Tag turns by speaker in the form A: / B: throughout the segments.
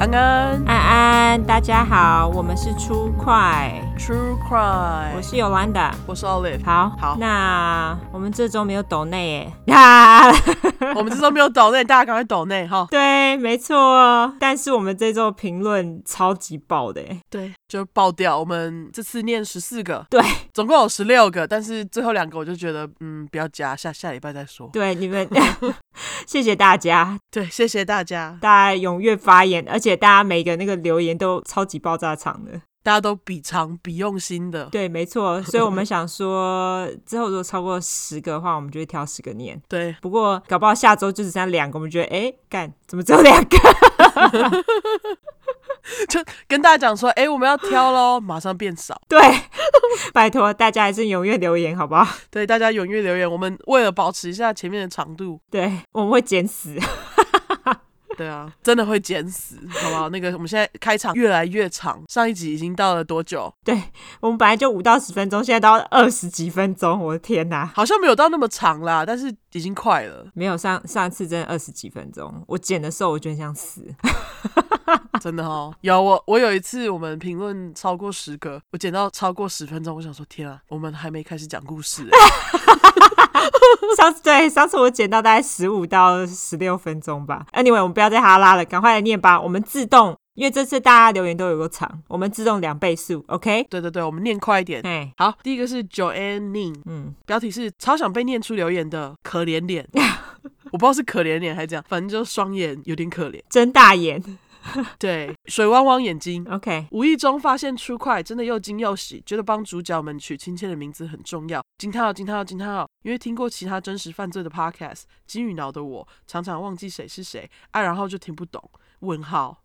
A: 安安
B: 安安，大家好，我们是出快，
A: ，True Crime，
B: 我是尤兰达。
A: 我是 Olive。
B: 好，
A: 好
B: 那我们这周没有抖内耶， 啊，
A: 我们这周没有抖内，大家赶快抖内哈。
B: 对，没错，但是我们这周评论超级爆的耶，
A: 对，就爆掉。我们这次念十四个，
B: 对，
A: 总共有十六个，但是最后两个我就觉得，嗯，不要加，下下礼拜再说。
B: 对你们， 谢谢大家，
A: 对，谢谢大家，
B: 大家踊跃发言，而且大家每个那个留言都超级爆炸场的，
A: 大家都比长比用心的。
B: 对，没错，所以我们想说，之后如果超过十个的话，我们就会挑十个念。
A: 对，
B: 不过搞不好下周就只剩下两个，我们觉得哎，干怎么只有两个？
A: 跟大家讲说，哎，我们要挑喽，马上变少。
B: 对，拜托大家还是踊跃留言好不好？
A: 对，大家踊跃留言。我们为了保持一下前面的长度，
B: 对，我们会剪死。
A: 对啊，真的会剪死，好不好？那个我们现在开场越来越长，上一集已经到了多久？
B: 对我们本来就五到十分钟，现在到二十几分钟，我的天哪！
A: 好像没有到那么长啦，但是已经快了，
B: 没有上上次真的二十几分钟，我剪的时候我就很想死。
A: 真的哦。 有我，我有一次我们评论超过十个，我剪到超过十分钟，我想说天啊，我们还没开始讲故事、欸，
B: 上次对上次我剪到大概十五到十六分钟吧。Anyway，我们不要再哈拉了，赶快来念吧。我们自动，因为这次大家留言都有个长，我们自动两倍速，OK？
A: 对对对，我们念快一点。
B: 哎，
A: 好，第一个是 Joanne Ning，
B: 嗯，
A: 标题是超想被念出留言的可怜脸，我不知道是可怜脸还是这样，反正就双眼有点可怜，
B: 睁大眼
A: 对，水汪汪眼睛，
B: ，OK？
A: 无意中发现出快真的又惊又喜，觉得帮主角们取亲切的名字很重要。惊叹号惊叹号惊叹号！因为听过其他真实犯罪的 podcast，金鱼脑的我常常忘记谁是谁，啊，然后就听不懂。问号，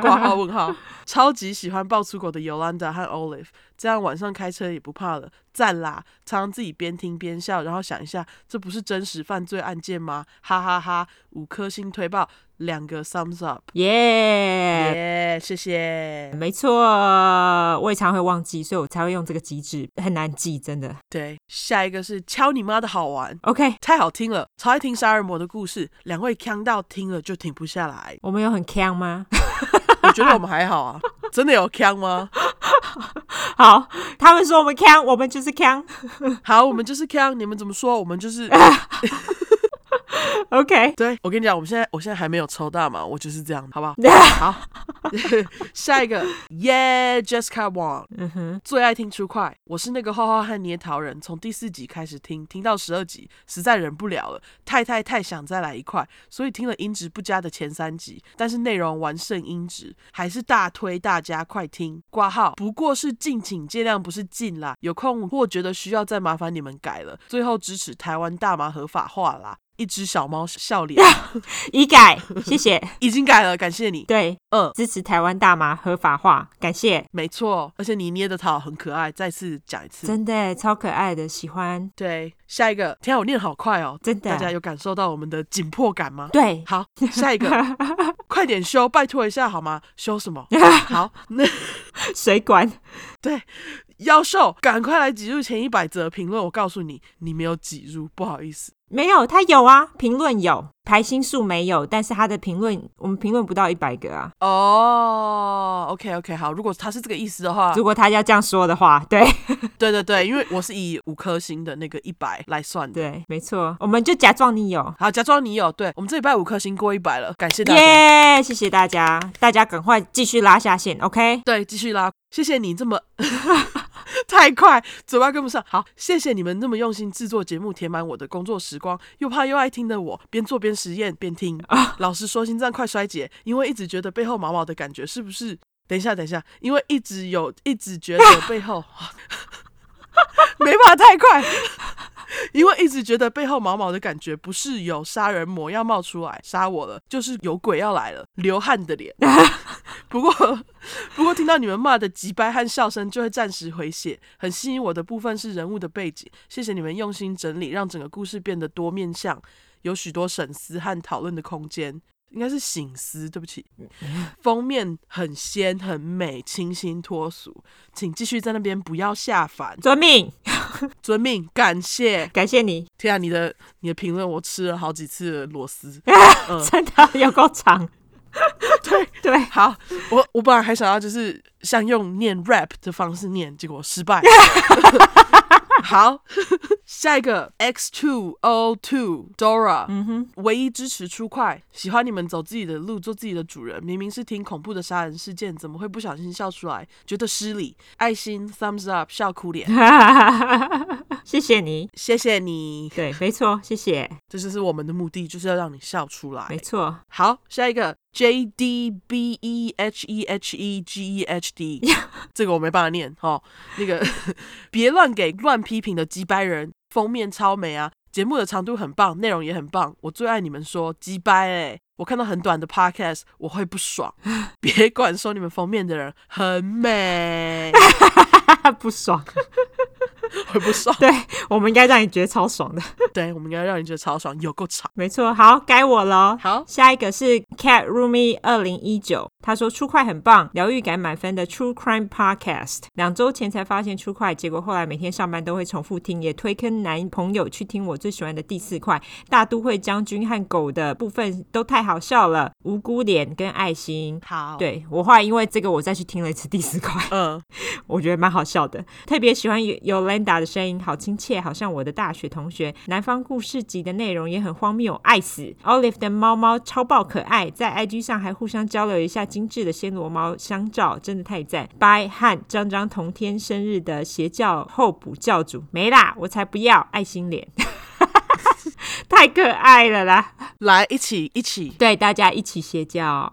A: 挂号问号，超级喜欢爆粗口的 Yolanda 和 Olive，这样晚上开车也不怕了，赞啦！常常自己边听边笑，然后想一下，这不是真实犯罪案件吗？哈哈哈五颗星推爆，两个 thumbs up，
B: 耶、
A: 耶谢谢。
B: 没错，我也常会忘记，所以我才会用这个机制，很难记，真的。
A: 对，下一个是敲你妈的好玩，
B: OK，。
A: 太好听了，超爱听杀人魔的故事，两位腔到听了就停不下来
B: 我们有很 can 吗？
A: 我觉得我们还好啊，真的有腔吗？
B: 好，他们说我们 can，我们就是 can。
A: 好，我们就是腔，你们怎么说？我们就是
B: OK，
A: 对。我跟你讲，我们现在我现在还没有抽到嘛，我就是这样，好不好？好， 下一个，耶、yeah,，Jessica Wang，
B: 嗯哼，
A: 最爱听出快，我是那个画画和捏陶人，从第四集开始听，听到十二集，实在忍不了了，太太太想再来一块，所以听了音质不佳的前三集，但是内容完胜音质，还是大推大家快听挂号。不过是敬请见谅，不是禁啦，有空或觉得需要再麻烦你们改了。最后支持台湾大麻合法化啦，一只小猫笑脸
B: 已改，谢谢。
A: 已经改了，感谢你。
B: 对，
A: 嗯，
B: 支持台湾大麻合法化，感谢。
A: 没错，而且你捏的桃很可爱，再次讲一次。
B: 真的超可爱的，喜欢，
A: 对，下一个，天啊，我念好快哦！
B: 真的
A: 大家有感受到我们的紧迫感吗？
B: 对，
A: 好，下一个， 快点修，拜托一下好吗？修什 么？好，那
B: 水管，
A: 妖兽，赶快来挤入前一百则评论，我告诉你，你没有挤入，不好意思。
B: 没有，他有啊，评论有，排星数没有，但是他的评论，我们评论不到一百个啊。
A: 哦、o k OK，好，如果他是这个意思的话
B: 如，果他要这样说的话，对
A: 对对对，因为我是以五颗星的那个一百来算的。
B: 对，没错，我们就假装你有，
A: 好，假装你有，对我们这礼拜五颗星过一百了，感谢大家。
B: 耶谢谢大家，大家赶快继续拉下线，OK？
A: 对，继续拉。谢谢你这么太快，嘴巴跟不上。好，谢谢你们那么用心制作节目，填满我的工作时光。又怕又爱听的我，边做边实验边听。老实说，心脏快衰竭，因为一直觉得背后毛毛的感觉，是不是？等一下，等一下，因为一直有，一直觉得背后 没法太快。因为一直觉得背后毛毛的感觉，不是有杀人魔要冒出来杀我了，就是有鬼要来了，流汗的脸。 不过，不过听到你们骂的急掰和笑声，就会暂时回血。很吸引我的部分是人物的背景，谢谢你们用心整理，让整个故事变得多面向，有许多省思和讨论的空间。应该是醒思，对不起。封面很仙，很美，清新脱俗，请继续在那边不要下凡，
B: 遵命，
A: 遵命，感谢。
B: 感谢你，
A: 天啊，你的你的评论我吃了好几次的螺丝，嗯
B: 真的有够长，
A: 对，
B: 对，
A: 好，我我本来还想要就是像用念 rap 的方式念，结果失败。 好，下一个 X Two O Two Dora，
B: 嗯哼，
A: 唯一支持出快，喜欢你们走自己的路，做自己的主人。明明是听恐怖的杀人事件，怎么会不小心笑出来？觉得失礼，爱心 thumbs up，笑哭脸，
B: 谢谢你。
A: 谢谢你。
B: 对，没错，谢谢，
A: 这就是我们的目的，就是要让你笑出来
B: 没。错。
A: 好，下一个 J D B E H E H E G E H D，这个我没办法念哦。那个 别乱给乱批评的鸡掰人，封面超美啊，节目的长度很棒，内容也很棒，我最爱你们说鸡掰哎、我看到很短的 podcast 我会不爽，别管说你们封面的人很美，
B: 不爽，
A: 会不爽。
B: 对我们应该让你觉得超爽的。
A: 对，我们应该让你觉得超爽，有够长。
B: 没错，好，该我喽。
A: 好，
B: 下一个是 Cat Roomy 二零一九，他说出快很棒，疗愈感满分的 True Crime Podcast。两周前才发现出快，结果后来每天上班都会重复听，也推坑男朋友去听我最喜欢的第四块大都会将军和狗的部分都太好笑了，无辜脸跟爱心。
A: 好，，
B: 对我后来因为这个我再去听了一次第四块，
A: 嗯，
B: 我觉得蛮好笑的，特别喜欢有有 Linda 的声音，好亲切，好像我的大学同学。南方故事集的内容也很荒谬，爱死。Olive 的猫猫超爆可爱，在 IG 上还互相交流一下精致的暹罗猫相照，真的太赞。By 和张张同天生日的邪教候补教主没啦，我才不要爱心脸， 太可爱了啦！
A: 来一起一起，
B: 对，大家一起邪教。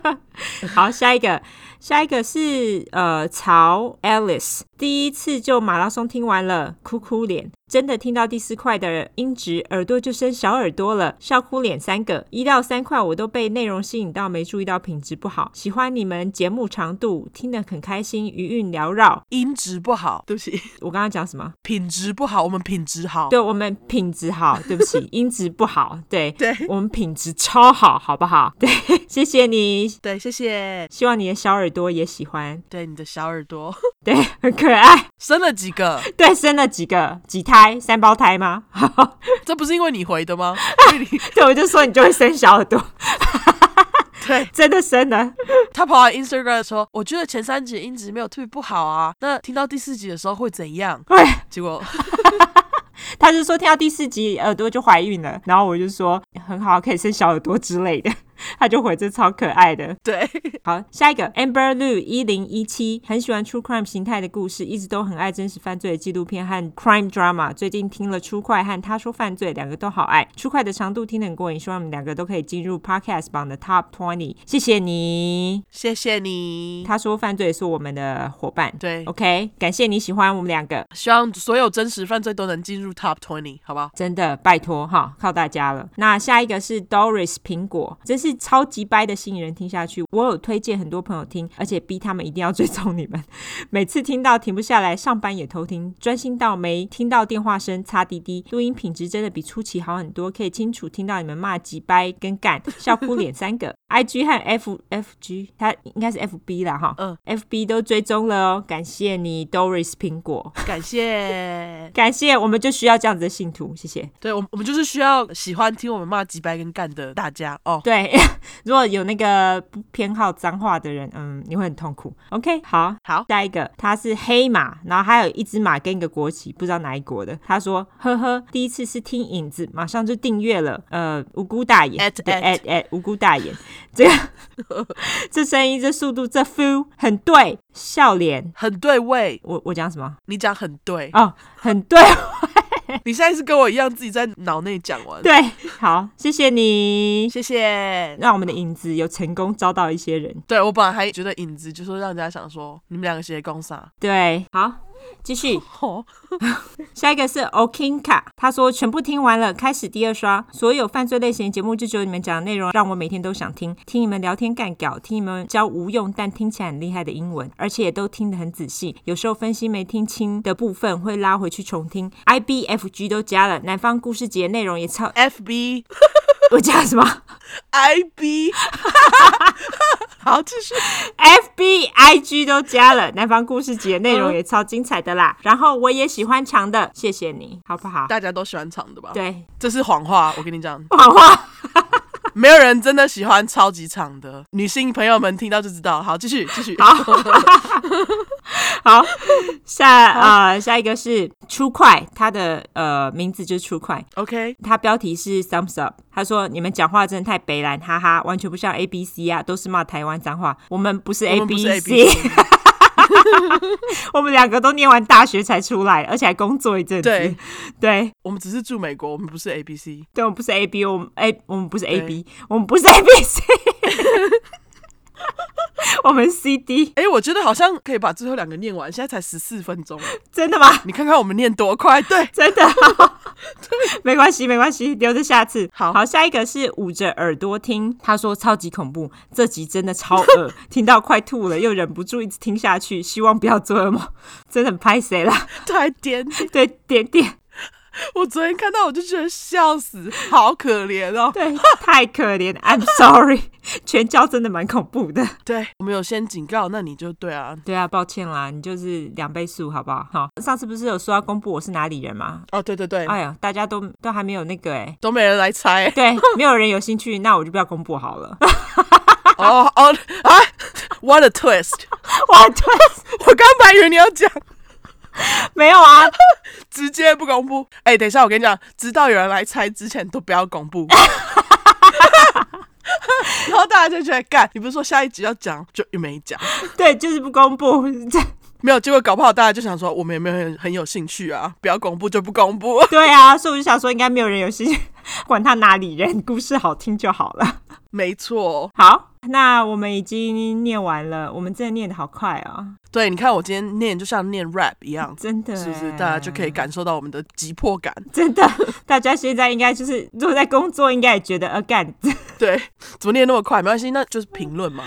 B: 好，下一个，下一个是呃曹 Alice，第一次就马拉松听完了，哭哭脸，真的听到第四块的音质，耳朵就生小耳朵了，笑哭脸三个，一到三块我都被内容吸引到，没注意到品质不好，喜欢你们节目长度，听得很开心，余韵缭绕。
A: 音质不好，对不起，
B: 我刚刚讲什么？
A: 品质不好，我们品质好。
B: 对我们品质好，对不起，音质不好，对，
A: 对
B: 我们品质超好，好不好？对，谢谢你，
A: 对，谢谢。
B: 希望你的小耳朵也喜欢，
A: 对你的小耳朵
B: 对，很可爱。
A: 生了几 个？
B: 对，生了几个几胎，三胞胎吗？
A: 这不是因为你回的吗？
B: 对，我就说你就会生小耳朵，
A: 对
B: 真的生了。
A: 他跑来 Instagram 说，我觉得前三集音质没有特别不好啊，那听到第四集的时候会怎样？
B: 哎，
A: 结果
B: 他就说听到第四集耳朵就怀孕了，然后我就说很好，可以生小耳朵之类的。 他就回这超可爱的，
A: 对，
B: 好，下一个 Amber Lu 一零一七，很喜欢 True Crime 形态的故事，一直都很爱真实犯罪的纪录片和 Crime Drama。最近听了 True 快和他说犯罪两个都好爱，True 快的长度听得很过瘾，希望你们两个都可以进入 Podcast 榜的 Top Twenty。谢谢你，
A: 谢谢你。
B: 他说犯罪是我们的伙伴。
A: 对，
B: OK，感谢你喜欢我们两个，
A: 希望所有真实犯罪都能进入 Top Twenty，好不好？
B: 真的拜托哈，靠大家了。那下一个是 Doris 苹果，真是超级掰的吸引人听下去。我有推荐很多朋友听，而且逼他们一定要追踪你们。 每次听到停不下来，上班也偷听，专心到没听到电话声，擦滴滴。录音品质真的比初期好很多，可以清楚听到你们骂几掰跟干，笑哭脸三个。I G 和 F F G，它应该是 F B 啦哈，
A: 嗯
B: ，F B 都追踪了哦，感谢你 Doris 苹果，
A: 感谢。
B: 感谢，我们就需要这样子的信徒，谢谢。
A: 对，我们我们就是需要喜欢听我们骂几百跟干的大家哦。
B: 对，如果有那个不偏好脏话的人，嗯，你会很痛苦。OK，好，
A: 好
B: 下一个他是黑马，然后还有一只马跟一个国旗，不知道哪一国的。他说：“呵呵，第一次是听影子，马上就订阅了。呃，无辜大爷
A: At-
B: 对
A: at
B: 哎，无辜大爷，这个 这声音、这速度、这 feel 很对，笑脸。
A: 很对味，
B: 我我讲什么？
A: 你讲很 对，
B: 哦，很对
A: 你现在是跟我一样自己在脑内讲完。，
B: 对，好，谢谢你，
A: 谢谢。
B: 让我们的影子有成功招到一些人。”
A: 对我本来还觉得影子就说让人家想说你们两个写公啊啥，
B: 对，好，继续。
A: 哦，
B: 下一个是 Okinka，他说全部听完了，开始第二刷。所有犯罪类型的节目，就只有你们讲的内容让我每天都想听，听你们聊天干屌，听你们教无用但听起来很厉害的英文，而且也都听得很仔细。有时候分析没听清的部分会拉回去重听。I B F G 都加了，南方故事节内容也超，
A: F B
B: 我加什么
A: I B，好，继续。
B: ？F B I G 都加了，南方故事节内容也超精彩的啦。然后我也喜欢长的，谢谢你好不好？
A: 大家都喜欢长的吧？，
B: 对，
A: 这是谎话，我跟你讲，
B: 谎话。
A: 没有人真的喜欢超级长的。女性朋友们听到就知道。好，继续继续。
B: 好 好，下呃下一个是出快，他的呃名字就是出快，
A: ，OK，
B: 他标题是 Thumbs Up，他说你们讲话真的太北蓝，哈哈，完全不像 A B C 啊，都是骂台湾脏话，我们不是
A: 我
B: A
A: 们不
B: B
A: 是 A
B: C，
A: B
B: 我们两个都念完大学才出来，而且还工作一阵子，
A: 对
B: 对
A: 我们只是住美国，我们不是 A B C。
B: 对，我们不是 A B，我们 A 我们不是 A
A: 对
B: B，我们不是 A B C，我们 C D，
A: 哎、我觉得好像可以把最后两个念完，现在才十四分钟，
B: 真的吗？
A: 你看看我们念多快。对，
B: 真的，没关系，没关系，留着下次。
A: 好
B: 好，下一个是捂着耳朵听，他说超级恐怖，这集真的超 恶，听到快吐了，又忍不住一直听下去，希望不要做噩梦， 真的很拍谁 啦？
A: 太点点，
B: 对，点点，
A: 我昨天看到我就觉得笑死，好可怜哦。
B: 对，太可怜，I'm sorry，全 教真的蛮恐怖的。
A: 对，我们有先警告，那你就对啊。
B: 对啊，抱歉啦，你就是两倍速，好不好？好，上次不是有说要公布我是哪里人吗？
A: 哦，对对对，
B: 哎呀，大家都都还没有那个哎、
A: 都没人来猜、
B: 对，没有人有兴趣，那我就不要公布好 了。
A: 哦哦啊！What a twist！
B: 哇，对，
A: 我刚才以为你要讲
B: 没有啊，
A: 直接不公布。哎、等一下，我跟你讲，直到有人来猜之前都不要公布。 然后大家就觉得干，你不是说下一集要讲，就又没讲，
B: 对，就是不公布。这
A: 没有结果，搞不好大家就想说我们也没有很很有兴趣啊，不要公布就不公布。
B: 对啊，所以我就想说，应该没有人有兴趣，管他哪里人，故事好听就好了。
A: 没错，哦
B: 好，那我们已经念完了，我们真的念的好快哦，
A: 对，你看我今天念就像念 rap 一样，
B: 真的，欸
A: 是不是？大家就可以。感受到我们的急迫感。
B: 真的，大家现在应该就是，如果在工作，应该也觉得呃干，
A: 对，怎么念那么快？没关系，那就是评论嘛，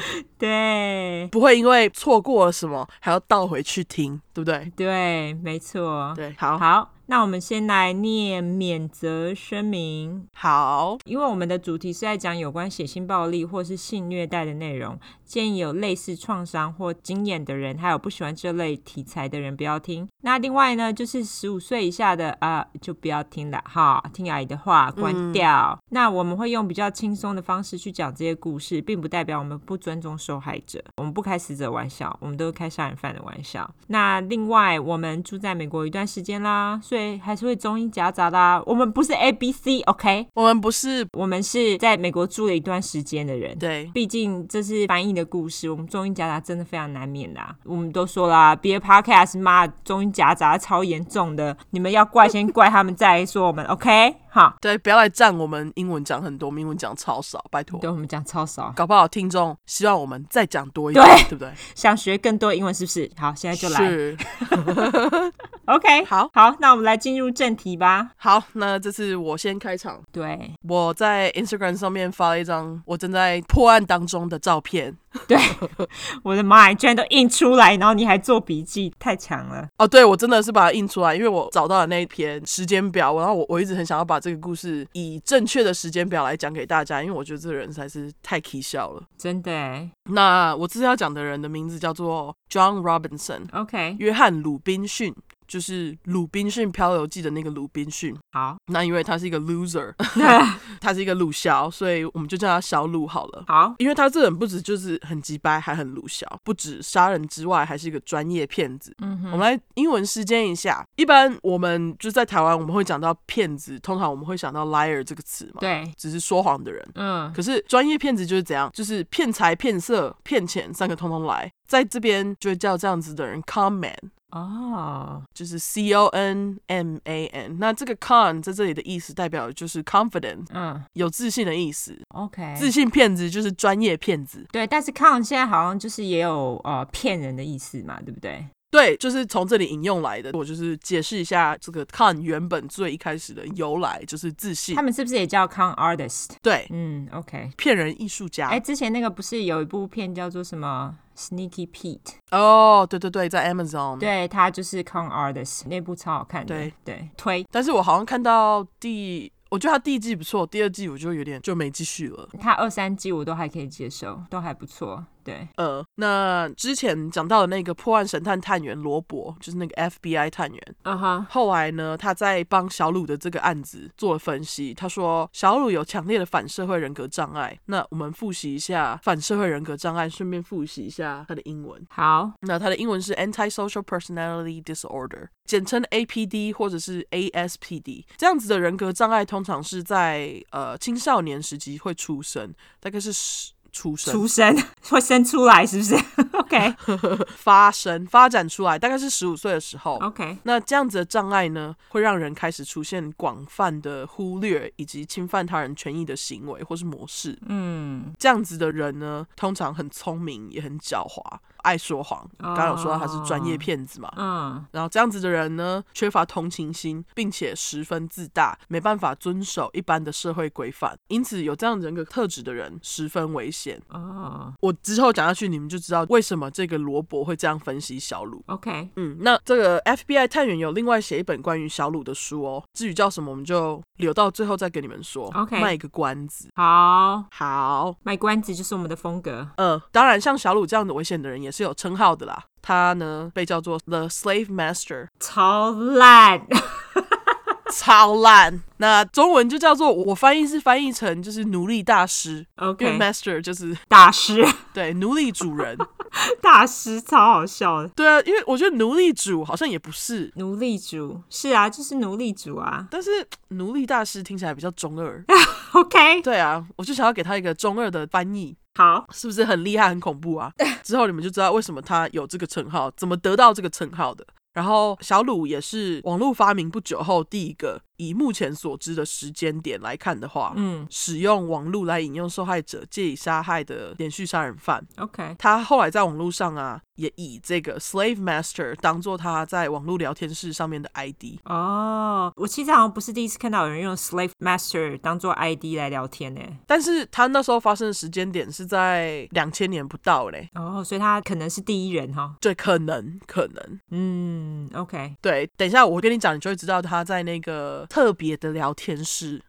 B: 对
A: 不会因为错过了什么还要倒回去听，对不对？
B: 对，没错，
A: 对，好
B: 好，那我们先来念免责声明。
A: 好，
B: 因为我们的主题是在讲有关血腥暴力或是性虐待的内容，建议有类似创伤或经验的人，还有不喜欢这类题材的人不要听。那另外呢，就是十五岁以下的啊、就不要听了哈，听阿姨的话关掉。那我们会用比较轻松的方式去讲这些故事，并不代表我们不尊重受害者，我们不开死者玩笑，我们都会开杀人犯的玩笑。那另外，我们住在美国一段时间啦，所以还是会中英夹杂啦。我们不是 A B C，OK？、
A: 我们不是
B: 我们是在美国住了一段时间的人。
A: 对
B: 毕竟这是翻译的故事，我们中英夹杂真的非常难免啦。我们都说啦，别的 podcast 妈中英夹杂超严重的，你们要怪先怪他们，再来说我们 OK 哈。
A: 对，不要来占我们英文讲很多，我们英文讲超少，拜托。
B: 对我们讲超少，
A: 搞不好听众希望我们再讲多一点，
B: 对
A: 对不 对？
B: 想学更多英文是不是？好，现在就来
A: 是
B: OK。
A: 好
B: 好，那我们来进入正题吧。
A: 好，那这次我先开场。
B: 对
A: 我在 Instagram 上面发了一张我正在破案当中的照片。
B: 对，我的妈呀，居然都印出来，然后你还做笔记，太强了。
A: 哦，对，我真的是把它印出来，因为我找到了那一篇时间表，然后我我一直很想要把这个故事以正确的时间表来讲给大家，因为我觉得这个人实在是太蹊笑了。
B: 真的欸
A: 那我这次要讲的人的名字叫做 John Robinson，
B: ，OK，
A: 约翰·鲁滨逊，就是《鲁滨逊漂流记》的那个鲁滨逊。
B: 好，
A: 那因为他是一个 loser，他是一个鲁枭，所以我们就叫他小鲁好了。
B: 好，
A: 因为他这人不止就是很急掰，还很鲁枭，不止杀人之外，还是一个专业骗子。
B: 嗯
A: 我们
B: 哼，
A: 来英文时间一下，一般我们就在台湾我们会讲到骗子，通常我们会想到 liar 这个词嘛，
B: 对，
A: 只是说谎的人。
B: 嗯，
A: 可是专业骗子就是怎样，就是骗财、骗色、骗钱，三个通通来，在这边就会叫这样子的人 con man。
B: 哦，
A: 就是 C O N M A N，那这个 con 在这里的意思代表的就是 confident，
B: 嗯
A: 有自信的意思。
B: ，OK，
A: 自信骗子就是专业骗子，
B: 对，但是 con 现在好像就是也有呃骗人的意思嘛，对不对？
A: 对，就是从这里引用来的。我就是解释一下这个 con 原本最一开始的由来，就是自信
B: 他。们是不是也叫 con artist？
A: 对，啊
B: 嗯，OK。
A: 骗人艺术家。
B: 哎，之前那个不是有一部片叫做什么 Sneaky Pete？
A: 哦，对对对，在 Amazon。
B: 对，他就是 con artist，那部超好看的。
A: 嗯对
B: 对，推
A: 但是我好像看到第，我觉得他第一季不错，第二季我就有点就没继续了。
B: 他二三季我都还可以接受，都还不错。对，
A: 呃，那之前讲到的那个破案神探探员罗伯，就是那个 FBI 探员，
B: 啊哈，
A: 后来呢，他在帮小鲁的这个案子做了分析。他说，小鲁有强烈的反社会人格障碍。那我们复习一下反社会人格障碍，顺便复习一下他的英文。
B: 好，
A: 那它的英文是 Antisocial Personality Disorder，简称 APD 或者是 ASPD。这样子的人格障碍通常是在呃青少年时期会出生，大概是十出生
B: 出生 会生出来是不是 ？OK
A: 发生发展出来，大概是十五岁的时候。
B: OK，
A: 那这样子的障碍呢，会让人开始出现广泛的忽略以及侵犯他人权益的行为或是模式。
B: 嗯，
A: 这样子的人呢，通常很聪明，也很狡猾，爱说谎。刚刚有说到他是专业骗子嘛，
B: 哦嗯，
A: 然后这样子的人呢，缺乏同情心，并且十分自大，没办法遵守一般的社会规范，因此有这样人格特质的人十分危险。
B: 哦
A: 我之后讲下去，你们就知道为什么这个罗伯会这样分析小鲁。
B: ，OK，
A: 嗯，那这个 FBI 探员有另外写一本关于小鲁的书哦，至于叫什么，我们就留到最后再跟你们说
B: OK
A: 卖个关子。
B: 好，
A: 好，
B: 卖关子就是我们的风格。
A: 呃，当然像小鲁这样的危险的人也是有称号的啦，他呢被叫做 The Slave Master，
B: 超烂，
A: 超烂。那中文就叫做我翻译是翻译成就是奴隶大师
B: OK
A: 因为 master 就是
B: 大师，
A: 对奴隶主人。
B: 大师超好笑的。
A: 对啊，因为我觉得奴隶主好像也不是，
B: 奴隶主是啊，就是奴隶主啊。
A: 但是奴隶大师听起来比较中二。
B: OK，
A: 对啊，我就想要给他一个中二的翻译，
B: 好，
A: 是不是很厉害很恐怖啊？之后你们就知道为什么他有这个称号，怎么得到这个称号的。然后小鲁也是网络发明不久后第一个，以目前所知的时间点来看的话，
B: 嗯
A: 使用网络来引诱受害者借以杀害的连续杀人犯。
B: ，OK，
A: 他后来在网络上啊，也以这个 slave master 当做他在网络聊天室上面的 ID。
B: 哦，我其实好像不是第一次看到有人用 slave master 当做 ID 来聊天呢。
A: 但是他那时候发生的时间点是在两千年不到嘞，
B: 哦，所以他可能是第一人哈。
A: 对，可能可能
B: 嗯，OK，OK，OK，、
A: 对。等一下我跟你讲，你就会知道他在那个特别的聊天室。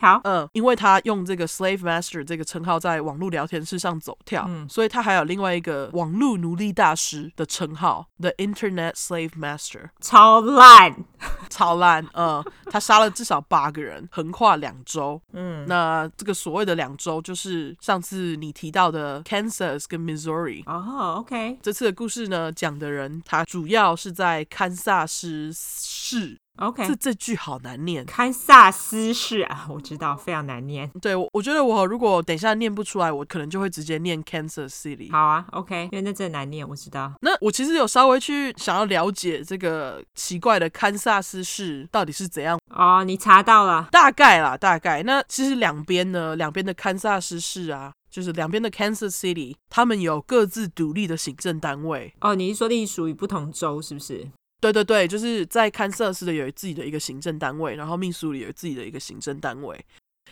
B: 好，
A: 嗯，因为他用这个 slave master 这个称号在网络聊天室上走跳，
B: 嗯
A: 所以他还有另外一个网络奴隶大师的称号，the internet slave master，
B: 超烂。
A: 超烂。嗯，他杀了至少八个人，横跨两周。
B: 嗯，
A: 那这个所谓的两周，就是上次你提到的 Kansas 跟 Missouri。
B: 哦，OK，OK，、
A: 这次的故事呢，讲的人他主要是在堪萨斯市， 这这句好难念。
B: 堪萨斯市 啊，我知道非常难念。
A: 对，我我觉得我如果等一下念不出来，我可能就会直接念 Kansas City。
B: 好啊，OK，因为那真的难念，我知道。
A: 那我其实有稍微去想要了解这个奇怪的堪萨斯市到底是怎样，
B: 哦，你查到了。
A: 大概啦，大概。那其实两边呢，两边的堪萨斯市啊，就是两边的 Kansas City，他们有各自独立的行政单位。
B: 哦，你是说隶属于不同州是不是？
A: 对对对，就是在堪萨斯的有自己的一个行政单位，然后密苏里有自己的一个行政单位。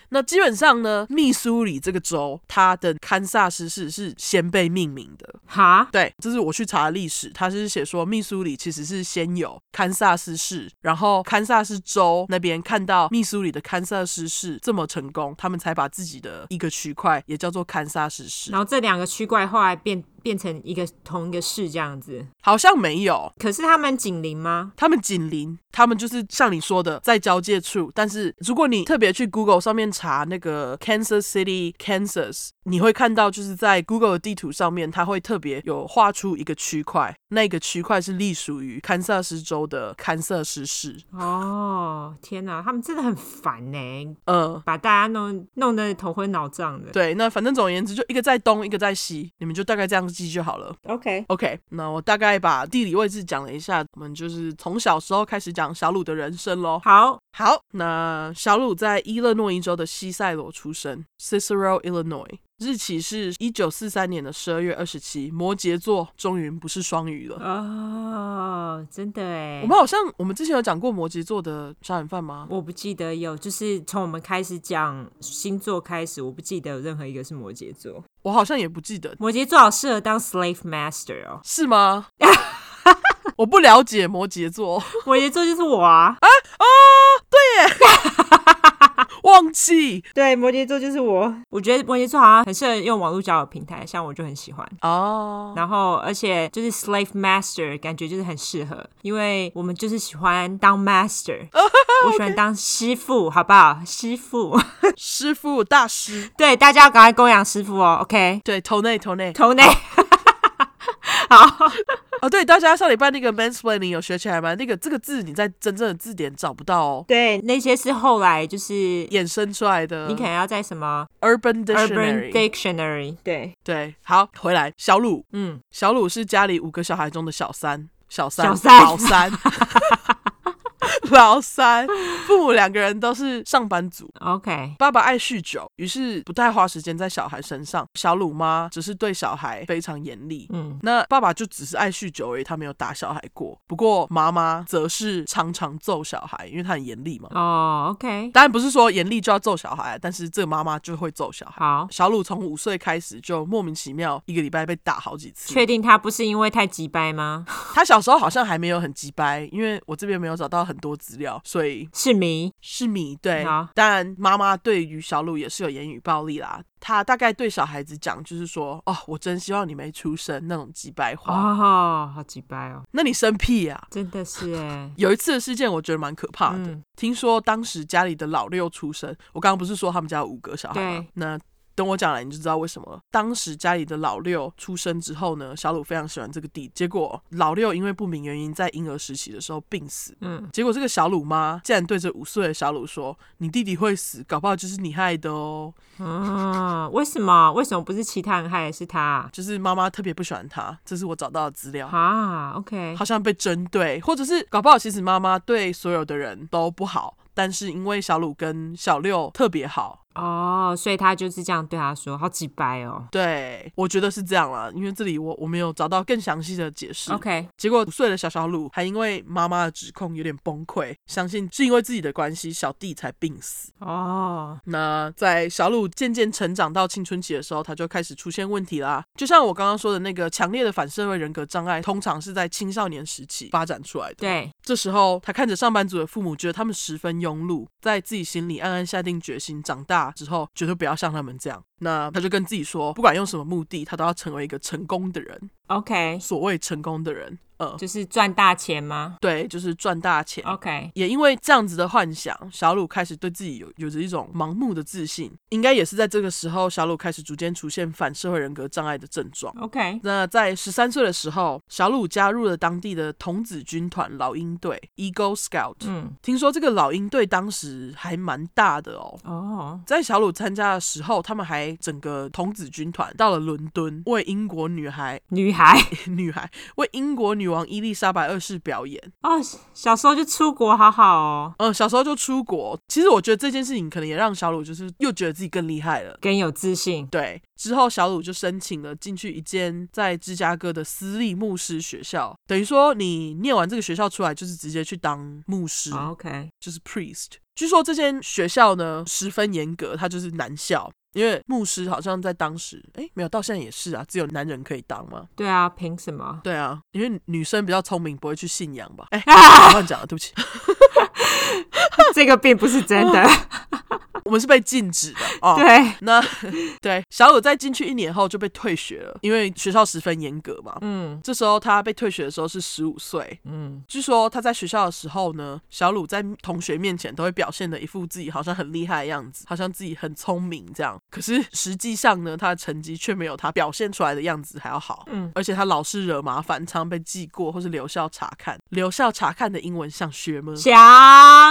A: 那基本上呢，密苏里这个州，它的堪萨斯市是先被命名的。
B: 哈，
A: 对，这是我去查的历史，它是写说密苏里其实是先有堪萨斯市，然后堪萨斯州那边看到密苏里的堪萨斯市这么成功，他们才把自己的一个区块也叫做堪萨斯市
B: 然，后这两个区块后来变变成一个同一个市这样子，
A: 好像没有。
B: 可是他们紧邻吗？
A: 他们紧邻，他们就是像你说的在交界处。但是如果你特别去 Google 上面查那个 Kansas City Kansas，你会看到就是在 Google 的地图上面，它会特别有画出一个区块，那个区块是隶属于堪萨斯州的堪萨斯市。
B: 哦，天哪，他们真的很烦呢，
A: 嗯，
B: 把大家弄弄得头昏脑胀的。
A: 对，那反正总而言之，就一个在东，一个在西，你们就大概这样记就好了。
B: ，OK，
A: OK，那我大概把地理位置讲了一下，我们就是从小时候开始讲小鲁的人生喽。
B: 好，
A: 好，那小鲁在伊勒诺伊州的西塞罗出生 （Cicero, Illinois），日期是一九四三年的十二月二十七，摩羯座，终于不是双鱼了。
B: 哦，真的哎
A: 我，们好像我们之前有讲过摩羯座的杀人犯吗？
B: 我不记得有，就是从我们开始讲星座开始，我不记得有任何一个是摩羯座。
A: 我好像也不记得，
B: 摩羯座好适合当 slave master 哦，
A: 是吗？ 我不了解摩羯座，
B: 啊摩羯座就是我啊。
A: 我忘记
B: 对，摩羯座就是我。我觉得摩羯座好像很适合用网络交友平台，像我就很喜欢。
A: 哦。
B: 然后，而且就是 slave master，感觉就是很适合，因为我们就是喜欢当 master，我喜
A: Oh,
B: 欢当师傅，好不好？师傅，
A: 师傅大师，
B: 对，大家要赶快供养师傅哦，OK？
A: 对，头内头内
B: 头内， 好，
A: 哦，对，大家上礼拜那个 mansplaining 有学起来吗？那个这个字你在真正的字典找不到哦，
B: 对，那些是后来就是
A: 衍生出来的。
B: 你可能要在什么
A: Urban
B: Urban
A: 呃 Dictionary
B: Dictionary，对，
A: 对，好，回来小鲁，
B: 嗯，
A: 小鲁是家里五个小孩中的小三，小三，
B: 小三
A: 老三， 老三，父母两个人都是上班族。
B: OK，
A: 爸爸爱酗酒，于是不太花时间在小孩身上。小鲁妈只是对小孩非常严厉。
B: 嗯，
A: 那爸爸就只是爱酗酒而已，他没有打小孩过。不过妈妈则是常常揍小孩，因为她很严厉嘛。
B: 哦，OK，
A: 当然不是说严厉就要揍小孩，啊但是这个妈妈就会揍小孩。
B: 好，
A: 小鲁从五岁开始就莫名其妙一个礼拜被打好几次。
B: 确定他不是因为太急掰吗？
A: 他小时候好像还没有很鸡掰，因为我这边没有找到很多资料，所以
B: 是迷，
A: 是你对
B: 好。
A: 当然，妈妈对于小鲁也是有言语暴力啦。她大概对小孩子讲，就是说：“哦，我真希望你没出生那种鸡掰话。
B: 哦，好急掰哦，
A: 那你生屁呀、，
B: 真的是哎
A: 有一次的事件，我觉得蛮可怕的。
B: 嗯
A: 听说当时家里的老六出生，我刚刚不是说他们家有五个小孩吗
B: 对？
A: 那等我讲来你就知道为什么了。当时家里的老六出生之后呢，小鲁非常喜欢这个弟，结果老六因为不明原因在婴儿时期的时候病死。
B: 嗯，
A: 结果这个小鲁妈竟然对着五岁的小鲁说：“你弟弟会死，搞不好就是你害的哦。
B: 嗯，为什么？为什么不是其他人害，是他啊”
A: 就是妈妈特别不喜欢他，这是我找到的资料。
B: 啊？OK，
A: 好像被针对，或者是搞不好其实妈妈对所有的人都不好，但是因为小鲁跟小六特别好，
B: 哦，所以他就是这样对他说，好急掰哦。
A: 对我觉得是这样啦，因为这里我我没有找到更详细的解释。
B: OK，
A: 结果五岁的小小鲁还因为妈妈的指控有点崩溃，相信是因为自己的关系，小弟才病死。
B: 哦，
A: 那在小鲁渐渐成长到青春期的时候，他就开始出现问题啦。就像我刚刚说的那个强烈的反社会人格障碍，通常是在青少年时期发展出来的。
B: 对，
A: 这时候，他看着上班族的父母，觉得他们十分庸碌，在自己心里暗暗下定决心，长大之后绝对不要像他们这样。那他就跟自己说，不管用什么目的，他都要成为一个成功的人。
B: OK，
A: 所谓成功的人，呃，
B: 就是赚大钱吗
A: 对，就是赚大钱。
B: ？OK，
A: 也因为这样子的幻想，小鲁开始对自己有有着一种盲目的自信。应该也是在这个时候，小鲁开始逐渐出现反社会人格障碍的症状。
B: OK，
A: 那在十三岁的时候，小鲁加入了当地的童子军团老鹰队 （Eagle Scout）。
B: 嗯，
A: 听说这个老鹰队当时还蛮大的哦。
B: 哦，
A: 在小鲁参加的时候，他们还整个童子军团到了伦敦，为英国女孩
B: 女孩
A: 女孩为英国女王伊丽莎白二世表演。
B: 哦，小时候就出国，好好哦，
A: 嗯，小时候就出国。其实我觉得这件事情可能也让小鲁就是又觉得自己更厉害了。
B: 更有自信。
A: 对，之后小鲁就申请了进去一间在芝加哥的私立牧师学校，等于说你念完这个学校出来，就是直接去当牧师。
B: 哦 OK，
A: 就是 priest。据说这间学校呢十分严格，它就是男校，因为牧师好像在当时，哎，没有，到现在也是啊，只有男人可以当嘛。
B: 对啊，凭什么？
A: 对啊，因为女生比较聪明，不会去信仰吧？哎，
B: 啊
A: 乱讲了，对不起，
B: 这个并不是真的。
A: 我们是被禁止的哦。
B: 对，
A: 那对小鲁在进去一年后就被退学了，因为学校十分严格嘛。
B: 嗯
A: 这时候他被退学的时候是十五岁，
B: 嗯，
A: 据说他在学校的时候呢，小鲁在同学面前都会表现的一副自己好像很厉害的样子，好像自己很聪明这样。可是实际上呢，他的成绩却没有他表现出来的样子还要好。
B: 嗯，
A: 而且他老是惹麻烦，常被记过或是留校查看。留校查看的英文像学吗
B: 想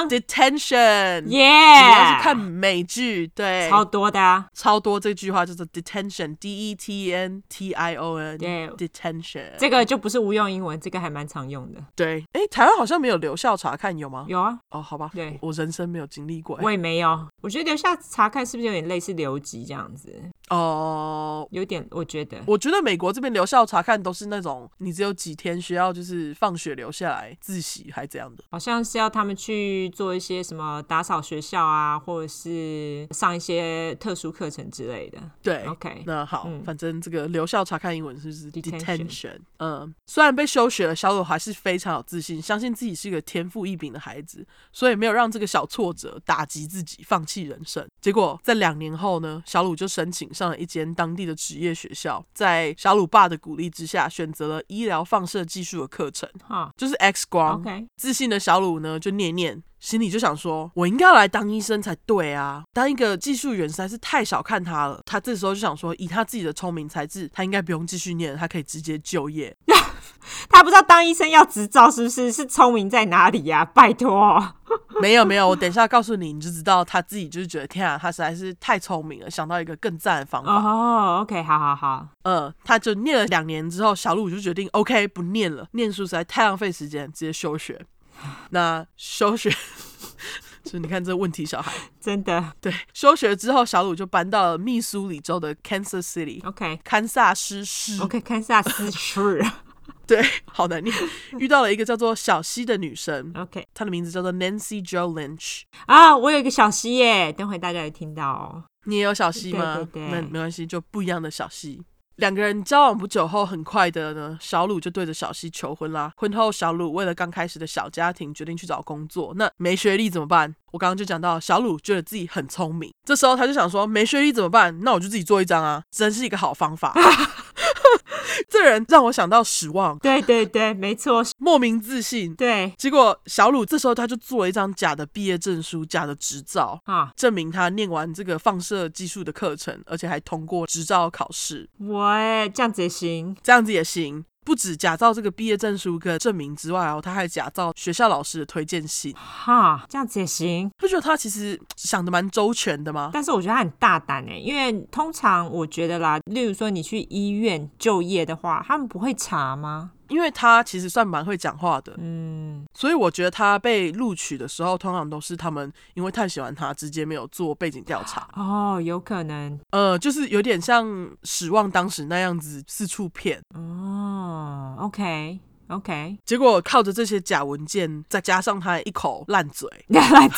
A: ？Detention。
B: 耶，
A: 你要是看美剧，对，
B: 超多的啊，
A: 超多这句话就是 detention，d e t E n t i o
B: Yeah
A: n，detention。
B: 这个就不是无用英文，这个还蛮常用的。
A: 对，哎，台湾好像没有留校查看，有吗？
B: 有啊，
A: 哦，好吧，
B: 对
A: 我人生没有经历过。
B: 我也没有。我觉得留下查看是不是有点类似留级这样子？
A: 哦、
B: 有点，我觉得
A: 我觉得美国这边留校查看都是那种你只有几天需要，就是放学留下来自习还这样的。
B: 好像是要他们去做一些什么打扫学校啊，或者是是上一些特殊课程之类的。
A: 对
B: OK，
A: 哎那好，
B: 嗯
A: 反正这个留校查看英文是不是
B: Detention
A: detention？嗯，虽然被休学了，小鲁还是非常有自信，相信自己是一个天赋异禀的孩子，所以没有让这个小挫折打击自己，放弃人生。结果在两年后呢，小鲁就申请上了一间当地的职业学校，在小鲁爸的鼓励之下，选择了医疗放射技术的课程，
B: 哈
A: 就是 X 光。
B: ，OK，
A: 自信的小鲁呢，就念念，心里就想说，我应该要来当医生才对啊！当一个技术员实在是太少看他了。他这时候就想说，以他自己的聪明才智，他应该不用继续念了，他可以直接就业。
B: 他不知道当医生要执照是不是？是聪明在哪里呀、啊拜托，
A: 没有没有，我等一下告诉你，你就知道他自己就是觉得，天啊，他实在是太聪明了，想到一个更赞的方法。
B: 哦、o k 好好好，
A: 嗯，他就念了两年之后，小鲁就决定 OK 不念了，念书实在太浪费时间，直接休学。那休学， 就你看这问题小孩。
B: 真的
A: 对，休学之后，小鲁就搬到了密苏里州的 Kansas City。
B: ，OK，OK，、
A: 堪萨斯市，
B: 看下思绪
A: 对，好难念。遇到了一个叫做小西的女生，
B: ，OK，
A: 她的名字叫做 Nancy Jo Lynch。
B: 啊，我有一个小溪耶，等会大家有听到哦。
A: 你也有小西吗？
B: 对对对
A: 那没关系，就不一样的小西。两个人交往不久后，很快的呢，小鲁就对着小西求婚啦。婚后，小鲁为了刚开始的小家庭，决定去找工作。那没学历怎么办？我刚刚就讲到，小鲁觉得自己很聪明，这时候他就想说，没学历怎么办？那我就自己做一张啊，真是一个好方法。 这人让我想到史旺，
B: 对对对，没错，
A: 莫名自信。
B: 对
A: 结果小鲁这时候他就做了一张假的毕业证书、假的执照，
B: 啊，
A: 证明他念完这个放射技术的课程，而且还通过执照考试，
B: 我耶这样子也行
A: 这样子也行。不止假造这个毕业证书跟证明之外哦，他还假造学校老师的推荐信。
B: 哈，这样子也行。
A: 不觉得他其实想的蛮周全的吗？
B: 但是我觉得他很大胆哎，因为通常我觉得啦，例如说你去医院就业的话，他们不会查吗？
A: 因为他其实算蛮会讲话的，
B: 嗯，
A: 所以我觉得他被录取的时候，通常都是他们因为太喜欢他，直接没有做背景调查。
B: 哦，有可能
A: 呃，就是有点像史旺当时那样子四处骗。
B: 哦。OK OK，
A: 结果靠着这些假文件，再加上他一口烂嘴，
B: 来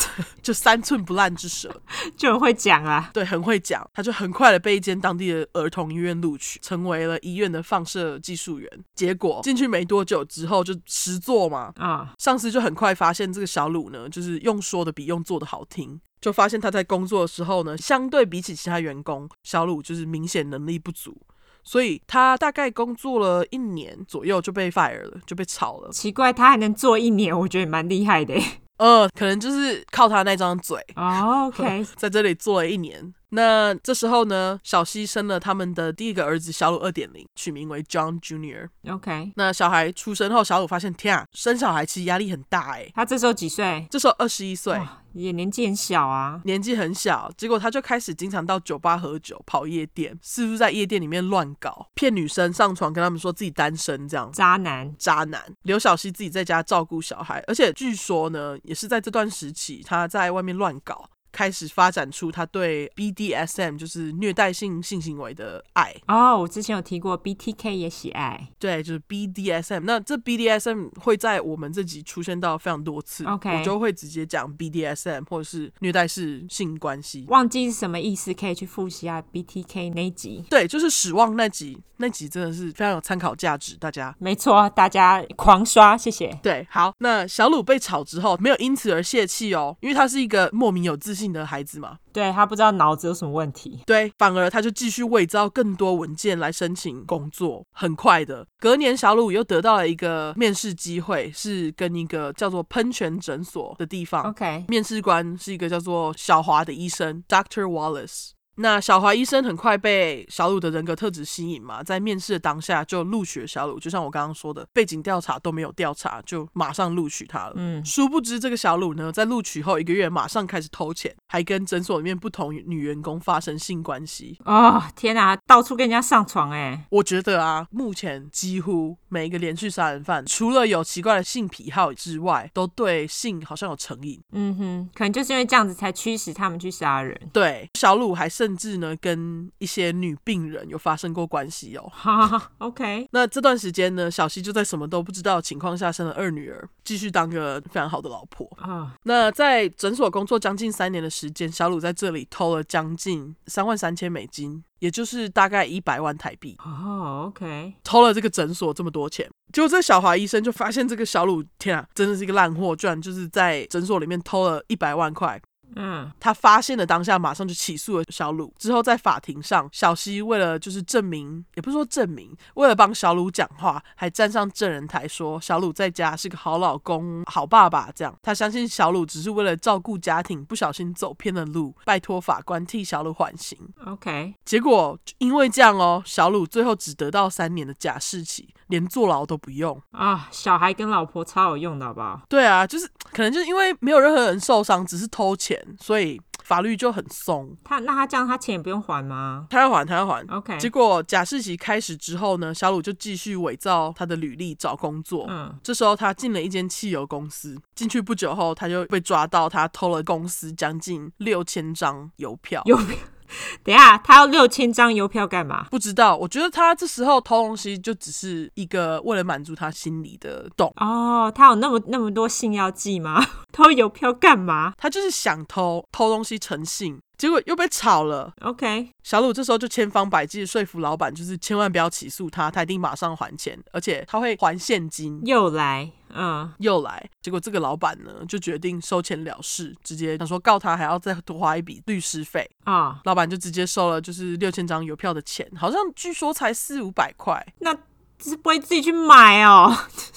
A: 就三寸不烂之舌，
B: 就很会讲啦。
A: 对，很会讲，他就很快的被一间当地的儿童医院录取，成为了医院的放射技术员。结果进去没多久之后就实做嘛，
B: 啊、
A: 上司就很快发现这个小鲁呢，就是用说的比用做的好听。就发现他在工作的时候呢，相对比起其他员工，小鲁就是明显能力不足，所以他大概工作了一年左右就被 fire 了，就被炒了。
B: 奇怪，他还能做一年，我觉得也蛮厉害的。欸
A: 呃，可能就是靠他那张嘴，
B: 哦 OK，
A: 在这里做了一年。那这时候呢，小西生了他们的第一个儿子小鲁二点零，取名为 John Junior。
B: OK，
A: 那小孩出生后，小鲁发现，天啊，生小孩其实压力很大哎、
B: 他这时候几岁？
A: 这时候二十一岁，
B: 哇也年纪很小啊。
A: 年纪很小，结果他就开始经常到酒吧喝酒、跑夜店，四处在夜店里面乱搞，骗女生上床，跟他们说自己单身这样。
B: 渣男
A: 渣男刘小西自己在家照顾小孩，而且据说呢，也是在这段时期，他在外面乱搞，开始发展出他对 BDSM 就是虐待性性行为的爱。
B: 哦，我之前有提过 BTK 也喜爱
A: 对，就是 BDSM。那这 BDSM 会在我们这集出现到非常多次
B: OK
A: 我就会直接讲 BDSM 或者是虐待式性关系。
B: 忘记是什么意思，可以去复习一下 BTK 那一集。
A: 对，就是史旺那集，那集真的是非常有参考价值，大家
B: 没错，大家狂刷，谢谢。
A: 对，好，那小鲁被炒之后，没有因此而泄气哦，因为他是一个莫名有自信的孩子嘛。
B: 对他不知道脑子有什么问题，
A: 对，反而他就继续伪造更多文件来申请工作。很快的，隔年小鲁又得到了一个面试机会，是跟一个叫做喷泉诊所的地方
B: OK，
A: 面试官是一个叫做小华的医生，Dr. Wallace。那小华医生很快被小鲁的人格特质吸引嘛，在面试的当下就录取了小鲁，就像我刚刚说的，背景调查都没有调查，就马上录取他了。
B: 嗯，
A: 殊不知，这个小鲁呢，在录取后一个月，马上开始偷钱，还跟诊所里面不同女员工发生性关系。
B: 哦，天哪、到处跟人家上床哎、
A: 我觉得啊，目前几乎每一个连续杀人犯，除了有奇怪的性癖好之外，都对性好像有成瘾。
B: 嗯哼，可能就是因为这样子才驱使他们去杀人，
A: 对，小鲁还甚甚至呢跟一些女病人有发生过关系哦。
B: 哈，OK，
A: 那这段时间呢，小西就在什么都不知道的情况下生了二女儿，继续当个非常好的老婆。
B: 啊，
A: 那在诊所工作将近三年的时间，小鲁在这里偷了将近三万三千美金，也就是大概一百万台币，
B: 哦，OK，
A: 偷了这个诊所这么多钱。结果这小华医生就发现这个小鲁，天啊，真的是一个烂货，居然就是在诊所里面偷了一百万块。
B: 嗯，
A: 他发现了当下，马上就起诉了小鲁。之后在法庭上，小西为了就是证明，也不是说证明，为了帮小鲁讲话，还站上证人台说小鲁在家是个好老公、好爸爸。这样，他相信小鲁只是为了照顾家庭，不小心走偏了路，拜托法官替小鲁缓刑。
B: OK，
A: 结果因为这样哦，小鲁最后只得到三年的假释期，连坐牢都不用。
B: 啊，小孩跟老婆超有用的，好不好？
A: 对啊，就是可能就是因为没有任何人受伤，只是偷钱，所以法律就很松。
B: 他那他这样，他钱也不用还吗
A: 他要还，他要还。
B: ？OK，
A: 结果假释期开始之后呢，小鲁就继续伪造他的履历找工作。
B: 嗯，
A: 这时候他进了一间汽油公司，进去不久后他就被抓到，他偷了公司将近六千张邮票。
B: 邮票， 等一下他要六千张邮票干嘛？
A: 不知道，我觉得他这时候偷东西就只是一个为了满足他心里的动，
B: 哦，他有那么那么多信要寄吗？ 偷邮票干嘛
A: 他就是想偷偷东西成性，结果又被炒了。
B: ？OK，
A: 小鲁这时候就千方百计地说服老板，就是千万不要起诉他，他一定马上还钱，而且他会还现金。
B: 又来，嗯，
A: 又来，结果这个老板呢就决定收钱了事，直接想说告他还要再多花一笔律师费，
B: 啊、
A: 老板就直接收了就是六千张邮票的钱，好像据说才四五百块，
B: 那是不会自己去买哦。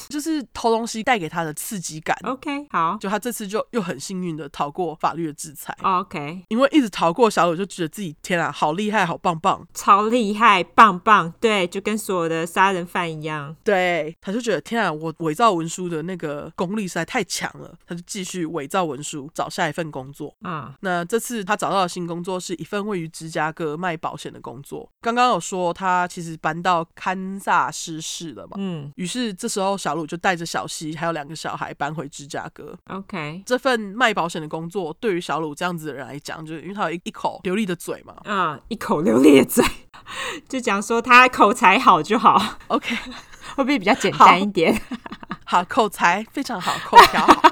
A: 就是偷东西带给他的刺激感。
B: OK，好
A: 就他这次就又很幸运的逃过法律的制裁，
B: 哦，OK，
A: 因为一直逃过小鲁就觉得自己天啊好厉害好棒棒，
B: 超厉害，棒棒，对，就跟所有的杀人犯一样。
A: 对，他就觉得天啊我伪造文书的那个功力实在太强了，他就继续伪造文书找下一份工作。
B: 啊、
A: 那这次他找到的新工作是一份位于芝加哥卖保险的工作。刚刚有说他其实搬到堪萨斯市了嘛，
B: 嗯
A: 于是这时候小鲁就带着小西还有两个小孩搬回芝加哥。
B: ，OK，
A: 这份卖保险的工作对于小鲁这样子的人来讲，就是因为他有一一口流利的嘴 嘛。
B: 啊、一口流利的嘴，就讲说他口才好就好，
A: OK，
B: 会不会比较简单一点？
A: 好，口才非常好，口条好。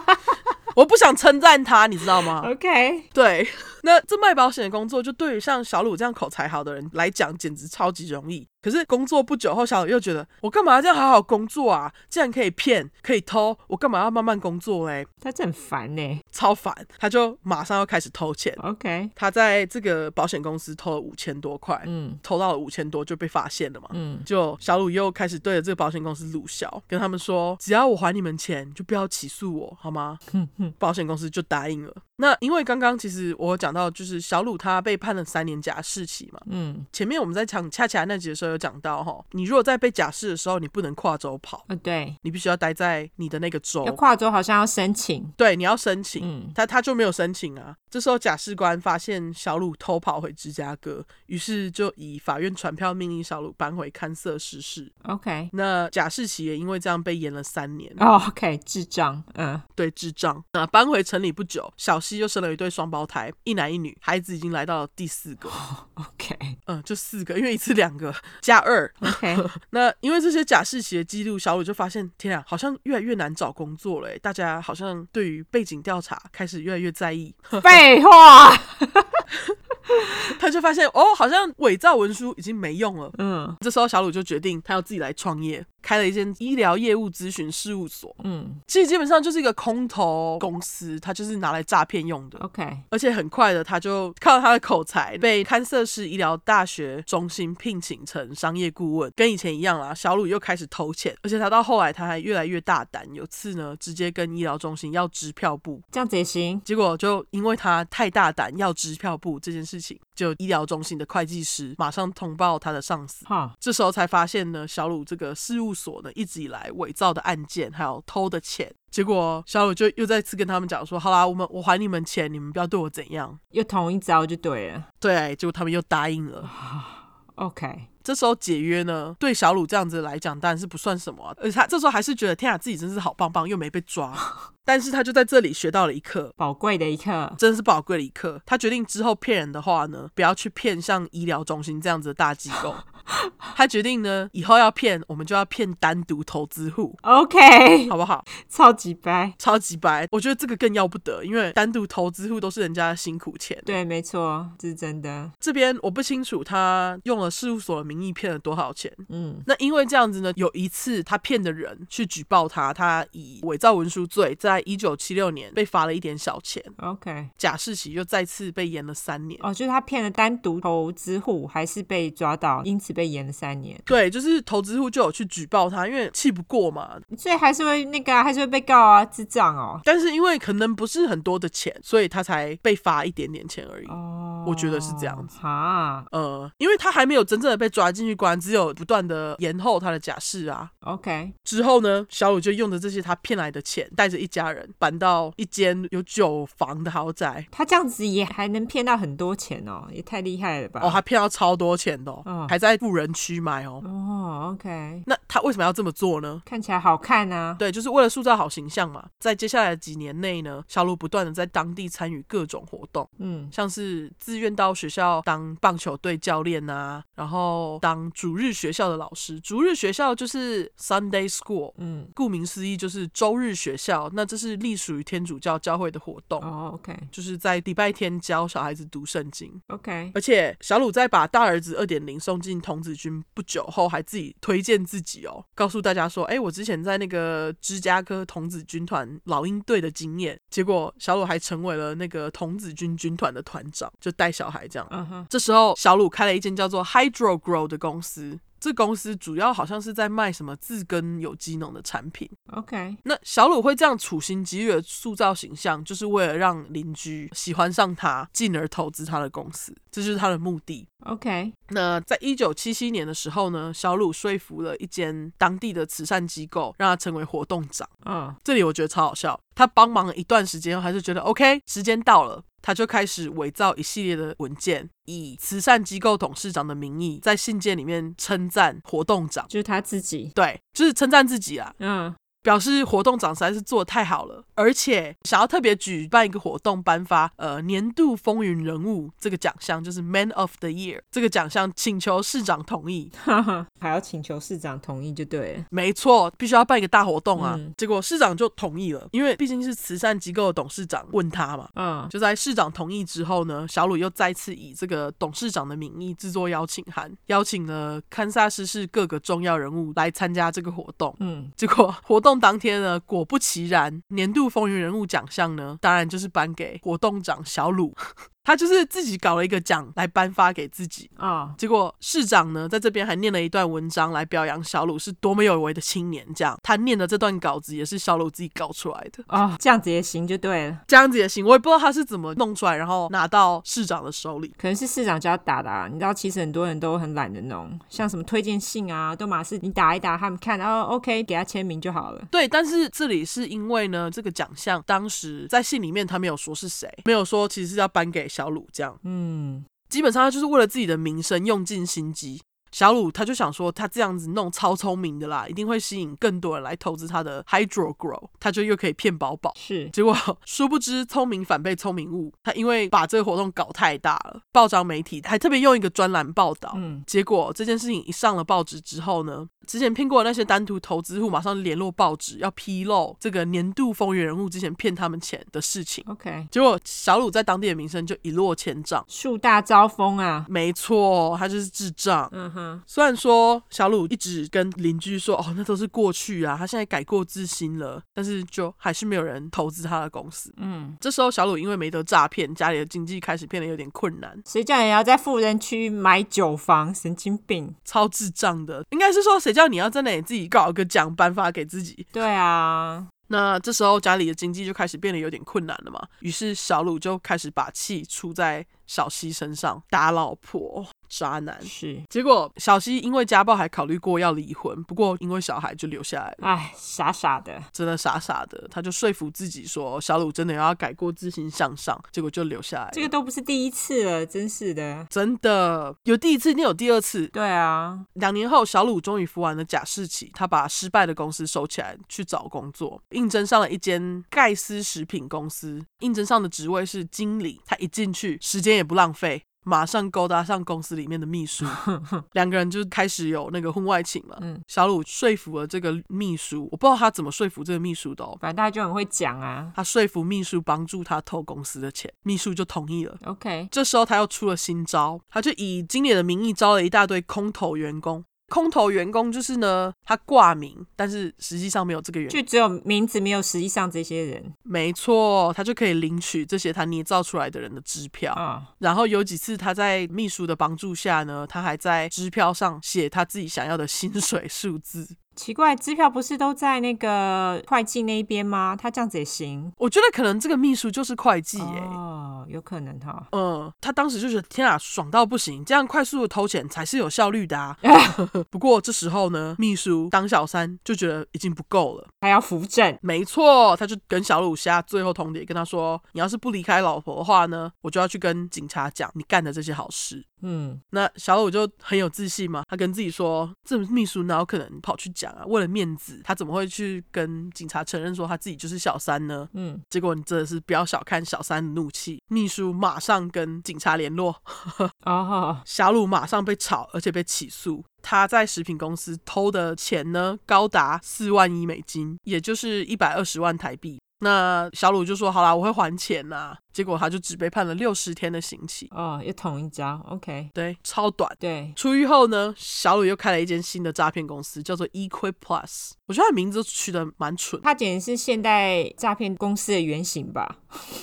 A: 我不想称赞他，你知道吗？
B: OK，
A: 对，那这卖保险的工作，就对于像小鲁这样口才好的人来讲，简直超级容易。可是工作不久后，小鲁又觉得，我干嘛这样好好工作啊？既然可以骗，可以偷，我干嘛要慢慢工作嘞？
B: 他真的很烦呢、
A: 超烦，他就马上要开始偷钱。
B: OK，
A: 他在这个保险公司偷了五千多块，
B: 嗯
A: 偷到了五千多就被发现了嘛。
B: 嗯，
A: 就小鲁又开始对着这个保险公司鲁笑，跟他们说，只要我还你们钱，就不要起诉我，好吗？保险公司就答应了。那因为刚刚其实我有讲到，就是小鲁他被判了三年假释期嘛。
B: 嗯，
A: 前面我们在讲恰恰那集的时候有讲到哈，你如果在被假释的时候，你不能跨州跑，
B: 哦对，
A: 你必须要待在你的那个州
B: 要。跨州好像要申请，
A: 对，你要申请。
B: 嗯
A: 他他就没有申请啊。这时候假释官发现小鲁偷跑回芝加哥，于是就以法院传票命令小鲁搬回堪萨斯市。
B: ，OK，
A: 那假释期也因为这样被延了三年，
B: 哦，OK，智障，嗯，
A: 对智障。那搬回城里不久，小西就生了一对双胞胎，一男一女，孩子已经来到了第四个，
B: OK，OK，、
A: 嗯，就四个，因为一次两个加二。 那因为这些假释期的记录，小鲁就发现，天啊，好像越来越难找工作了耶，欸大家好像对于背景调查开始越来越在意。
B: 废话，
A: 他就发现，哦，好像伪造文书已经没用了。
B: 嗯
A: 这时候，小鲁就决定他要自己来创业，开了一间医疗业务咨询事务所。
B: 嗯
A: 其实基本上就是一个空头公司，它就是拿来诈骗用的。
B: ，OK，
A: 而且很快的，他就靠他的口才被堪萨斯医疗大学中心聘请成商业顾问，跟以前一样啦。小鲁又开始偷钱，而且他到后来他还越来越大胆，有次呢直接跟医疗中心要支票簿，
B: 这样子也行，
A: 结果就因为他太大胆要支票簿这件事情，就医疗中心的会计师马上通报他的上司。
B: 哈，
A: 这时候才发现呢，小鲁这个事务所呢，一直以来伪造的案件，还有偷的钱。结果小鲁就又再次跟他们讲说：“好啦，我们我还你们钱，你们不要对我怎样。
B: 又同一招就对了”
A: 对，结果他们又答应了。
B: ，OK，
A: 这时候解约呢，对小鲁这样子来讲当然是不算什么啊、而且他这时候还是觉得天啊，自己真是好棒棒，又没被抓。但是他就在这里学到了一课，
B: 宝贵的一刻。
A: 真是宝贵的一课。他决定之后骗人的话呢，不要去骗像医疗中心这样子的大机构。 他决定呢，以后要骗我们就要骗单独投资户，
B: OK，
A: 好不好？
B: 超级白。
A: 超级白，我觉得这个更要不得，因为单独投资户都是人家的辛苦钱。
B: 对，没错，这是真的。
A: 这边我不清楚他用了事务所的名义骗了多少钱。
B: 嗯，
A: 那因为这样子呢，有一次他骗的人去举报他，他以伪造文书罪，在一九七六年被罚了一点小钱。
B: OK，
A: 贾士奇又再次被延了三年。
B: 哦，就是他骗了单独投资户，还是被抓到，因此被延了三年，
A: 对，就是投资户就有去举报他，因为气不过嘛。
B: 所以还是会那个、啊，还是会被告啊，智障哦。
A: 但是因为可能不是很多的钱，所以他才被罚一点点钱而已。
B: 哦，
A: 我觉得是这样
B: 子哈。
A: 呃，因为他还没有真正的被抓进去关，只有不断的延后他的假释啊。
B: OK，
A: 之后呢，小鲁就用着这些他骗来的钱，带着一家人搬到一间有九房的豪宅。
B: 他这样子也还能骗到很多钱哦，也太厉害了吧？
A: 哦，他骗到超多钱的、哦，
B: 嗯
A: 还在富人区买哦。
B: 哦，OK，
A: 那他为什么要这么做呢？
B: 看起来好看啊。
A: 对，就是为了塑造好形象嘛。在接下来的几年内呢，小鲁不断的在当地参与各种活动，
B: 嗯，
A: 像是自愿到学校当棒球队教练啊，然后当主日学校的老师。主日学校就是 Sunday School，
B: 嗯，
A: 顾名思义就是周日学校。那这是隶属于天主教教会的活动。
B: 哦，OK，OK，、
A: 就是在礼拜天教小孩子读圣经，而且小鲁在把大儿子二点零送进童子军不久后，还自己推荐自己哦，告诉大家说：“哎，我之前在那个芝加哥童子军团老鹰队的经验。”结果小鲁还成为了那个童子军军团的团长，就带小孩这样。
B: 嗯哼，
A: 这时候，小鲁开了一间叫做 Hydro Grow 的公司。这公司主要好像是在卖什么自耕有机农的产品。
B: ，OK，
A: 那小鲁会这样处心积虑的塑造形象，就是为了让邻居喜欢上他，进而投资他的公司，这就是他的目的。
B: OK，
A: 那在一九七七年的时候呢，小鲁说服了一间当地的慈善机构，让他成为活动长。
B: 嗯，
A: 这里我觉得超好笑，他帮忙了一段时间后，他就觉得 OK，时间到了，他就开始伪造一系列的文件，以慈善机构董事长的名义，在信件里面称赞活动长，
B: 就是他自己。
A: 对，就是称赞自己啊，
B: 嗯，
A: 表示活动长实在是做的太好了，而且想要特别举办一个活动，颁发呃年度风云人物这个奖项，就是 Man of the Year 这个奖项，请求市长同意。
B: 哈哈，还要请求市长同意就对了。
A: 没错，必须要办一个大活动啊。
B: 嗯
A: 结果市长就同意了，因为毕竟是慈善机构的董事长问他嘛。
B: 嗯，
A: 就在市长同意之后呢，小鲁又再次以这个董事长的名义制作邀请函，邀请了堪萨斯市各个重要人物来参加这个活动。
B: 嗯，
A: 结果活动当天呢，果不其然，年度风云人物奖项呢，当然就是颁给活动长小鲁，他就是自己搞了一个奖来颁发给自己。
B: 哦，
A: 结果市长呢，在这边还念了一段文章来表扬小鲁是多么有为的青年。这样，他念的这段稿子也是小鲁自己搞出来的，
B: 哦，这样子也行就对了。
A: 这样子也行。我也不知道他是怎么弄出来，然后拿到市长的手里。
B: 可能是市长就要打的、啊，你知道，其实很多人都很懒得弄，像什么推荐信啊，都嘛是你打一打，他们看，然后 OK 给他签名就好了。
A: 对，但是这里是因为呢，这个奖项当时在信里面他没有说是谁，没有说其实是要颁给小鲁这样。
B: 嗯，
A: 基本上他就是为了自己的名声用尽心机。小鲁他就想说，他这样子弄超聪明的啦，一定会吸引更多人来投资他的 Hydro Grow，他就又可以骗饱饱。
B: 是
A: 结果殊不知，聪明反被聪明误。他因为把这个活动搞太大了，报章媒体还特别用一个专栏报道。
B: 嗯
A: 结果这件事情一上了报纸之后呢，之前骗过的那些单独投资户马上联络报纸，要披露这个年度风云人物之前骗他们钱的事情。
B: OK，
A: 结果小鲁在当地的名声就一落千丈。
B: 树大招风啊。
A: 没错，他就是智障。
B: 嗯哼，
A: 虽然说小鲁一直跟邻居说，哦，那都是过去啊，他现在改过自新了，但是就还是没有人投资他的公司。
B: 嗯，
A: 这时候，小鲁因为没得诈骗，家里的经济开始变得有点困难，
B: 谁叫你要在富人区买酒房？神经病！
A: 超智障的。应该是说，谁叫你要在那里自己搞一个奖颁发给自己？
B: 对啊，
A: 那这时候家里的经济就开始变得有点困难了嘛。于是小鲁就开始把气出在小西身上，打老婆，渣男。
B: 是，
A: 结果小西因为家暴还考虑过要离婚，不过因为小孩就留下来了。
B: 哎，傻傻的，
A: 真的傻傻的，他就说服自己说小鲁真的要改过自新向上，结果就留下来了。
B: 这个都不是第一次了，真是的。
A: 真的有第一次，一定有第二次。
B: 对啊，
A: 两年后，小鲁终于服完了假释期，他把失败的公司收起来，去找工作，应征上了一间盖斯食品公司，应征上的职位是经理。他一进去，时间也不浪费。马上勾搭上公司里面的秘书，两个人就开始有那个婚外情了。
B: 嗯
A: 小鲁说服了这个秘书，我不知道他怎么说服这个秘书的哦。
B: 反正大家就很会讲啊。
A: 他说服秘书帮助他偷公司的钱，秘书就同意了。
B: OK，
A: 这时候他又出了新招，他就以经理的名义招了一大堆空头员工。空头员工就是呢，他挂名，但是实际上没有这个员工。
B: 就只有名字，没有实际上这些人
A: 没错，他就可以领取这些他捏造出来的人的支票。
B: 啊、
A: 然后有几次他在秘书的帮助下呢，他还在支票上写他自己想要的薪水数字。
B: 奇怪，支票不是都在那个会计那一边吗？他这样子也行。
A: 我觉得可能这个秘书就是会计耶、
B: 哦，有可能哈。
A: 嗯，他当时就觉得天啊，爽到不行，这样快速的偷钱才是有效率的啊。不过这时候呢，秘书当小三就觉得已经不够了。
B: 还要扶正，
A: 没错，他就跟小鲁虾最后通牒，跟他说：“你要是不离开老婆的话呢，我就要去跟警察讲你干的这些好事。”
B: 嗯，
A: 那小鲁就很有自信嘛，他跟自己说：“这秘书哪有可能跑去讲啊？为了面子，他怎么会去跟警察承认说他自己就是小三呢？”
B: 嗯，
A: 结果你真的是不要小看小三的怒气，秘书马上跟警察联络，
B: 哦，
A: 小鲁马上被炒，而且被起诉。他在食品公司偷的钱呢，高达四万一美金，也就是一百二十万台币。那小鲁就说：“好啦，我会还钱呐、结果他就只被判了六十天的刑期，
B: 哦，又同一招，OK，
A: 对，超短。
B: 对，
A: 出狱后呢，小鲁又开了一间新的诈骗公司，叫做 Equi Plus。我觉得他名字都取得蛮蠢。
B: 他简直是现代诈骗公司的原型吧？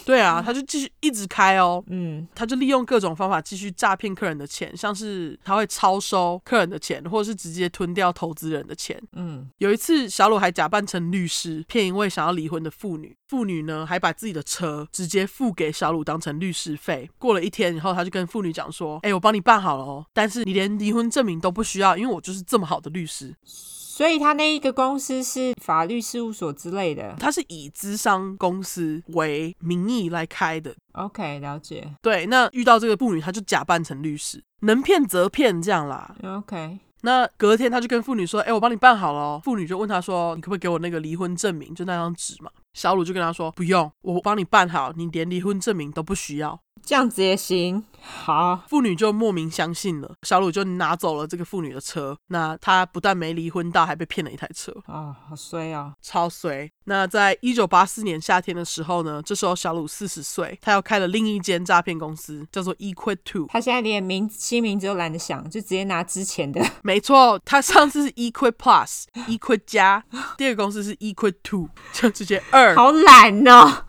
A: 对啊，他就继续一直开哦。
B: 嗯，
A: 他就利用各种方法继续诈骗客人的钱，像是他会超收客人的钱，或者是直接吞掉投资人的钱。
B: 嗯，
A: 有一次，小鲁还假扮成律师，骗一位想要离婚的妇女。妇女呢，还把自己的车直接付给小鲁当成律师费。过了一天以后，他就跟妇女讲说：“哎、我帮你办好了哦，但是你连离婚证明都不需要，因为我就是这么好的律师。
B: 所以他那一个公司是法律事务所之类的。
A: 他是以资商公司为名义来开的。
B: OK，了解。
A: 对，那遇到这个妇女，他就假扮成律师，能骗则骗，这样啦。
B: OK，
A: 那隔天他就跟妇女说：“哎、我帮你办好了、哦。”妇女就问他说：“你可不可以给我那个离婚证明？就那张纸嘛。”小鲁就跟他说：“不用，我帮你办好，你连离婚证明都不需要。
B: 这样子也行。好”，
A: 妇女就莫名相信了，小鲁就拿走了这个妇女的车。那他不但没离婚到，还被骗了一台车，
B: 哦，好衰哦。
A: 超衰。那在一九八四年夏天的时候呢，这时候小鲁四十岁，他又开了另一间诈骗公司，叫做 Equate Two。
B: 他现在连名新名字都懒得想，就直接拿之前的。
A: 没错，他上次是 Equate Plus、Equate 加，第二个公司是 Equate Two，就直接二。
B: 好懒哦。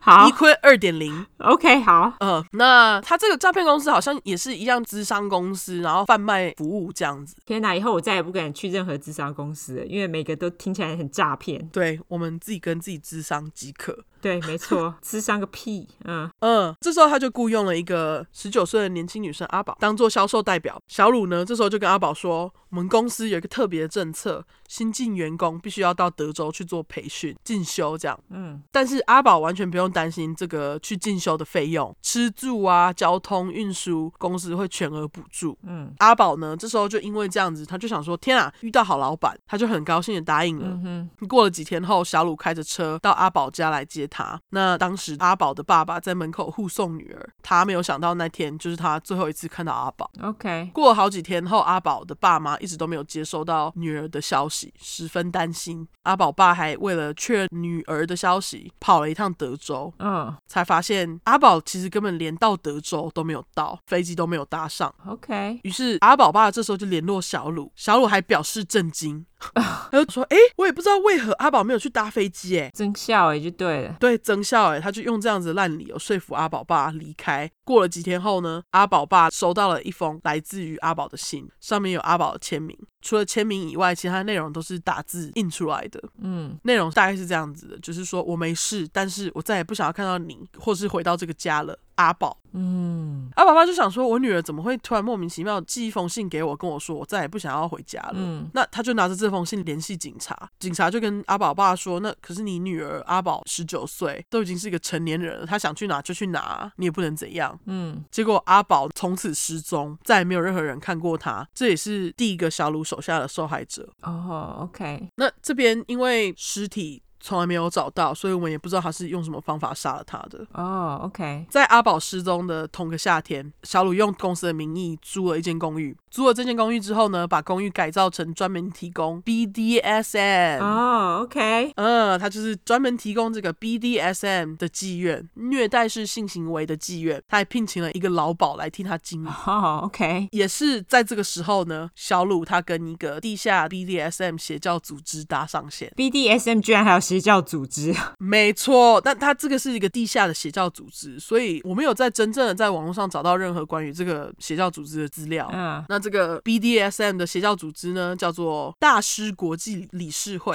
B: 好
A: 一亏二点零。
B: ，OK，好，
A: 嗯，那他这个诈骗公司好像也是一样，资商公司，然后贩卖服务这样子。
B: 天哪！以后我再也不敢去任何智商公司了，因为每个都听起来很诈骗。
A: 对我们自己跟自己智商即可。
B: 对，没错，智商个屁，嗯，
A: 嗯，这时候他就雇佣了一个十九岁的年轻女生阿宝当做销售代表。小鲁呢，这时候就跟阿宝说，我们公司有一个特别的政策，新进员工必须要到德州去做培训进修这样。
B: 嗯，
A: 但是阿宝完全不用担心这个去进修的费用，吃住啊、交通运输公司会全额补助。
B: 嗯
A: 阿宝呢，这时候就因为这样子，他就想说：天啊，遇到好老板，他就很高兴的答应了。
B: 嗯
A: 过了几天后，小鲁开着车到阿宝家来接他。那当时阿宝的爸爸在门口护送女儿，他没有想到那天就是他最后一次看到阿宝。
B: 哼，OK，
A: 过了好几天后，阿宝的爸妈一直都没有接收到女儿的消息，十分担心。阿宝爸还为了确认女儿的消息，跑了一趟德州，
B: 嗯
A: 才发现阿宝其实根本连到德州都没有到，飞机都没有搭上。
B: ，OK，
A: 于是阿宝爸这时候就联络小鲁，小鲁还表示震惊， 他就说：“哎、我也不知道为何阿宝没有去搭飞机。”哎，
B: 真笑欸也就对了。
A: 对，曾孝哎，他就用这样子的烂理由说服阿宝爸离开。过了几天后呢，阿宝爸收到了一封来自于阿宝的信，上面有阿宝的签名。除了签名以外，其他内容都是打字印出来的。
B: 嗯，
A: 内容大概是这样子的，就是说我没事，但是我再也不想要看到你，或是回到这个家了。阿宝。
B: 嗯
A: 阿啊宝爸就想说，我女儿怎么会突然莫名其妙寄一封信给我，跟我说我再也不想要回家了。
B: 嗯
A: 那他就拿着这封信联系警察，警察就跟阿宝爸说：“那可是你女儿阿宝十九岁，都已经是一个成年人了，她想去哪就去哪，你也不能怎样。”
B: 嗯，
A: 结果阿宝从此失踪，再也没有任何人看过他。这也是第一个小鲁手下的受害者。
B: 哦，OK，
A: 那这边因为尸体从来没有找到，所以我们也不知道他是用什么方法杀了他的。
B: 哦，OK，
A: 在阿宝失踪的同个夏天，小鲁用公司的名义租了一间公寓。租了这间公寓之后呢，把公寓改造成专门提供 BDSM。
B: 哦，OK，
A: 嗯，他就是专门提供这个 BDSM 的妓院，虐待式性行为的妓院。他还聘请了一个老鸨来替他经营。
B: 哦，OK，
A: 也是在这个时候呢，小鲁他跟一个地下 BDSM 邪教组织搭上线。
B: BDSM 居然还有邪教组织，
A: 没错，但他这个是一个地下的邪教组织，所以我没有在真正的在网络上找到任何关于这个邪教组织的资料。
B: 嗯，
A: 那这个 BDSM 的邪教组织呢，叫做大师国际理事会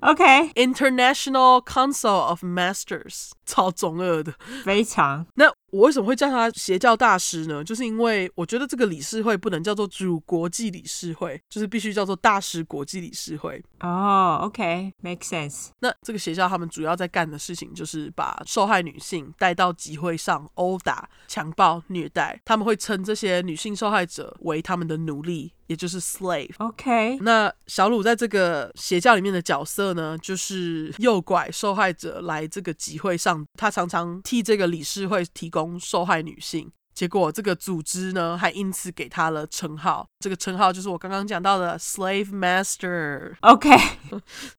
B: OK，
A: （International Council of Masters），超中二的。
B: 非常
A: 那我为什么会叫他邪教大师呢？就是因为我觉得这个理事会不能叫做主国际理事会，就是必须叫做大师国际理事会。
B: 哦，OK，make sense，
A: 那这个学校他们主要在干的事情就是把受害女性带到集会上殴打、强暴、虐待，他们会称这些女性受害者为他们的奴隶，也就是 slave。
B: OK，
A: 那小鲁在这个邪教里面的角色呢，就是诱拐受害者来这个集会上，他常常替这个理事会提供受害女性。结果这个组织呢，还因此给他了称号，这个称号就是我刚刚讲到的 slave master
B: OK，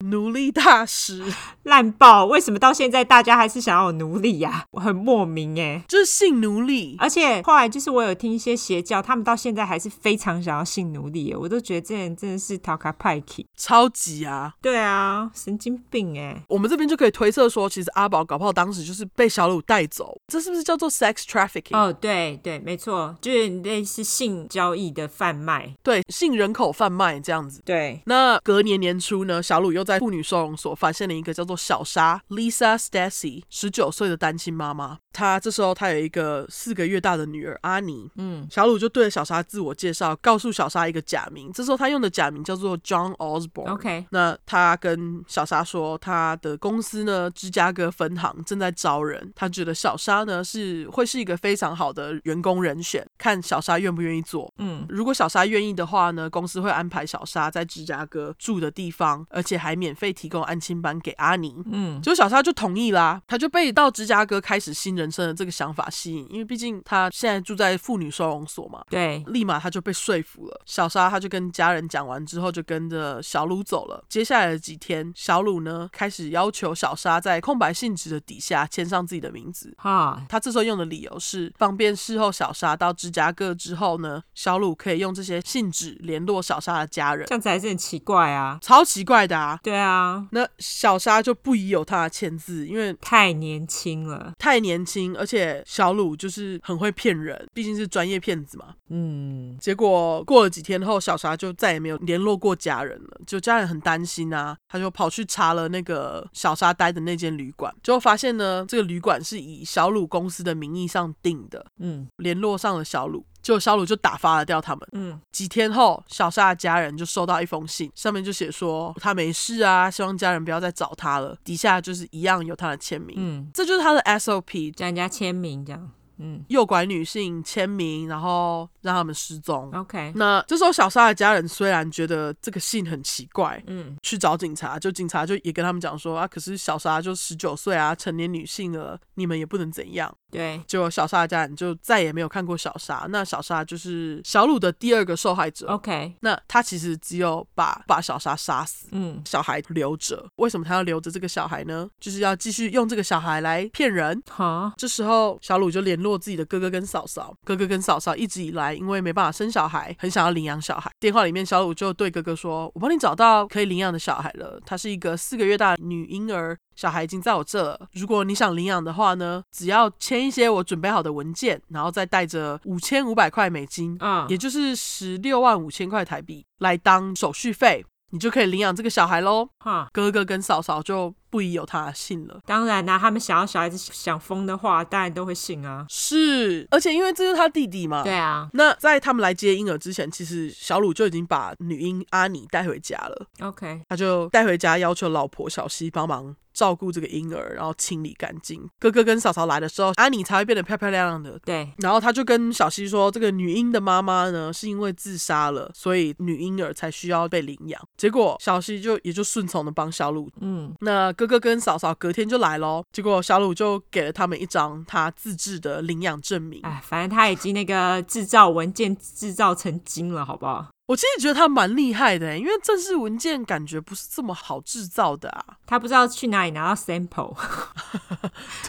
A: 奴隶大师。
B: 烂爆！为什么到现在大家还是想要有奴隶呀、我很莫名耶。
A: 就是性奴隶。
B: 而且后来就是我有听一些邪教，他们到现在还是非常想要性奴隶耶，我都觉得这人真的是讨卡派克。
A: 超级啊！
B: 对啊，神经病哎！
A: 我们这边就可以推测说，其实阿宝搞不好当时就是被小鲁带走，这是不是叫做 sex trafficking？、
B: 哦，对对，没错，就是类似性交易的贩卖。
A: 对，性人口贩卖这样子。
B: 对，
A: 那隔年年初呢，小鲁又在妇女收容所发现了一个叫做小莎 Lisa Stacy 十九岁的单亲妈妈。她这时候她有一个四个月大的女儿阿妮。
B: 嗯，
A: 小鲁就对小莎自我介绍，告诉小莎一个假名。这时候他用的假名叫做 John Osborne。
B: OK
A: 那他跟小莎说，他的公司呢，芝加哥分行正在招人，他觉得小莎呢是会是一个非常好的员工人选，看小莎愿不愿意做。
B: 嗯，
A: 如果小莎愿意的话呢，公司会安排小莎在芝加哥住的地方，而且还免费提供安亲班给阿宁。
B: 嗯，
A: 结果小莎就同意啦，她就被到芝加哥开始新人生的这个想法吸引，因为毕竟她现在住在妇女收容所嘛，
B: 对，
A: 立马他就被说服了。小莎他就跟家人讲完之后，就跟着小鲁走了。接下来的几天，小鲁呢开始要求小莎在空白信纸的底下签上自己的名字。
B: 哈，
A: 他这时候用的理由是方便事后小莎到芝加哥之后呢，小鲁可以用这些信纸联络小莎的家人
B: 这，样子还是很奇怪啊。
A: 超奇怪的啊！
B: 对啊，
A: 那小莎就不疑有他的签字，因为
B: 太年轻了。
A: 太年轻，而且小鲁就是很会骗人，毕竟是专业骗子嘛。
B: 嗯，
A: 结果过了几天后，小霞就再也没有联络过家人了，就家人很担心啊，他就跑去查了那个小沙待的那间旅馆，结果发现呢，这个旅馆是以小鲁公司的名义上订的，
B: 嗯
A: 联络上了小鲁。结果小鲁就打发了掉他们。
B: 嗯，
A: 几天后，小沙的家人就收到一封信，上面就写说他没事啊，希望家人不要再找他了。底下就是一样有他的签名，
B: 嗯，
A: 这就是他的 SOP，
B: 叫人家签名这样。嗯
A: 诱拐女性签名，然后让他们失踪。
B: ，OK，
A: 那这时候，小莎的家人虽然觉得这个信很奇怪，
B: 嗯
A: 去找警察，就警察就也跟他们讲说啊，可是小莎就十九岁啊，成年女性了，你们也不能怎样。
B: 对，
A: 结果小莎的家人就再也没有看过小莎，那小莎就是小鲁的第二个受害者。
B: OK，
A: 那他其实只有把把小莎杀死，
B: 嗯，
A: 小孩留着。为什么他要留着这个小孩呢？就是要继续用这个小孩来骗人。
B: 好，
A: 这时候，小鲁就联络自己的哥哥跟嫂嫂。哥哥跟嫂嫂一直以来因为没办法生小孩，很想要领养小孩。电话里面，小鲁就对哥哥说：“我帮你找到可以领养的小孩了，她是一个四个月大的女婴儿，小孩已经在我这了。如果你想领养的话呢，只要签一些我准备好的文件，然后再带着五千五百块美金，
B: 啊
A: 也就是十六万五千块台币来当手续费，你就可以领养这个小孩喽。”
B: 哈，
A: 哥哥跟嫂嫂就不疑有他，信了。
B: 当然啦、他们想要小孩子想疯的话，当然都会信啊。
A: 是，而且因为这就是他弟弟嘛。
B: 对。啊
A: 那在他们来接婴儿之前，其实小鲁就已经把女婴阿妮带回家了。
B: ，OK，
A: 他就带回家，要求老婆小西帮忙照顾这个婴儿，然后清理干净。哥哥跟嫂嫂来的时候，阿妮才会变得漂漂亮亮的。
B: 对，
A: 然后他就跟小西说，这个女婴的妈妈呢是因为自杀了，所以女婴儿才需要被领养。结果小西就也就顺从的帮小鲁。
B: 嗯，
A: 那哥哥跟嫂嫂隔天就来喽，结果小鲁就给了他们一张他自制的领养证明。
B: 哎，反正他已经那个制造文件制造成精了，好不好？
A: 我其实觉得他蛮厉害的，欸因为正式文件感觉不是这么好制造的啊，
B: 他不知道去哪里拿到 sample，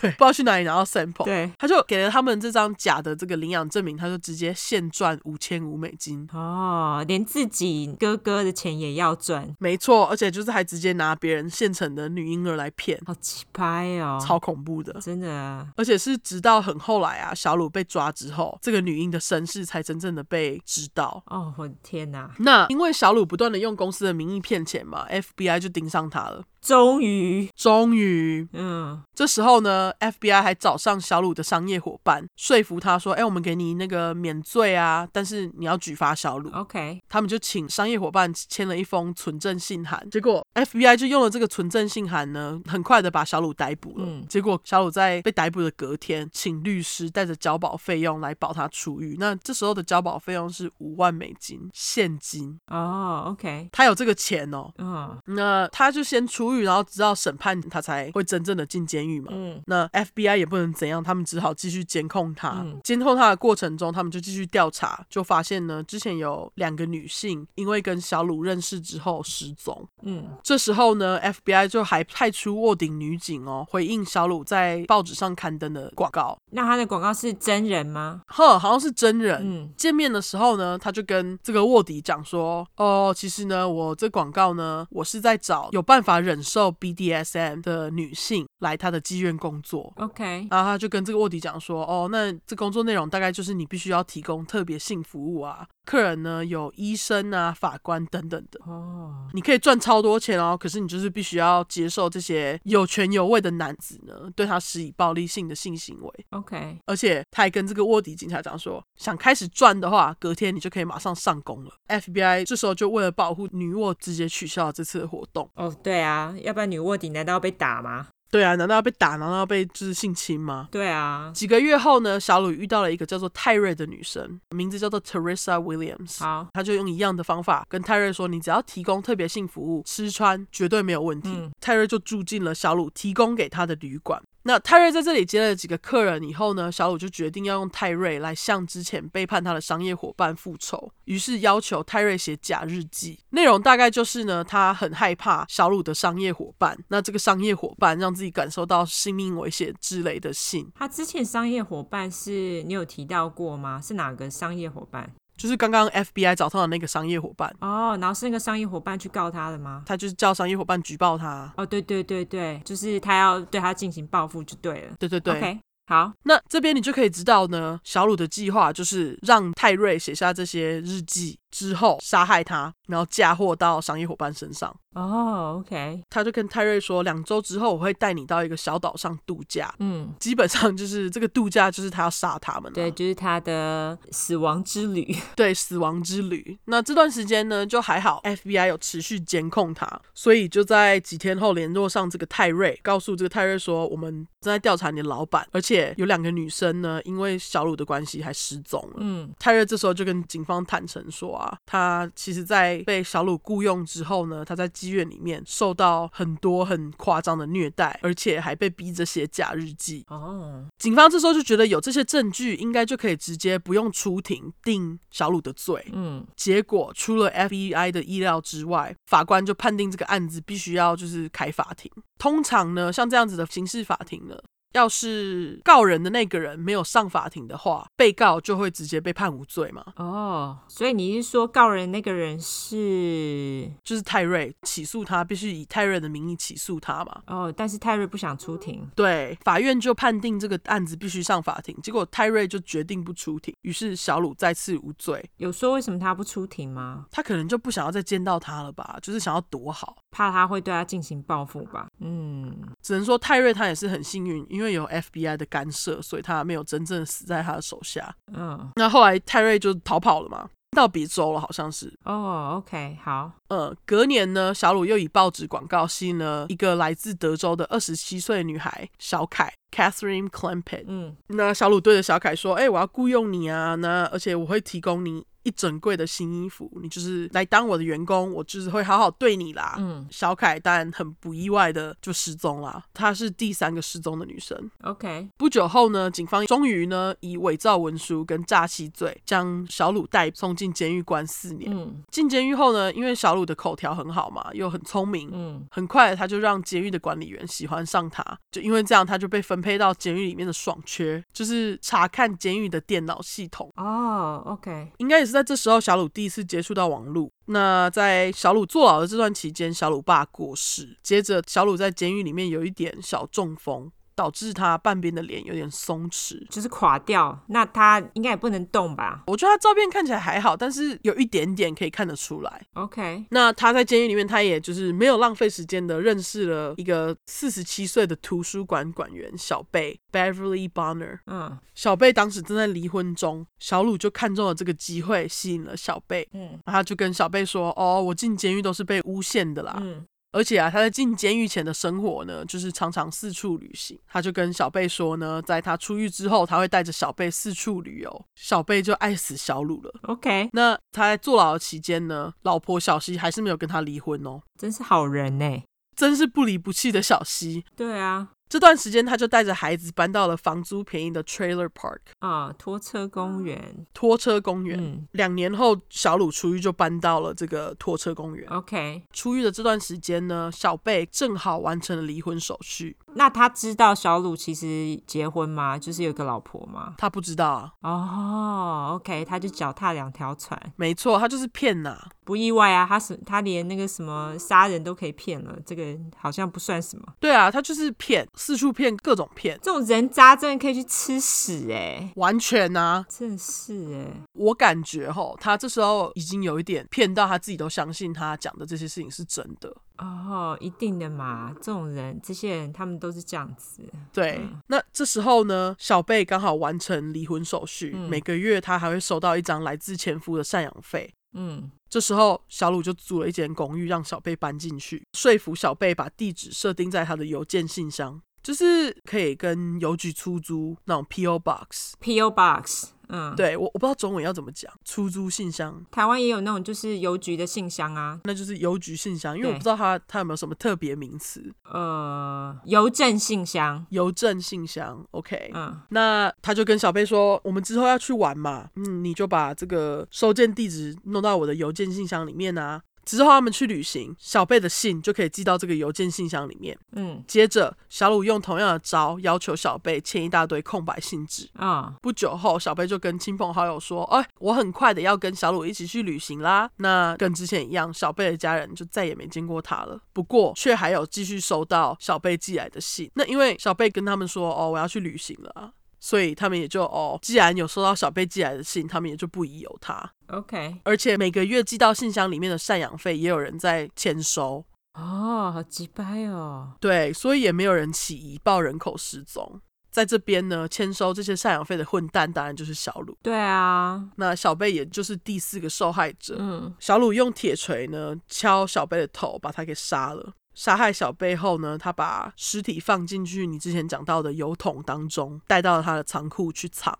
A: 对，不知道去哪里拿到 sample。
B: 对，
A: 他就给了他们这张假的这个领养证明，他就直接现赚五千五美金。
B: 哦，连自己哥哥的钱也要赚，
A: 没错，而且就是还直接拿别人现成的女婴儿来骗，
B: 好奇葩哦，
A: 超恐怖的。
B: 真的，
A: 而且是直到很后来啊，小鲁被抓之后，这个女婴的身世才真正的被知道。
B: 哦，我的天哪，
A: 那因为小鲁不断的用公司的名义骗钱嘛，FBI 就盯上他了。
B: 终于，
A: 终于，
B: 嗯，
A: 这时候呢，FBI 还找上小鲁的商业伙伴，说服他说：“哎、我们给你那个免罪啊，但是你要举发小鲁。”
B: OK，
A: 他们就请商业伙伴签了一封存证信函，结果 FBI 就用了这个存证信函呢，很快的把小鲁逮捕了。
B: 嗯
A: 结果小鲁在被逮捕的隔天，请律师带着交保费用来保他出狱。那这时候的交保费用是五万美金现金，
B: 哦，OK，
A: 他有这个钱哦。
B: 嗯
A: 那他就先出狱，然后直到审判他才会真正的进监狱嘛。
B: 嗯，
A: 那 FBI 也不能怎样，他们只好继续监控他
B: 嗯。
A: 监、控他的过程中，他们就继续调查，就发现呢，之前有两个女性因为跟小鲁认识之后失踪。
B: 嗯，
A: 这时候呢，FBI 就还派出卧底女警哦，回应小鲁在报纸上刊登的广告。
B: 那他的广告是真人吗？
A: 呵，好像是真人。
B: 嗯
A: 见面的时候呢，他就跟这个卧底讲说：“哦，其实呢，我这广告呢，我是在找有办法忍受 BDSM 的女性来他的妓院工作。”
B: ，OK，
A: 然后他就跟这个卧底讲说，哦，那这工作内容大概就是你必须要提供特别性服务啊，客人呢有医生啊、法官等等的，
B: 哦，
A: 你可以赚超多钱哦，可是你就是必须要接受这些有权有位的男子呢对他施以暴力性的性行为，
B: ，OK，
A: 而且他还跟这个卧底警察讲说，想开始赚的话，隔天你就可以马上上工了。FBI 这时候就为了保护女卧，直接取消了这次的活动。
B: 哦，对啊，要不然女卧底难道要被打吗？
A: 对啊，难道要被打？难道要被就是性侵吗？
B: 对啊，
A: 几个月后呢，小鲁遇到了一个叫做泰瑞的女生，名字叫做 Teresa Williams。
B: 好，
A: 他就用一样的方法跟泰瑞说：“你只要提供特别性服务，吃穿绝对没有问题。
B: 嗯
A: 泰瑞就住进了小鲁提供给他的旅馆。那泰瑞在这里接了几个客人以后呢，小鲁就决定要用泰瑞来向之前背叛他的商业伙伴复仇，于是要求泰瑞写假日记，内容大概就是呢，他很害怕小鲁的商业伙伴，那这个商业伙伴让自己感受到性命危险之类的信。
B: 他之前商业伙伴是你有提到过吗？是哪个商业伙伴？
A: 就是刚刚 FBI 找上的那个商业伙伴，
B: 哦，然后是那个商业伙伴去告他的吗？
A: 他就是叫商业伙伴举报他。
B: 哦，对对对对，就是他要对他进行报复就对了。
A: 对对对
B: OK，好，
A: 那这边你就可以知道呢，小鲁的计划就是让泰瑞写下这些日记之后杀害他，然后嫁祸到商业伙伴身上。
B: 哦，OK，
A: 他就跟泰瑞说，两周之后我会带你到一个小岛上度假。
B: 嗯，
A: 基本上就是这个度假，就是他要杀他们、啊。
B: 对，就是他的死亡之旅。
A: 对死亡之旅。那这段时间呢，就还好，FBI 有持续监控他，所以就在几天后联络上这个泰瑞，告诉这个泰瑞说，我们正在调查你的老板，而且有两个女生呢，因为小鲁的关系还失踪了。
B: 嗯，
A: 泰瑞这时候就跟警方坦诚说啊，他其实，在被小鲁雇佣之后呢，他在妓院里面受到很多很夸张的虐待，而且还被逼着写假日记。
B: 哦，
A: 警方这时候就觉得有这些证据，应该就可以直接不用出庭定小鲁的罪。
B: 嗯，
A: 结果除了 FBI 的意料之外，法官就判定这个案子必须要就是开法庭。通常呢，像这样子的刑事法庭呢，要是告人的那个人没有上法庭的话，被告就会直接被判无罪嘛。
B: 哦，所以你是说告人那个人是
A: 就是泰瑞起诉他，必须以泰瑞的名义起诉他嘛。
B: 哦，但是泰瑞不想出庭。
A: 对，法院就判定这个案子必须上法庭，结果泰瑞就决定不出庭，于是小鲁再次无罪。
B: 有说为什么他不出庭吗？
A: 他可能就不想要再见到他了吧，就是想要躲好。
B: 怕他会对他进行报复吧？嗯，
A: 只能说泰瑞他也是很幸运，因为有 FBI 的干涉，所以他没有真正死在他的手下。
B: 嗯，
A: 那后来泰瑞就逃跑了嘛，到别州了，好像是。
B: 哦，OK，好，
A: 呃，隔年呢，小鲁又以报纸广告吸引了一个来自德州的二十七岁女孩小凯 （Catherine Clampett）。
B: 嗯，
A: 那小鲁对着小凯说：“哎、我要雇佣你啊，那而且我会提供你一整柜的新衣服，你就是来当我的员工，我就是会好好对你啦。”
B: 嗯
A: 小凯当然很不意外的就失踪啦，她是第三个失踪的女生。
B: ，OK，
A: 不久后呢，警方终于呢以伪造文书跟诈欺罪将小鲁带送进监狱关四年。
B: 嗯
A: 进监狱后呢，因为小鲁的口条很好嘛，又很聪明，
B: 嗯，
A: 很快他就让监狱的管理员喜欢上他。就因为这样，他就被分配到监狱里面的爽缺，就是查看监狱的电脑系统。
B: 哦，OK，
A: 应该也是在这时候，小鲁第一次接触到网络。那在小鲁坐牢的这段期间，小鲁爸过世，接着小鲁在监狱里面有一点小中风，导致他半边的脸有点松弛。
B: 就是垮掉，那他应该也不能动吧
A: 我觉得他照片看起来还好，但是有一点点可以看得出来。
B: ？OK，
A: 那他在监狱里面，他也就是没有浪费时间的认识了一个四十七岁的图书馆馆员小贝 （Beverly Bonner）。
B: 嗯
A: 小贝当时正在离婚中，小鲁就看中了这个机会，吸引了小贝。
B: 嗯
A: 然后他就跟小贝说：“哦，我进监狱都是被诬陷的啦，
B: 嗯
A: 而且啊，他在进监狱前的生活呢，就是常常四处旅行。他就跟小贝说呢，在他出狱之后，他会带着小贝四处旅游。小贝就爱死小鲁了。
B: ，OK，
A: 那他在坐牢的期间呢，老婆小西还是没有跟他离婚哦，
B: 真是好人呢、
A: 真是不离不弃的小西。
B: 对啊，
A: 这段时间，他就带着孩子搬到了房租便宜的 Trailer Park
B: 啊，拖车公园，
A: 拖车公园。
B: 嗯
A: 两年后，小鲁出狱就搬到了这个拖车公
B: 啊
A: 园。
B: ，OK，
A: 出狱的这段时间呢，小贝正好完成了离婚手续。
B: 那他知道小鲁其实结婚吗？就是有一个老婆吗？
A: 他不知道啊，
B: 哦，OK，他就脚踏两条船，
A: 没错，他就是骗呐、
B: 不意外啊。他是他连那个什么杀人都可以骗了，这个好像不算什么。
A: 对啊，他就是骗，四处骗，各种骗，
B: 这种人渣真的可以去吃屎哎、
A: 完全啊！
B: 真的是哎、
A: 我感觉吼，他这时候已经有一点骗到他自己都相信他讲的这些事情是真的。
B: 哦，一定的嘛，这种人，这些人他们都是这样子。
A: 对，
B: 嗯
A: 那这时候呢，小贝刚好完成离婚手续，
B: 嗯
A: 每个月他还会收到一张来自前夫的赡养费。
B: 嗯
A: 这时候，小鲁就租了一间公寓，让小贝搬进去，说服小贝把地址设定在他的邮件信箱，就是可以跟邮局出租那种 P.O. box。
B: ，P.O. Box，嗯，，
A: 对我，我不知道中文要怎么讲，出租信箱，
B: 台湾也有那种就是邮局的信箱啊，
A: 那就是邮局信箱，因为
B: 对
A: 我不知道它它有没有什么特别名词，
B: 呃，邮政信箱，
A: 邮政信箱。OK，、
B: 嗯
A: 那他就跟小贝说，我们之后要去玩嘛，嗯，你就把这个收件地址弄到我的邮件信箱里面啊。之后他们去旅行，小贝的信就可以寄到这个邮件信箱里面。
B: 嗯
A: 接着，小鲁用同样的招要求小贝签一大堆空白信纸。
B: 啊、
A: 不久后，小贝就跟亲朋好友说：“哎，我很快的要跟小鲁一起去旅行啦。”那跟之前一样，小贝的家人就再也没见过他了。不过，却还有继续收到小贝寄来的信。那因为小贝跟他们说：“哦，我要去旅行了啊。”所以他们也就哦，既然有收到小贝寄来的信，他们也就不疑有他。
B: o k
A: 而且每个月寄到信箱里面的赡养费，也有人在签收。
B: 哦，好鸡掰哦，
A: 对，所以也没有人起疑报人口失踪。在这边呢，签收这些赡养费的混蛋当然就是小鲁，
B: 对啊，
A: 那小贝也就是第四个受害者。
B: 嗯
A: 小鲁用铁锤呢敲小贝的头，把他给杀了。杀害小贝后呢，他把尸体放进去你之前讲到的油桶当中，带到他的仓库去藏。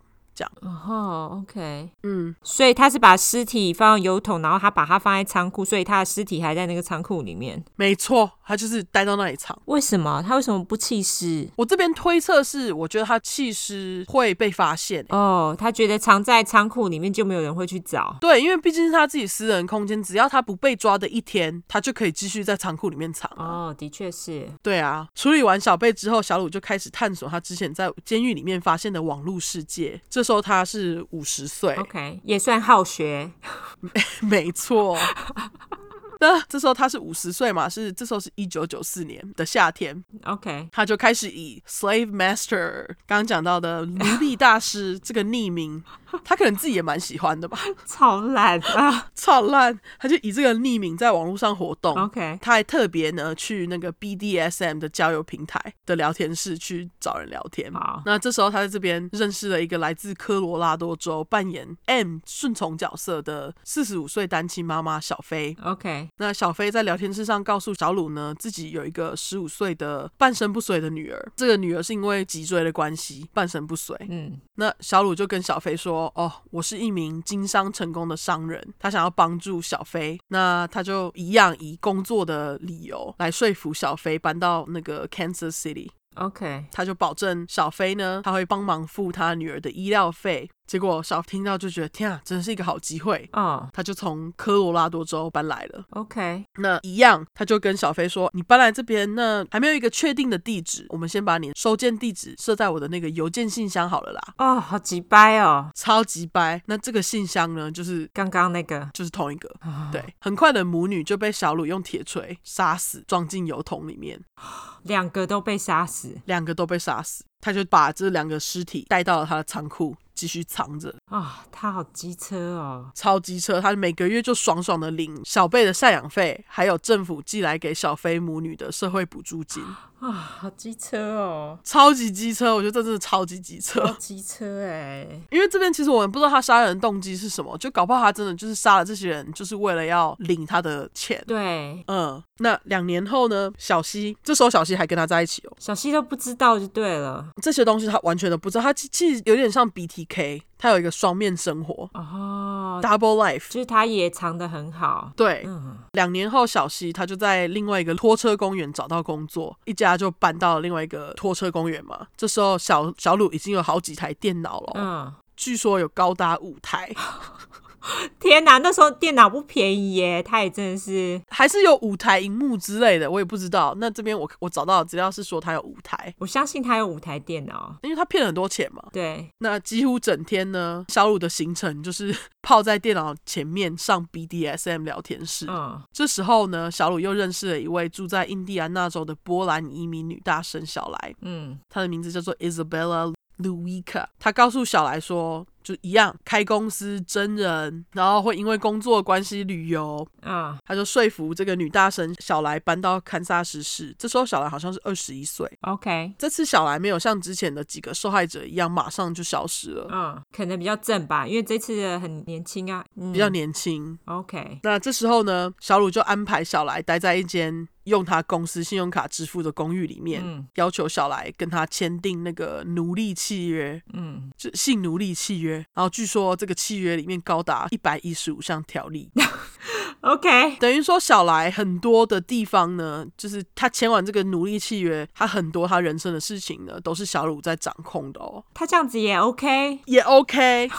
B: 哦，OK，
A: 嗯，
B: 所以他是把尸体放到油桶，然后他把它放在仓库，所以他的尸体还在那个仓库里面。
A: 没错，他就是待到那里藏。
B: 为什么他为什么不弃尸？
A: 我这边推测是，我觉得他弃尸会被发现、欸
B: 哦，他觉得藏在仓库里面就没有人会去找。
A: 对，因为毕竟是他自己私人空间，只要他不被抓的一天，他就可以继续在仓库里面藏啊。
B: 哦，的确是。
A: 对啊，处理完小贝之后，小鲁就开始探索他之前在监狱里面发现的网络世界。这时候他是五十岁，
B: OK，也算好学。
A: 没错。 那这时候他是五十岁嘛，是这时候是一九九四年的夏天，
B: OK，
A: 他就开始以 slave master 刚刚讲到的奴隶大师这个匿名，他可能自己也蛮喜欢的吧，
B: 超懒 啊。
A: 超烂，他就以这个匿名在网络上活动。
B: OK，
A: 他还特别呢去那个 BDSM 的交友平台的聊天室去找人聊天。
B: 好
A: 那这时候他在这边认识了一个来自科罗拉多州扮演 M 顺从角色的四十五岁单亲妈妈小飞。
B: ，OK，
A: 那小飞在聊天室上告诉小鲁呢，自己有一个十五岁的半身不遂的女儿，这个女儿是因为脊椎的关系半身不遂。
B: 嗯，
A: 那小鲁就跟小飞说：“哦，我是一名经商成功的商人，他想要帮助小飞，那他就一样以工作的理由来说服小飞搬到那个 Kansas City。
B: OK，
A: 他就保证小飞呢，他会帮忙付他女儿的医疗费。结果小听到就觉得，天啊，真是一个好机会。”
B: 哦
A: 他就从科罗拉多州搬来了。
B: ，OK，
A: 那一样，他就跟小飞说：“你搬来这边，那还没有一个确定的地址，我们先把你收件地址设在我的那个邮件信箱好了啦。”
B: 哦，好急掰哦，
A: 超级掰。那这个信箱呢，就是
B: 刚刚那个，
A: 就是同一个。
B: 啊
A: 对，很快的母女就被小鲁用铁锤杀死，装进油桶里面，
B: 两个都被杀死
A: 两个都被杀死。他就把这两个尸体带到了他的仓库，继续藏着。
B: 啊、他好机车哦，
A: 超级车，他每个月就爽爽的领小贝的赡养费，还有政府寄来给小飞母女的社会补助金，
B: 啊、好机车哦，
A: 超级机车，我觉得这真的超级机车。
B: 好机车哎，
A: 因为这边其实我们不知道他杀人的动机是什么，就搞不好他真的就是杀了这些人，就是为了要领他的钱。
B: 对，
A: 嗯，那两年后呢？小西这时候小西还跟他在一起哦。
B: 小西都不知道就对了，
A: 这些东西他完全都不知道，他其其实有点像 BTK，他有一个双面生活
B: 哦，
A: （double life）。
B: 就是他也藏得很好，
A: 对，
B: 嗯，
A: 两年后小西他就在另外一个拖车公园找到工作，一家就搬到了另外一个拖车公园嘛。这时候小小鲁已经有好几台电脑了哦，
B: 嗯，
A: 据说有高达五台，
B: 天哪，那时候电脑不便宜耶，他也真的是，
A: 还是有五台荧幕之类的，我也不知道。那这边我我找到的资料是说他有五台，
B: 我相信他有五台电脑，
A: 因为他骗了很多钱嘛。
B: 对，
A: 那几乎整天呢，小鲁的行程就是泡在电脑前面上 BDSM 聊天室。
B: 嗯，
A: 这时候呢，小鲁又认识了一位住在印第安纳州的波兰移民女大生小莱，
B: 嗯，
A: 她的名字叫做 Isabella Luica。她告诉小莱说，就一样开公司真人，然后会因为工作关系旅游。
B: 啊、
A: 她就说服这个女大生小莱搬到堪萨斯市。这时候小莱好像是二十一岁。
B: o k
A: 这次小莱没有像之前的几个受害者一样马上就消失了，
B: 嗯，可能比较正吧，因为这次的很年轻啊，嗯、
A: 比较年轻。
B: OK，
A: 那这时候呢，小鲁就安排小莱待在一间用他公司信用卡支付的公寓里面，
B: 嗯
A: 要求小莱跟他签订那个奴隶契约，
B: 嗯，
A: 就性奴隶契约。然后据说这个契约里面高达一百一十五项条例，
B: 嗯 OK，
A: 等于说小莱很多的地方呢，就是他签完这个奴隶契约，他很多他人生的事情呢，都是小鲁在掌控的哦，
B: 他这样子也 OK，
A: 也 OK。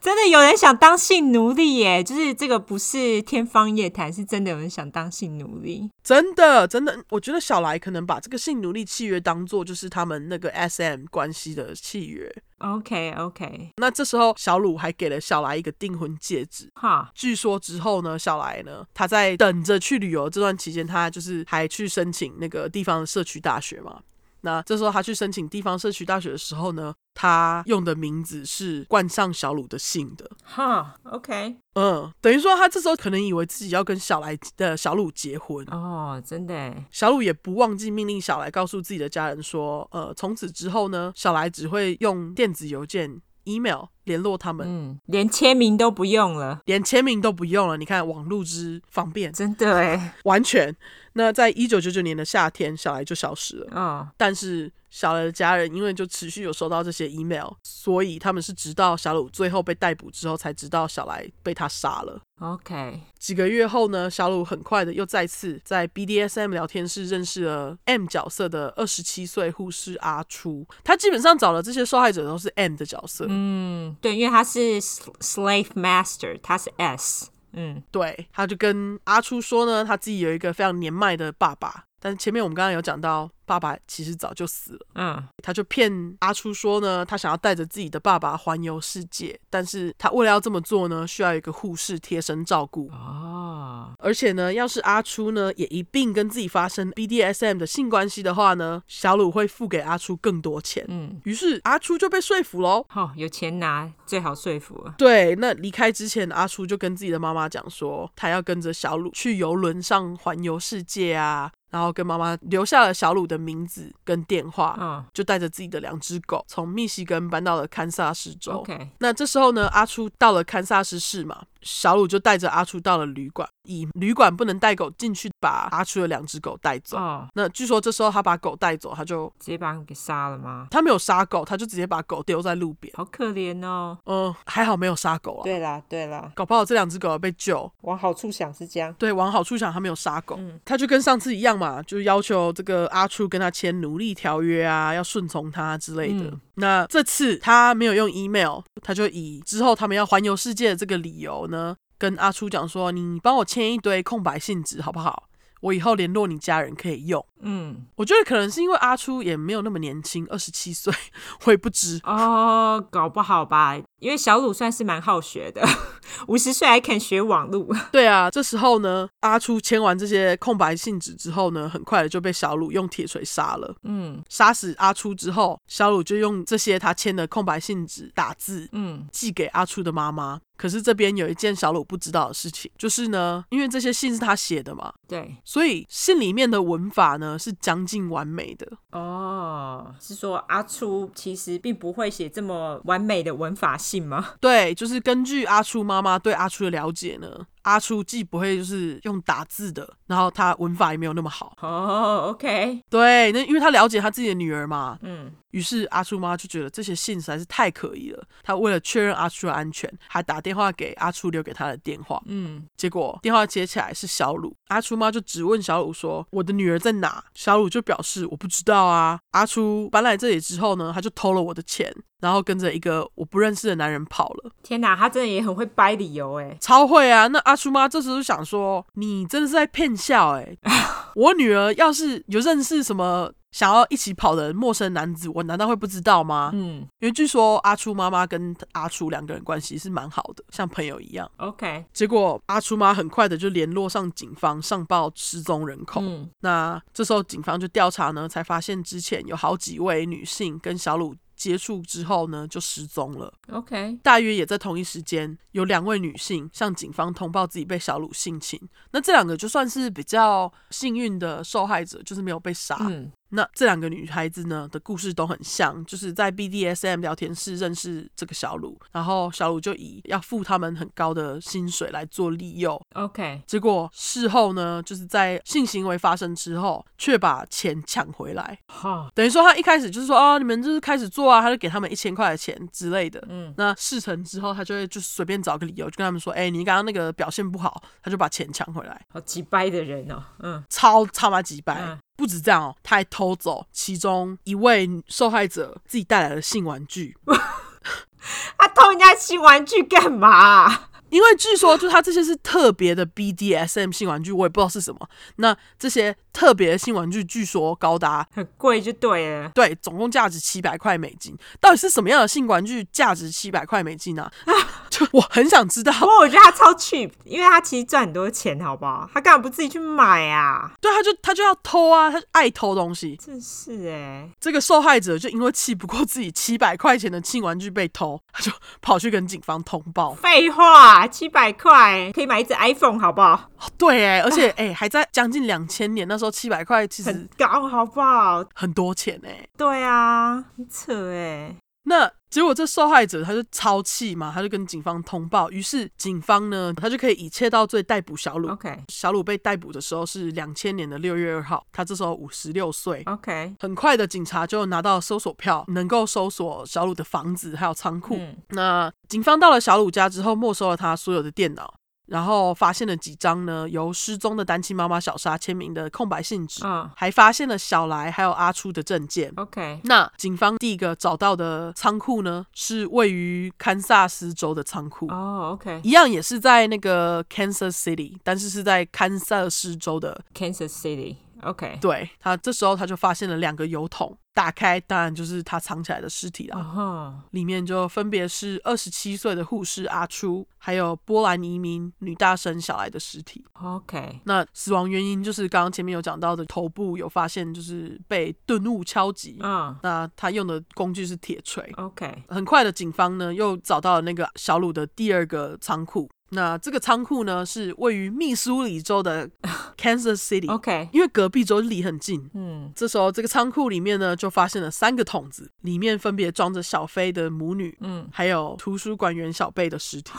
B: 真的有人想当性奴隶耶，就是这个不是天方夜谭，是真的有人想当性奴隶。
A: 真的，真的，我觉得小莱可能把这个性奴隶契约当做就是他们那个 SM 关系的契约。
B: OK OK，
A: 那这时候，小鲁还给了小莱一个订婚戒指。
B: 哈，
A: 据说之后呢，小莱呢，他在等着去旅游这段期间，他就是还去申请那个地方的社区大学嘛。那这时候他去申请地方社区大学的时候呢，他用的名字是冠上小鲁的姓的。
B: 哈，OK，
A: 嗯，等于说他这时候可能以为自己要跟小莱的小鲁结婚，
B: 哦，真的耶，
A: 小鲁也不忘记命令小莱告诉自己的家人说，呃，从此之后呢，小莱只会用电子邮件、email 联络他们，
B: 嗯，连签名都不用了，
A: 连签名都不用了。你看网络之方便，
B: 真的哎，
A: 完全。那在一九九九年的夏天，小来就消失了。
B: 嗯，
A: 但是小来的家人因为就持续有收到这些 email，所以他们是直到小鲁最后被逮捕之后，才知道小来被他杀了。
B: OK，
A: 几个月后呢，小鲁很快的又再次在 BDSM 聊天室认识了 M 角色的二十七岁护士阿初。他基本上找了这些受害者都是 M 的角色，
B: 嗯，对，因为他是 sl- slave master，他是 S，嗯，
A: 对，他就跟阿初说呢，他自己有一个非常年迈的爸爸，但是前面我们刚刚有讲到，爸爸其实早就死了。
B: 嗯，
A: 他就骗阿初说呢，他想要带着自己的爸爸环游世界，但是他为了要这么做呢，需要有一个护士贴身照顾。
B: 啊哦，
A: 而且呢，要是阿初呢也一并跟自己发生 BDSM 的性关系的话呢，小鲁会付给阿初更多钱。
B: 嗯，
A: 于是阿初就被说服喽。
B: 好、有钱拿最好说服了，
A: 对，那离开之前，阿初就跟自己的妈妈讲说，他要跟着小鲁去游轮上环游世界啊，然后跟妈妈留下了小鲁的名字跟电话，
B: 嗯
A: 就带着自己的两只狗从密西根搬到了堪萨斯州。
B: ，OK，
A: 那这时候呢，阿初到了堪萨斯市嘛，小鲁就带着阿初到了旅馆，以旅馆不能带狗进去，把阿初的两只狗带走。
B: 哦，
A: 那据说这时候他把狗带走，他就
B: 直接把你给杀了吗？
A: 他没有杀狗，他就直接把狗丢在路边。
B: 好可怜哦。
A: 嗯、还好没有杀狗啊，
B: 对啦，对啦，
A: 搞不好这两只狗被救。
B: 往好处想是这样。
A: 对，往好处想，他没有杀狗，他就跟上次一样嘛，就要求这个阿初跟他签奴隶条约啊，要顺从他之类的。
B: 嗯
A: 那这次他没有用 email，他就以之后他们要环游世界的这个理由呢，跟阿初讲说：“你帮我签一堆空白信纸好不好？我以后联络你家人可以用。”
B: 嗯，
A: 我觉得可能是因为阿初也没有那么年轻，二十七岁， 我也不知。
B: 哦，搞不好吧，因为小鲁算是蛮好学的，五十岁还肯学网路。
A: 对啊，这时候呢，阿初签完这些空白信纸之后呢，很快的就被小鲁用铁锤杀了。
B: 嗯
A: 杀死阿初之后，小鲁就用这些他签的空白信纸打字
B: 嗯
A: 寄给阿初的妈妈。可是这边有一件小鲁不知道的事情，就是呢，因为这些信是他写的嘛，
B: 对，
A: 所以信里面的文法呢是将近完美的。
B: 哦，是说阿初其实并不会写这么完美的文法信吗？
A: 对，就是根据阿初妈妈对阿初的了解呢，阿初既不会就是用打字的，然后他文法也没有那么好。
B: 哦，OK，
A: 对，那因为他了解他自己的女儿嘛，
B: 嗯
A: 于是阿初妈就觉得这些信实在是太可疑了。她为了确认阿初的安全，还打电话给阿初留给她的电话。
B: 嗯，
A: 结果电话接起来是小鲁，阿初妈就质问小鲁说：“我的女儿在哪？”小鲁就表示：“我不知道啊。”阿初搬来这里之后呢，他就偷了我的钱，然后跟着一个我不认识的男人跑了。
B: 天哪，他真的也很会掰理由哎。
A: 超会啊！那阿叔妈这时候就想说，你真的是在骗笑 哎、我女儿要是有认识什么想要一起跑的陌生男子，我难道会不知道吗？
B: 嗯
A: 因为据说阿初妈妈跟阿初两个人关系是蛮好的，像朋友一样。
B: ，OK，
A: 结果阿初妈很快的就联络上警方上报失踪人口。
B: 嗯
A: 那这时候警方就调查呢，才发现之前有好几位女性跟小鲁接触之后呢就失踪了。
B: ，OK，
A: 大约也在同一时间，有两位女性向警方通报自己被小鲁性侵。那这两个就算是比较幸运的受害者，就是没有被杀。
B: 嗯
A: 那这两个女孩子呢的故事都很像，就是在 BDSM 聊天室认识这个小鲁，然后小鲁就以要付他们很高的薪水来做利诱。
B: ，OK，
A: 结果事后呢，就是在性行为发生之后，却把钱抢回来。
B: 哈，
A: 等于说他一开始就是说，哦，你们就是开始做啊，他就给他们一千块的钱之类的。
B: 嗯
A: 那事成之后，他就会就随便找个理由，就跟他们说：“哎、你刚刚那个表现不好。”他就把钱抢回来，
B: 好急掰的人哦，嗯
A: 超他妈几百。
B: 嗯
A: 不止这样哦，他还偷走其中一位受害者自己带来的性玩具，
B: 啊他偷人家新玩具干嘛啊、
A: 因为据说就是他这些是特别的 BDSM 性玩具，我也不知道是什么。那这些特别的性玩具据说高达
B: 很贵就对了。
A: 对总共价值七百块美金，到底是什么样的性玩具价值七百块美金呢、啊？就我很想知道。
B: 不过我觉得他超 cheap，因为他其实赚很多钱，好不好？他干嘛不自己去买啊？
A: 对，他就他就要偷啊，他爱偷东西。
B: 真是哎、
A: 这个受害者就因为气不过自己七百块钱的性玩具被偷，他就跑去跟警方通报。
B: 废话，七百块可以买一只 iPhone，好不好？
A: 哦对哎，而且哎还在将近两千年那时候，七百块其
B: 很
A: 实
B: 高，好不好？
A: 很多钱哎。
B: 对啊，很扯哎、
A: 那结果这受害者他就超气嘛，他就跟警方通报，于是警方呢，他就可以以窃盗罪逮捕小鲁。
B: OK
A: 小鲁被逮捕的时候是两千年的六月二号，他这时候五十六岁。
B: OK，
A: 很快的，警察就拿到搜索票，能够搜索小鲁的房子还有仓库。
B: 嗯
A: 那警方到了小鲁家之后，没收了他所有的电脑，然后发现了几张呢由失踪的单亲妈妈小莎签名的空白信纸，
B: 嗯
A: 还发现了小来还有阿初的证件。
B: ，OK，
A: 那警方第一个找到的仓库呢，是位于堪萨斯州的仓库。
B: 哦，OK，Kansas
A: 一样也是在那个 Kansas City，但是是在堪萨斯州的
B: City，OK，
A: 对他这时候他就发现了两个油桶，打开当然就是他藏起来的尸体啦。
B: 哦，
A: 里面就分别是二十七岁的护士阿初，还有波兰移民女大生小来的尸体。
B: OK，
A: 那死亡原因就是刚刚前面有讲到的，头部有发现就是被钝物敲击。
B: 嗯
A: 那他用的工具是铁锤。
B: ，OK，
A: 很快的，警方呢又找到了那个小鲁的第二个仓库。那这个仓库呢是位于密苏里州 的 Kansas City，、
B: OK，
A: 因为隔壁州离很近，
B: 嗯
A: 这时候，这个仓库里面呢，就发现了三个桶子，里面分别装着小飞的母女，
B: 嗯
A: 还有图书馆员小贝的尸体，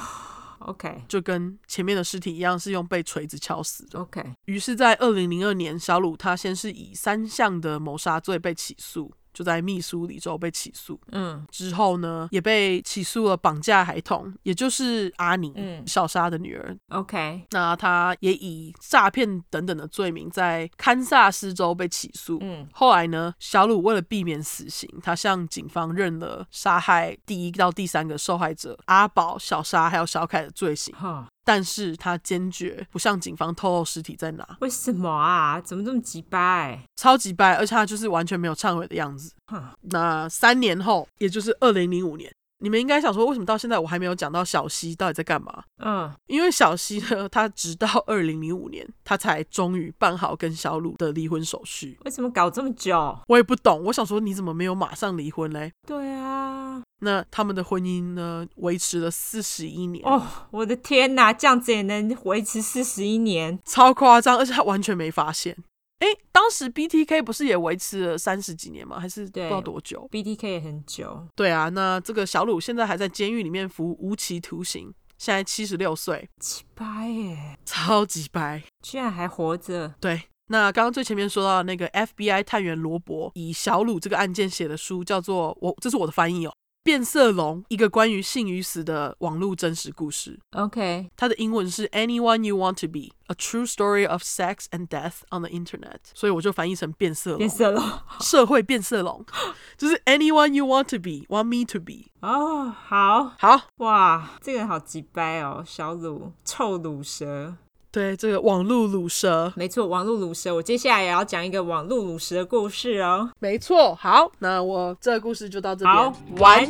B: ，OK，OK，
A: 就跟前面的尸体一样，是用被锤子敲死的。于是，在二零零二年，小鲁他先是以三项的谋杀罪被起诉，就在密苏里州被起诉。
B: 嗯
A: 之后呢，也被起诉了绑架孩童，也就是阿尼、
B: 嗯
A: 小莎的女儿。
B: ，OK，
A: 那他也以诈骗等等的罪名，在堪萨斯州被起诉。
B: 嗯
A: 后来呢，小鲁为了避免死刑，他向警方认了杀害第一到第三个受害者阿宝、小沙还有小凯的罪行，
B: 哈，
A: 但是他坚决不向警方透露尸体在哪，
B: 为什么啊？怎么这么急掰？
A: 超级白，而且他就是完全没有忏悔的样子。
B: 哈，
A: 那三年后，也就是二零零五年，你们应该想说，为什么到现在我还没有讲到小西到底在干嘛？
B: 嗯
A: 因为小西呢，他直到二零零五年，他才终于办好跟小鲁的离婚手续。
B: 为什么搞这么久？
A: 我也不懂，我想说你怎么没有马上离婚嘞？
B: 对啊，
A: 那他们的婚姻呢，维持了四十一年，
B: 哦，我的天哪，这样子也能维持四十一年？
A: 超夸张，而且他完全没发现。哎，当时 BTK 不是也维持了三十几年吗？还是不
B: 对
A: 知道多久？
B: BTK 也很久，
A: 对啊，那这个小鲁现在还在监狱里面服无期徒刑，现在七十六岁，
B: 鸡掰耶，
A: 超级白。
B: 居然还活着。
A: 对，那刚刚最前面说到的那个 FBI 探员罗伯以小鲁这个案件写的书叫做我，这是我的翻译哦，《变色龙：一个关于性与死的网络真实故事》。
B: OK，
A: 它的英文是 Anyone You Want to Be: A True Story of Sex and Death on the Internet，所以我就翻译成变色
B: 变
A: 龙，
B: 色龙
A: 社会变色龙， 就是 Anyone You Want to Be, Want Me to Be。
B: 哦，好
A: 好，
B: 哇，这个人好鸡掰哦，小鲁臭鲁蛇，
A: 对这个网络乳蛇，
B: 没错，网路鲁蛇。我接下来也要讲一个网路鲁蛇的故事哦。
A: 没错。好，那我这个故事就到这边。
B: 好，玩。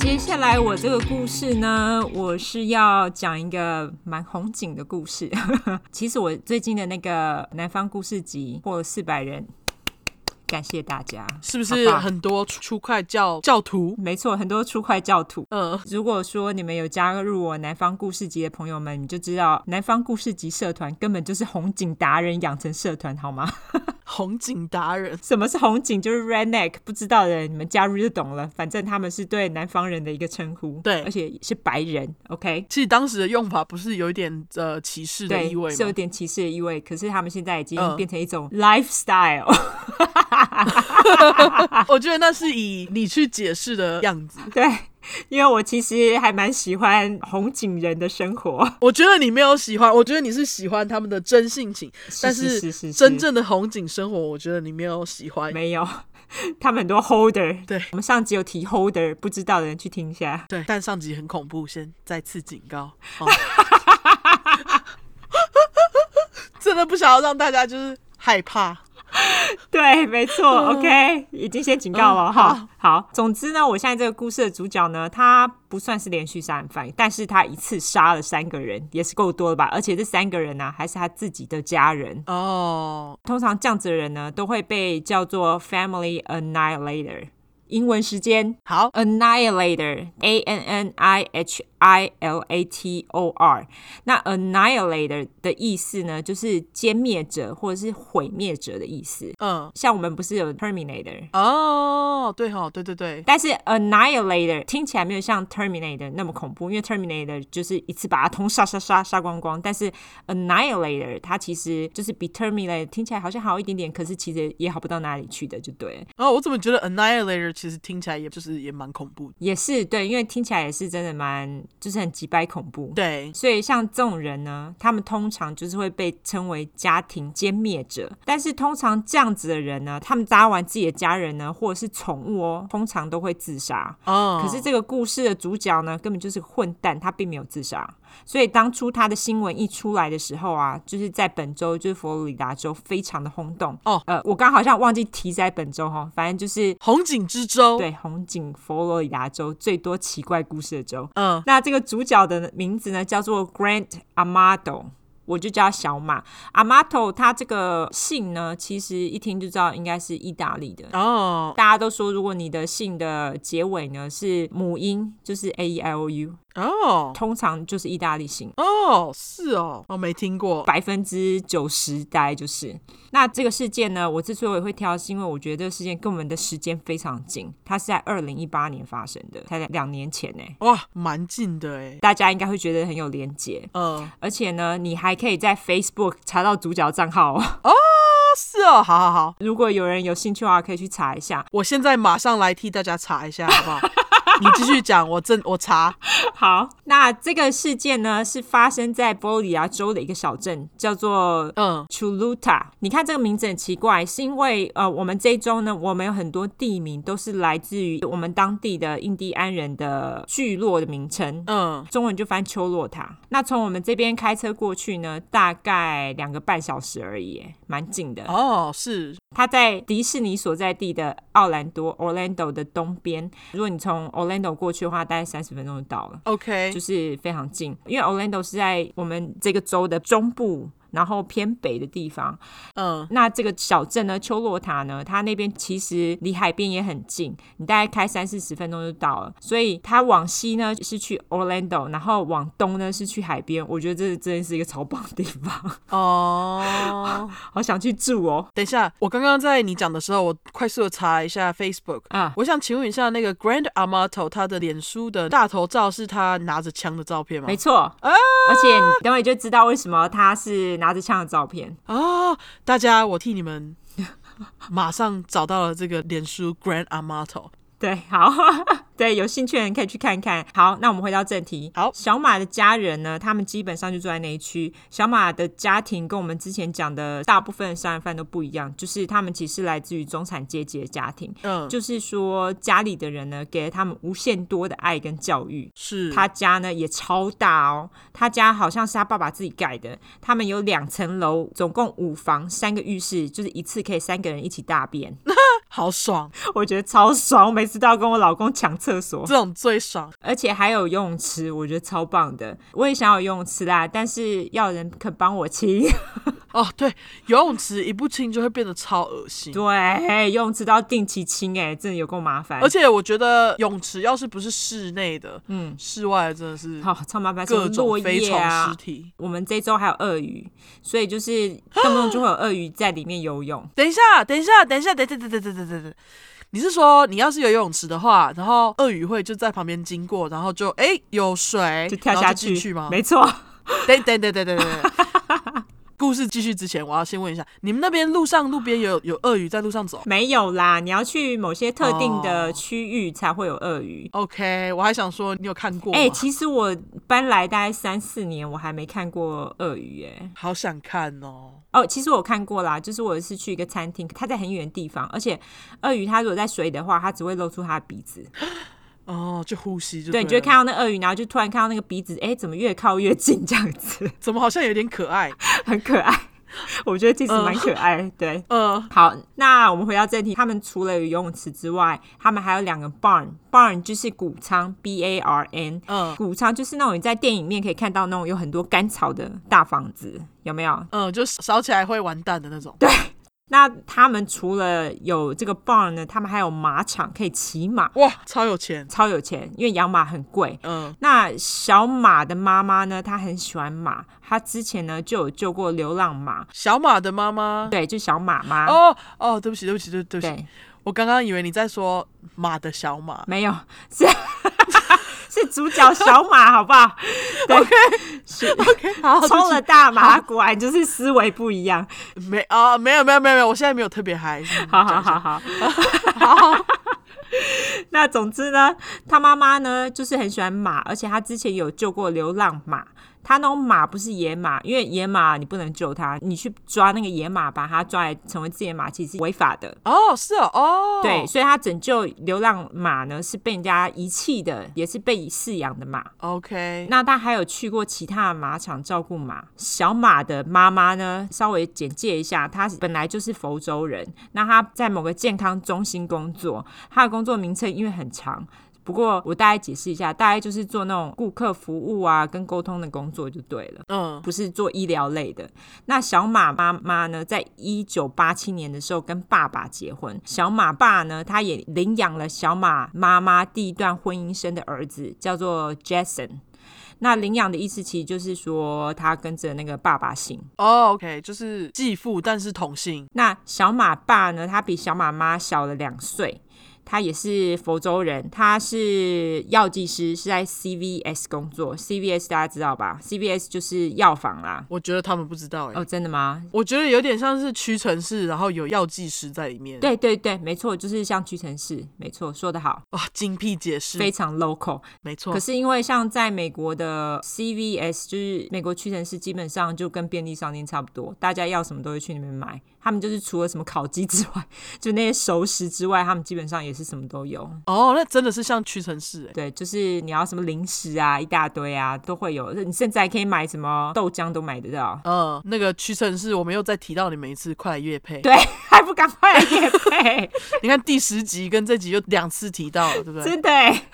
B: 接下来我这个故事呢，我是要讲一个蛮红警的故事。 其实我最近的那个南方故事集获了四百人，感谢大家，
A: 是不
B: 好
A: 是
B: 吧
A: 很多出出快教教徒？
B: 没错，很多出快教徒。
A: 嗯，
B: 如果说你们有加入我南方故事集的朋友们，你就知道南方故事集社团根本就是红警达人养成社团，好吗？
A: 红警达人，
B: 什么是红警？就是 redneck，不知道的人你们加入就懂了。反正他们是对南方人的一个称呼，
A: 对
B: 而且是白人。OK，
A: 其实当时的用法不是有一点呃歧视的
B: 对
A: 意味，
B: 是有
A: 吗？
B: 点歧视的意味。可是他们现在已经
A: 嗯
B: 变成一种 lifestyle，、
A: 啊我觉得那是以你去解释的样 子。
B: 对，因为我其实还蛮喜欢红警人的生活，
A: 我觉得你没有喜欢，我觉得你是喜欢他们的真性情， 但
B: 是是是
A: 真正的红警生活，我觉得你没有喜欢。
B: 没有。 他们很多 holder，
A: 对
B: 我们上集有提 holder，不知道的人去听一下。
A: 对，但上集很恐怖，先再次警告。哦、 真的不想要让大家就是害怕。
B: 对，没错，OK，已经先警告了哈。好，总之呢，我现在这个故事的主角呢，他不算是连续杀人犯，但是他一次杀了三个人，也是够多了吧？而且这三个人呢、还是他自己的家人。
A: 哦，
B: 通常这样子的人呢，都会被叫做 family annihilator。英文时间
A: 好，
B: ，annihilator，a n n i h i l a t o r。那 annihilator 的意思呢，就是歼灭者或者是毁灭者的意思。
A: 嗯，
B: 像我们不是有 terminator，
A: 哦，对哈，对对对，
B: 但是 annihilator 听起来没有像 terminator 那么恐怖，因为 terminator 就是一次把它通杀杀杀杀光光，但是 annihilator 它其实就是比 terminator 听起来好像好一点点，可是其实也好不到哪里去的，就对了。
A: 然哦后我怎么觉得 annihilator 其实听起来也就是也蛮恐怖的，
B: 也是对，因为听起来也是真的蛮，就是很极白恐怖。
A: 对，
B: 所以像这种人呢，他们通常就是会被称为家庭歼灭者。但是通常这样子的人呢，他们杀完自己的家人呢，或者是宠物哦，通常都会自杀。
A: 哦，
B: 可是这个故事的主角呢，根本就是个混蛋，他并没有自杀。所以当初他的新闻一出来的时候啊，就是在本州，就是佛罗里达州，非常的轰动。
A: 哦
B: 呃，我刚好像忘记提在本州哈，反正就是
A: 红警之州，，
B: 对，红景佛罗里达州最多奇怪故事的州。
A: 嗯，
B: 那这个主角的名字呢，叫做 Grant Amado。我就叫他小马 Amato，他这个姓呢，其实一听就知道应该是意大利的。
A: 哦，
B: 大家都说，如果你的姓的结尾呢是母音，就是 A E I O U，
A: 哦，
B: 通常就是意大利姓。
A: 哦，是哦，我没听过，
B: 百分之九十大概就是。那这个事件呢，我之所以会挑，是因为我觉得这个事件跟我们的时间非常近，它是在二零一八年发生的，才两年前呢、
A: 哇，蛮近的哎，
B: 大家应该会觉得很有连结，
A: 嗯，
B: 而且呢，你还可以在 Facebook 查到主角账号、哦。
A: 哦是哦，好好好，
B: 如果有人有兴趣的话，可以去查一下。
A: 我现在马上来替大家查一下，好不好？你继续讲，我正我查，
B: 好，那这个事件呢，是发生在佛罗里达州的一个小镇，叫做
A: 嗯，
B: Chuluta，你看这个名字很奇怪，是因为呃，我们这一周呢，我们有很多地名都是来自于我们当地的印第安人的聚落的名称，
A: 嗯，
B: 中文就翻丘洛塔。那从我们这边开车过去呢，大概两个半小时而已耶，蛮近的。
A: 哦，是，
B: 它在迪士尼所在地的奥兰多 （Orlando） 的东边，如果你从 Orlando 过去的话，大概三十分钟就到了。
A: OK，
B: 就是非常近，因为 Orlando 是在我们这个州的中部。然后偏北的地方，
A: 嗯，
B: 那这个小镇呢，丘洛塔呢，它那边其实离海边也很近，你大概开三四十分钟就到了。所以它往西呢是去 Orlando，然后往东呢是去海边。我觉得这真的是一个超棒的地方，
A: 哦，
B: 好想去住哦。
A: 等一下，我刚刚在你讲的时候，我快速的查了一下 Facebook。
B: 啊，
A: 我想请问一下，那个 Grand Amato 他的脸书的大头照是他拿着枪的照片吗
B: 没？错，而且你等会就知道为什么他是拿着枪的照片。
A: 啊、大家，我替你们马上找到了这个脸书 Grand Amato。
B: 对，好， 对，有兴趣的人可以去看看。好，那我们回到正题。
A: 好
B: 小马的家人呢，他们基本上就住在那一区。小马的家庭跟我们之前讲的大部分杀人犯都不一样，就是他们其实来自于中产阶级的家庭，
A: 嗯，
B: 就是说家里的人呢，给了他们无限多的爱跟教育。
A: 是
B: 他家呢也超大哦，他家好像是他爸爸自己盖的，他们有两层楼，总共五房，三个浴室，就是一次可以三个人一起大便，
A: 好爽，
B: 我觉得超爽，我每次都要跟我老公抢厕所。
A: 这种最爽。
B: 而且还有游泳池，我觉得超棒的。我也想有游泳池啦，但是要有人肯帮我清。
A: 哦，对，游泳池一不清就会变得超恶心。
B: 对，游泳池都要定期清，哎，真的有够麻烦。
A: 而且我觉得泳池要是不是室内的，
B: 嗯，
A: 室外的真的是
B: 好超麻烦，什么
A: 各
B: 落
A: 种飞
B: 叶
A: 虫
B: 啊
A: 尸。体。。
B: 我们这周还有鳄鱼，所以就是动不动就会有鳄鱼在里面游泳
A: 等一下，等一下，等一下，等等等等等等等等，你是说你要是有游泳池的话，然后鳄鱼会就在旁边经过，然后就哎、有水，
B: 就跳
A: 哎然后
B: 下
A: 就进
B: 去
A: 去吗？
B: 没错，
A: 等等等等等等。等故事继续之前，我要先问一下，你们那边路上路边有有鳄鱼在路上走
B: 没有啦。你要去某些特定
A: 哦
B: 的区域才会有鳄鱼。
A: ？OK，我还想说你有看过吗？
B: 哎、其实我搬来大概三四年，我还没看过鳄鱼、哎，
A: 好想看哦。
B: 哦，其实我看过啦，就是我是去一个餐厅，它在很远的地方，而且鳄鱼它如果在水里的话，它只会露出它的鼻 子，
A: 哦，就呼吸就
B: 对，你就
A: 对了
B: 会看到那鳄鱼，然后就突然看到那个鼻子，哎，怎么越靠越近这样子，
A: 怎么好像有点可爱？
B: 很可爱。 我觉得其实
A: 嗯
B: 蛮可爱，对。
A: 呃，
B: 好，那我们回到正题，他们除了有游泳池之外，他们还有两个 barn，barn 就是谷仓，b a r n，
A: 嗯
B: 谷仓就是那种你在电影里面可以看到那种有很多干草的大房子，有没有？
A: 嗯，就烧起来会完蛋的那种。
B: 那他们除了有这个 barn 呢，他们还有马场可以骑马，
A: 哇，超有钱，
B: 超有钱，因为养马很贵。
A: 嗯，
B: 那小马的妈妈呢，她很喜欢马，她之前呢就有救过流浪马，
A: 小马的妈妈。
B: 对，就小马妈。
A: 哦哦，对不起，对不起，对对不起，
B: 对，
A: 我刚刚以为你在说马的小 马，
B: 没有，是是主角小马，好不 好？对
A: OK，好，对不
B: 抽
A: 起
B: 了大麻，果然就是思维不一样。
A: 没啊？没有没有没有没有，我现在没有特别嗨。
B: 好好好好，
A: 好，
B: 那总之呢，他妈妈呢就是很喜欢马，而且他之前有救过流浪马。他那种马不是野马，因为野马你不能救它，你去抓那个野马，把它抓来成为自己的马，其实是违法的。
A: 哦，是哦，哦，
B: 对，，所以他拯救流浪马呢，是被人家遗弃的，也是被饲养的马。
A: OK，
B: 那他还有去过其他的马场照顾马。小马的妈妈呢，稍微简介一下，她本来就是佛州人，那她在某个健康中心工作，她的工作名称因为很长。不过我大概解释一下，大概就是做那种顾客服务啊跟沟通的工作就对了，
A: 嗯，
B: 不是做医疗类的。那小马妈妈呢，在一九八七年的时候跟爸爸结婚，小马爸呢，他也领养了小马妈妈第一段婚姻生的儿子，叫做 Jason。那领养的意思其实就是说，他跟着那个爸爸姓。
A: 哦，OK，就是继父，但是同性，
B: 那小马爸呢，他比小马妈小了两岁，他也是佛州人，他是药剂师，是在 CVS 工作。CVS 大家知道吧？CVS 就是药房啦。
A: 我觉得他们不知道哎、
B: 哦，真的吗？
A: 我觉得有点像是屈臣氏，然后有药剂师在里面。
B: 对对对，没错，就是像屈臣氏，没错，说得好，
A: 哇，精辟解释，
B: 非常 local。
A: 嗯没错
B: 可。是因为像在美国的 CVS，就是美国屈臣氏，基本上就跟便利商店差不多，大家要什么都会去那边买。他们就是除了什么烤鸡之外， 就那些熟食之外，他们基本上也是什么都有。
A: 哦，那真的是像屈臣氏哎、
B: 对，就是你要什么零食啊，一大堆啊，都会有。你甚至还可以买什么豆浆都买得到。
A: 嗯，那个屈臣氏，我们又再提到你们一次，快来乐配。
B: 对，还不赶快来夜配？
A: 你看第十集跟这集又两次提到了，对不对？
B: 真的欸。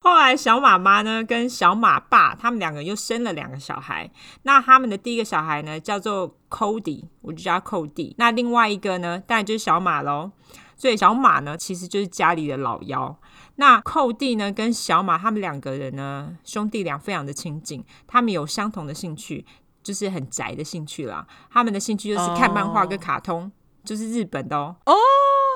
B: 后来小马妈呢跟小马爸他们两个又生了两个小孩，那他们的第一个小孩呢叫做 Cody，我就叫他 Cody。那另外一个呢，当然就是小马喽。所以小马呢其实就是家里的老幺。那 Cody 呢跟小马他们两个人呢兄弟俩非常的亲近，他们有相同的兴趣，就是很宅的兴趣啦。他们的兴趣就是看漫画跟卡通就是日本的哦。
A: 哦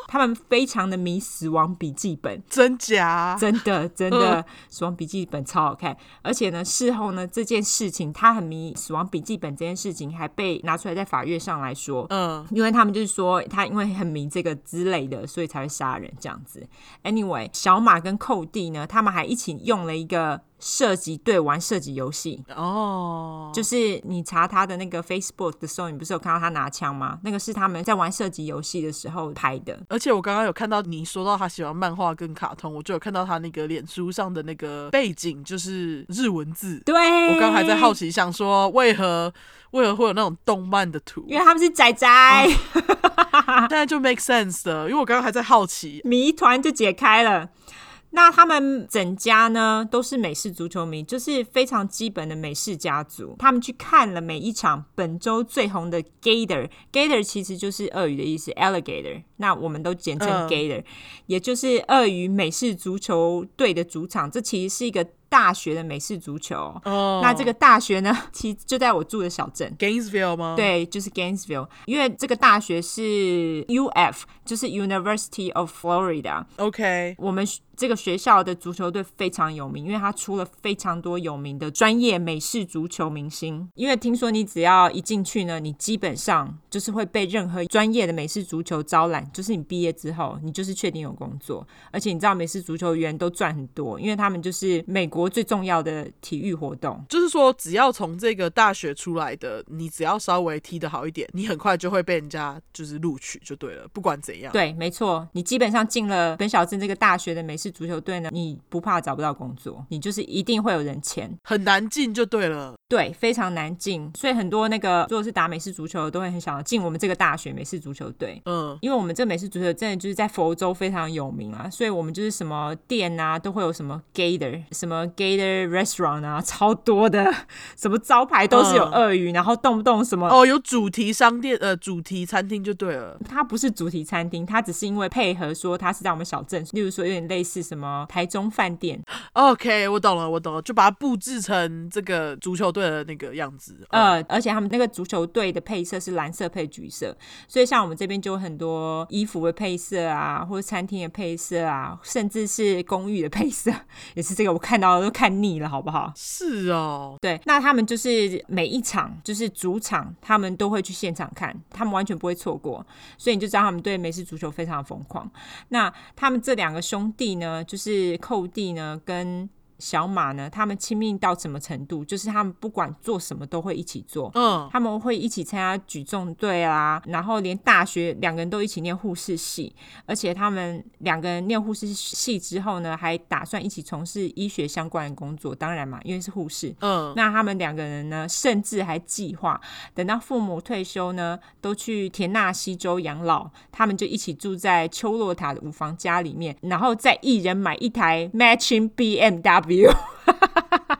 B: 他们非常的迷《死亡笔记本》。
A: 真假？啊
B: 真 的，真
A: 嗯
B: 的，死亡笔记本》超好看。而且呢，事后呢，这件事情他很迷《死亡笔记本》这件事情，还被拿出来在法院上来说。
A: 嗯，
B: 因为他们就是说他因为很迷这个之类的，所以才会杀人这样子。Anyway，小马跟寇弟呢，他们还一起用了一个射击队玩射击游戏，
A: 哦，
B: 就是你查他的那个 Facebook 的时候，你不是有看到他拿枪吗？那个是他们在玩射击游戏的时候拍的。
A: 而且我刚刚有看到你说到他喜欢漫画跟卡通，我就有看到他那个脸书上的那个背景就是日文字。
B: 对，
A: 我
B: 我
A: 刚刚还在好奇，想说为何为何会有那种动漫的图，
B: 因为他们是仔仔，
A: 现在就 make sense 了。因为我刚刚还在好奇，
B: 谜团就解开了。那他们整家呢都是美式足球迷，就是非常基本的美式家族。他们去看了每一场本周最红的 Gator，Gator 其实就是鳄鱼的意思，Alligator，那我们都简称
A: 嗯
B: Gator，、也就是鳄鱼美式足球队的主场。这其实是一个大学的美式足球哦、
A: 哦，
B: 那这个大学呢， 其实就在我住的小镇。
A: Gainesville 吗？，
B: 对，就是 Gainesville，因为这个大学是 UF，就是 University of Florida。
A: OK，
B: 我们学这个学校的足球队非常有名，因为它出了非常多有名的专业美式足球明星。因为听说你只要一进去呢，你基本上就是会被任何专业的美式足球招揽，就是你毕业之后，你就是确定有工作。而且你知道，美式足球员都赚很多，因为他们就是美国最重要的体育活动。
A: 就是说只要从这个大学出来的，你只要稍微踢得好一点，你很快就会被人家就是录取就对了，不管怎样。
B: 对，没错，你基本上进了本小镇这个大学的美式足球队呢，你不怕找不到工作，你就是一定会有人签。
A: 很难进就对了。
B: 对，非常难进，所以很多那个如果是打美式足球的，都会很想要进我们这个大学美式足球队。
A: 嗯，
B: 因为我们这美式足球真的就是在佛州非常有名啊，所以我们就是什么店啊都会有什么 Gator，什么么 Gator Restaurant 啊，超多的，什么招牌都是有
A: 嗯
B: 鳄鱼，然后动不动什么
A: 哦，有主题商店呃主题餐厅就对了。
B: 它不是主题餐厅，它只是因为配合说它是在我们小镇，例如说有点类似什么台中饭店，
A: OK，我懂了，我懂了，就把它布置成这个足球队的那个样子。嗯
B: 呃，而且他们那个足球队的配色是蓝色配橘色，所以像我们这边就有很多衣服的配色啊，或者餐厅的配色啊，甚至是公寓的配色，也是这个我看到都看腻了，好不好？
A: 是哦，
B: 对，那他们就是每一场就是主场，他们都会去现场看，他们完全不会错过，所以你就知道他们对美式足球非常的疯狂。那他们这两个兄弟呢，就是寇弟呢跟小马呢，他们亲密到什么程度？就是他们不管做什么都会一起做。
A: 嗯，
B: 他们会一起参加举重队啊，然后连大学两个人都一起念护士系，而且他们两个人念护士系之后呢，还打算一起从事医学相关的工作。当然嘛，因为是护士，
A: 嗯，
B: 那他们两个人呢，甚至还计划等到父母退休呢，都去田纳西州养老，他们就一起住在丘洛塔的五房家里面，然后再一人买一台 matching BMW。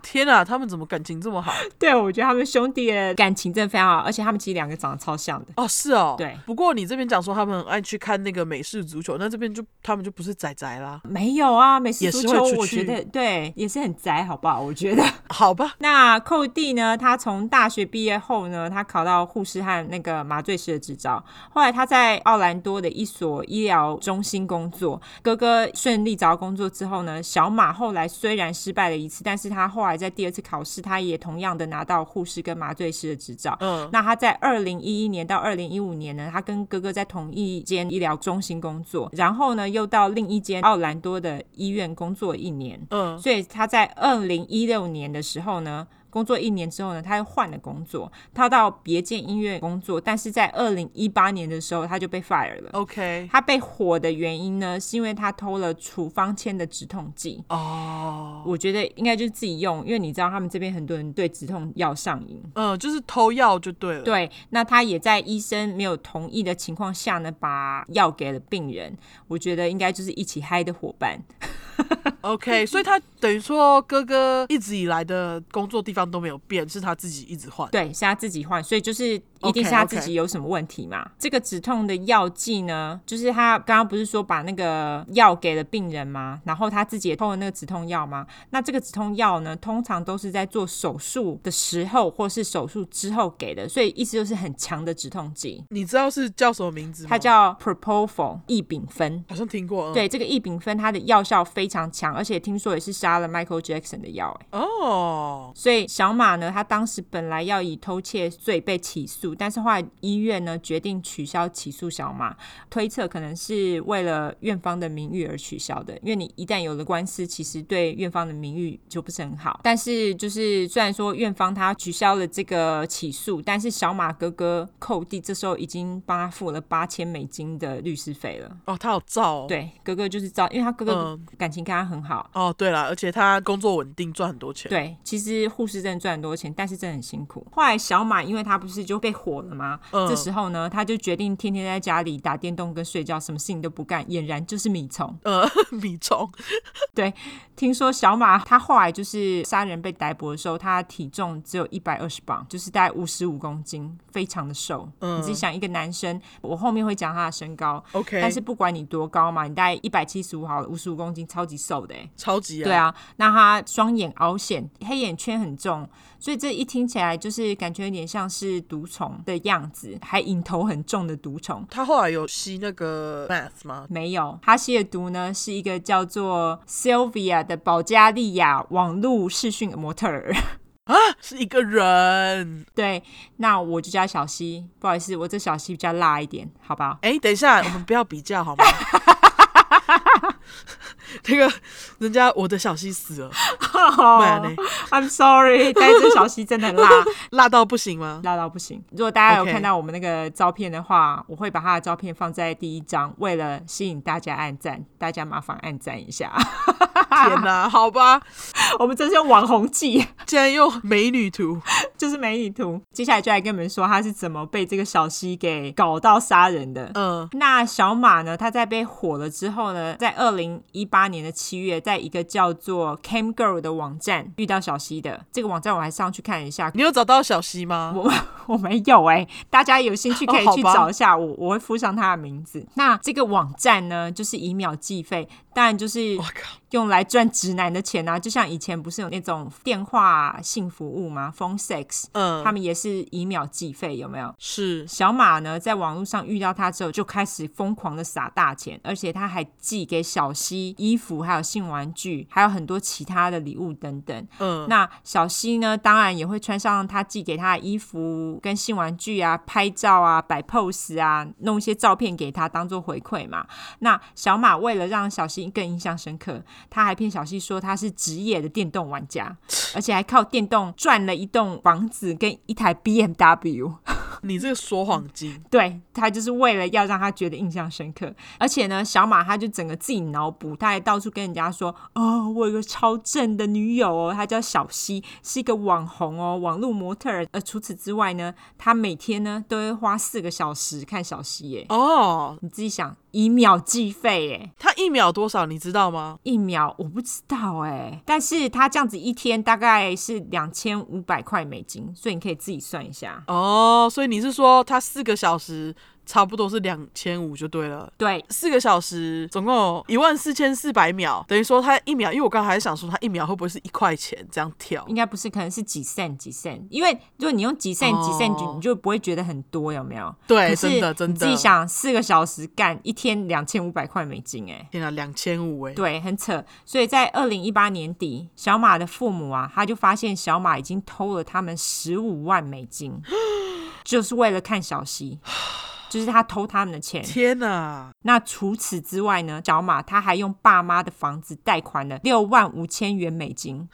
A: 天啊，他们怎么感情这么好？
B: 对，我觉得他们兄弟的感情真的非常好，而且他们其实两个长得超像的。
A: 哦，是哦，
B: 对。
A: 不过你这边讲说他们很爱去看那个美式足球，那这边就他们就不是仔仔啦，
B: 没有啊，美式
A: 也
B: 足
A: 是会
B: 球
A: 出
B: 我觉
A: 去
B: 得对也是很宅，好不好？我觉得。
A: 好吧？
B: 那寇弟呢？他从大学毕业后呢，他考到护士和那个麻醉师的执照。后来他在奥兰多的一所医疗中心工作。哥哥顺利找到工作之后呢，小马后来虽然失败了一次，但是他后来在第二次考试，他也同样的拿到护士跟麻醉师的执照。
A: 嗯，
B: 那他在二零一一年到二零一五年呢，他跟哥哥在同一间医疗中心工作，然后呢又到另一间奥兰多的医院工作一年。
A: 嗯，
B: 所以他在二零一六年的时候呢，工作一年之后呢，他又换了工作，他到别间医院工作，但是在二零一八年的时候他就被 fire 了。
A: OK，
B: 他被火的原因呢，是因为他偷了处方签的止痛剂。
A: 哦，
B: 我觉得应该就是自己用，因为你知道他们这边很多人对止痛药上瘾。
A: 嗯，就是偷药就对了。，
B: 对，那他也在医生没有同意的情况下呢，把药给了病人。我觉得应该就是一起嗨的伙伴。
A: OK，所以他等于说哥哥一直以来的工作地方都没有变，是他自己一直换。
B: 对，是他自己换，所以就是一定是他自己有什么问题嘛。这个止痛的药剂呢，就是他刚刚不是说把那个药给了病人吗？然后他自己也偷了那个止痛药吗？那这个止痛药呢，通常都是在做手术的时候或是手术之后给的，所以意思就是很强的止痛剂。
A: 你知道是叫什么名字吗？
B: 它叫 propofol 异丙酚，
A: 好像听过。嗯、，
B: 对，这个异丙酚它的药效非常强，而且听说也是杀了 Michael Jackson 的药、欸。
A: 哦，
B: 所以小马呢，他当时本来要以偷窃罪被起诉，但是后来医院呢决定取消起诉小马，推测可能是为了院方的名誉而取消的，因为你一旦有了官司，其实对院方的名誉就不是很好。但是就是虽然说院方他取消了这个起诉，但是小马哥哥寇弟这时候已经帮他付了八千美金的律师费了。
A: 哦，他好燥哦。，
B: 对，哥哥就是知道，因为他哥哥
A: 嗯
B: 感情跟他很好。
A: 哦，对了，而且他工作稳定，赚很多钱。，
B: 对，其实护士真的赚很多钱，但是真的很辛苦。后来小马因为他不是就被火了吗？
A: 嗯
B: 这时候呢，他就决定天天在家里打电动跟睡觉，什么事情都不干，俨然就是米虫。
A: 呃， 米虫。
B: 听说小马他后来就是杀人被逮捕的时候，他体重只有一百二十磅，就是大概五十五公斤，非常的瘦。
A: 嗯
B: 你自己想，一个男生，我后面会讲他的身高，
A: OK，
B: 但是不管你多高嘛，你大概一百七十五好了，五十五公斤，超级瘦的、欸。
A: 超级啊。
B: 对，啊，那他双眼凹陷，黑眼圈很重，所以这一听起来就是感觉有点像是毒虫的样子，还瘾头很重的毒虫。
A: 他后来有吸那个 math 吗？
B: 没有，他吸的毒呢是一个叫做 Sylvia 的保加利亚网络视讯模特儿。
A: 是一个人。
B: 对，那我就叫小西，不好意思，我这小西比较辣一点，好吧？
A: 哎、等一 下，我们不要比较好吗？那个人家我的小西死了，不然呢
B: I'm sorry，但是这小西真的很辣。
A: 辣到不行 吗？
B: 辣到不行。如果大家有
A: OK
B: 看到我们那个照片的话我会把他的照片放在第一张，为了吸引大家按赞，大家麻烦按赞一下。
A: 天哪，好吧，
B: 我们真是用网红计，
A: 竟然用美女图，
B: 就是美女图。接下来就来跟你们说他是怎么被这个小西给搞到杀人的。
A: 嗯
B: 那小马呢？他在被火了之后呢，在二零一八年的七月，在一个叫做 Cam Girl 的网站遇到小西的。这个网站我还上去看一下，
A: 你有找到小溪吗？
B: 我 我没有哎、大家有兴趣可以
A: 哦好
B: 去
A: 吧
B: 找一下，我我会附上他的名字。那这个网站呢，就是以秒计费，当然就是
A: 我靠，
B: 用来赚直男的钱啊。就像以前不是有那种电话性服务吗？Phone Sex，
A: 嗯，
B: 他们也是以秒计费，有没有？
A: 是
B: 小马呢，在网络上遇到他之后，就开始疯狂的撒大钱，而且他还寄给小西衣服，还有性玩具，还有很多其他的礼物等等。
A: 嗯
B: 那小西呢，当然也会穿上他寄给他的衣服跟性玩具啊，拍照啊，摆 pose 啊，弄一些照片给他当做回馈嘛。那小马为了让小西更印象深刻，他还骗小西说他是职业的电动玩家，而且还靠电动赚了一栋房子跟一台 BMW。
A: 你这个说谎精，
B: 对他就是为了要让他觉得印象深刻，而且呢，小马他就整个自己脑补，他还到处跟人家说：“哦，我有个超正的女友哦，她叫小西，是一个网红哦，网络模特儿。”呃，除此之外呢，他每天呢都会花四个小时看小西耶。
A: 哦，
B: 你自己想，以秒计费耶，
A: 他一秒多少你知道吗？
B: 一秒我不知道哎，但是他这样子一天大概是两千五百块美金，所以你可以自己算一下。
A: 哦，所以你是说他四个小时差不多是两千五就对了。
B: 对，
A: 四个小时，总共一万四千四百秒，等于说他一秒，因为我刚才还想说他一秒会不会是一块钱这样跳？
B: 应该不是，可能是几 cent 几 cent，因为如果你用几 cent 几 cent，、
A: 哦
B: 你就不会觉得很多，有没有？
A: 对，
B: 可是
A: 真的真
B: 你自
A: 的
B: 己，想四个小时干一天两千五百块美金、哎，
A: 天啊，两千五哎，
B: 对，很扯。所以在二零一八年底，小马的父母啊，他就发现小马已经偷了他们十五万美 金，就是为了看小溪，就是他偷他们的钱。
A: 天啊哪，
B: 那除此之外呢，小马他还用爸妈的房子贷款了六万五千元美金。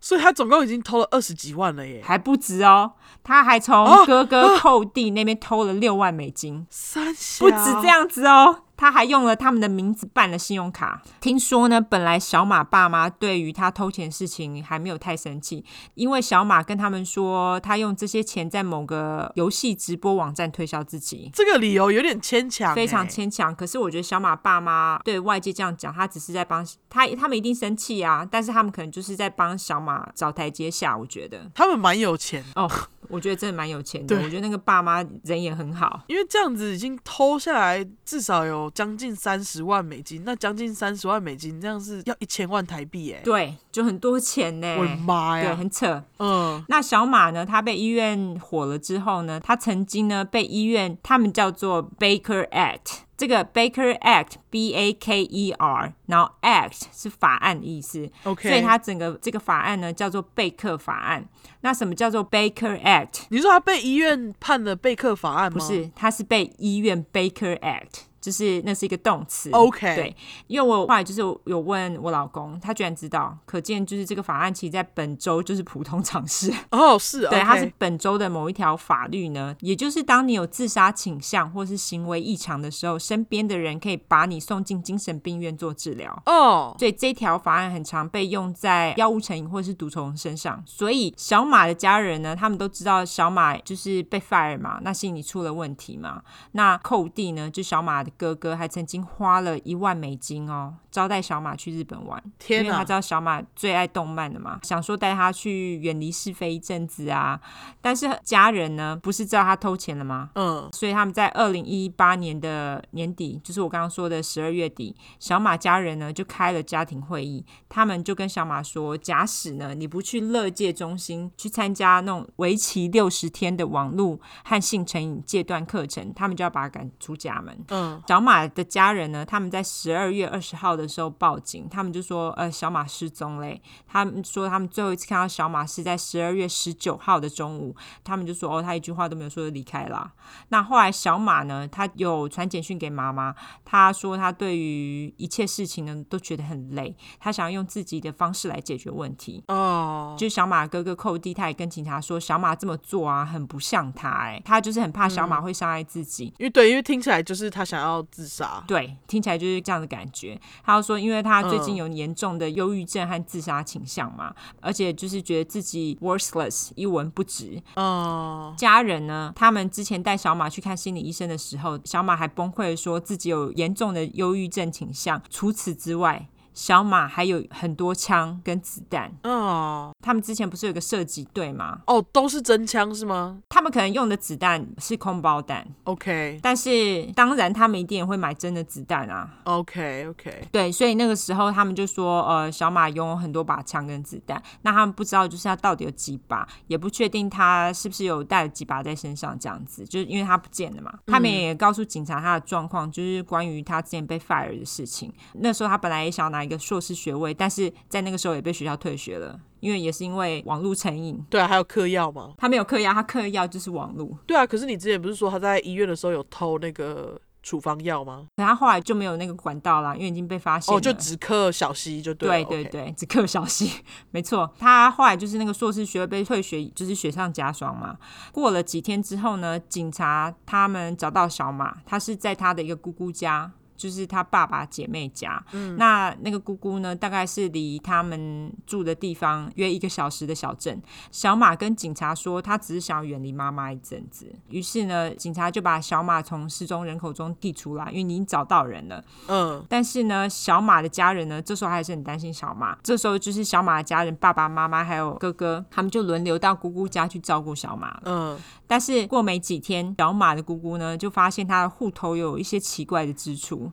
A: 所以他总共已经偷了二十几万了耶，
B: 还不止哦，他还从哥哥寇弟那边偷了六万美金，
A: 三小
B: 不止这，样子哦。他还用了他们的名字办了信用卡。听说呢，本来小马爸妈对于他偷钱的事情还没有太生气，因为小马跟他们说，他用这些钱在某个游戏直播网站推销自己，
A: 这个理由有点牵强，欸
B: 非常。牵强。可是我觉得小马爸妈对外界这样讲，他只是在帮他，他们一定生气啊，但是他们可能就是在帮小马找台阶下。我觉得，
A: 他们蛮有钱，
B: 哦，我觉得真的蛮有钱的。
A: 对
B: 我觉得那个爸妈人也很好。
A: 因为这样子已经偷下来至少有将近三十万美金，那将近三十万美金，这样是要一千万台币耶，
B: 对，就很多钱呢。
A: 我的妈
B: 对，
A: 呀，
B: 很扯。
A: 嗯，
B: 那小马呢？他被医院火了之后呢，他曾经呢被医院他们叫做 Baker Act，这个 Baker Act B A K E R，然后 Act 是法案的意思
A: OK
B: 所以他整个这个法案呢叫做贝克法案。那什么叫做 Baker Act？
A: 你说他被医院判了备课法案吗？
B: 不是，它是被医院 Baker Act，就是那是一个动词。
A: OK
B: 对，因为我后来就是有问我老公，他居然知道，可见就是这个法案其实在本州就是普通常识。
A: 哦，是，
B: 对，
A: OK
B: 它是本州的某一条法律呢，也就是当你有自杀倾向或是行为异常的时候，身边的人可以把你送进精神病院做治疗。
A: 哦，
B: 所以这条法案很常被用在药物成瘾或者是毒虫身上。所以小马的家人呢，他们都知道小马就是被 fire 嘛，那心里出了问题嘛。那寇弟呢，就小马的哥哥，还曾经花了一万美金哦，招待小马去日本玩。
A: 天
B: 因为他
A: 哪
B: 知，道小马最爱动漫的嘛，想说带他去远离是非一阵子啊。但是家人呢，不是知道他偷钱了吗？
A: 嗯，
B: 所以他们在二零一八年的年底，就是我刚刚说的十二月底，小马家人呢就开了家庭会议，他们就跟小马说，假使呢你不去乐界中心去参加那种为期六十天的网络和性成瘾戒断课程，他们就要把他赶出家门。
A: 嗯，
B: 小马的家人呢，他们在十二月二十号的时候报警，他们就说，呃，小马失踪嘞。他们说他们最后一次看到小马是在十二月十九号的中午，他们就说，哦，他一句话都没有说就离开了啊。那后来小马呢，他有传简讯给妈妈，他说他对于一切事情呢都觉得很累，他想要用自己的方式来解决问题。
A: 哦，
B: 就是小马哥哥寇弟，他也跟警察说，小马这么做啊，很不像他、哎，他就是很怕小马会伤害自己。
A: 因为对，因为听起来就是他想要自杀，
B: 对，听起来就是这样的感觉。还他就说，因为他最
A: 嗯
B: 近有严重的忧郁症和自杀倾向嘛，而且就是觉得自己 worthless 一文不值。
A: 哦，
B: 家人呢，他们之前带小马去看心理医生的时候，小马还崩溃地说自己有严重的忧郁症倾向。除此之外，小马还有很多枪跟子弹。
A: 哦，
B: 他们之前不是有个射击队吗？
A: 哦，都是真枪是吗
B: 他们可能用的子弹是空包弹，
A: ？OK
B: 但是当然他们一定也会买真的子弹啊。
A: OK OK，
B: 对，所以那个时候他们就说，呃，小马拥有很多把枪跟子弹，那他们不知道就是他到底有几把，也不确定他是不是有带了几把在身上这样子，就是因为他不见了嘛。他
A: 嗯
B: 们也告诉警察他的状况，就是关于他之前被 fire 的事情。那时候他本来也想要拿一个硕士学位，但是在那个时候也被学校退学了，因为也是因为网络成瘾。
A: 对啊，还有嗑药吗？
B: 他没有嗑药，他嗑药就是网络，
A: 对啊，可是你之前不是说他在医院的时候有偷那个处方药吗？
B: 可他后来就没有那个管道啦，因为已经被发现了。
A: 哦，就只嗑小溪就对
B: 对
A: 了。
B: 对
A: OK
B: 对， 只克小西，没错。他后来就是那个硕士学位被退学，就是雪上加霜嘛。过了几天之后呢，警察他们找到小马，他是在他的一个姑姑家。就是他爸爸姐妹家，
A: 嗯
B: 那那个姑姑呢，大概是离他们住的地方约一个小时的小镇。小马跟警察说，他只是想要远离妈妈一阵子。于是呢，警察就把小马从失踪人口中递出来，因为你已经找到人了。
A: 嗯，
B: 但是呢，小马的家人呢，这时候还是很担心小马。这时候就是小马的家人，爸爸妈妈还有哥哥，他们就轮流到姑姑家去照顾小马了。
A: 嗯，
B: 但是过没几天，小马的姑姑呢，就发现他的户头有一些奇怪的支出。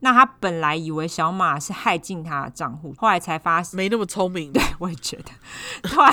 B: 那她本来以为小马是害进她的账户，后来才发现。
A: 没那么聪明。
B: 我也觉得， 后来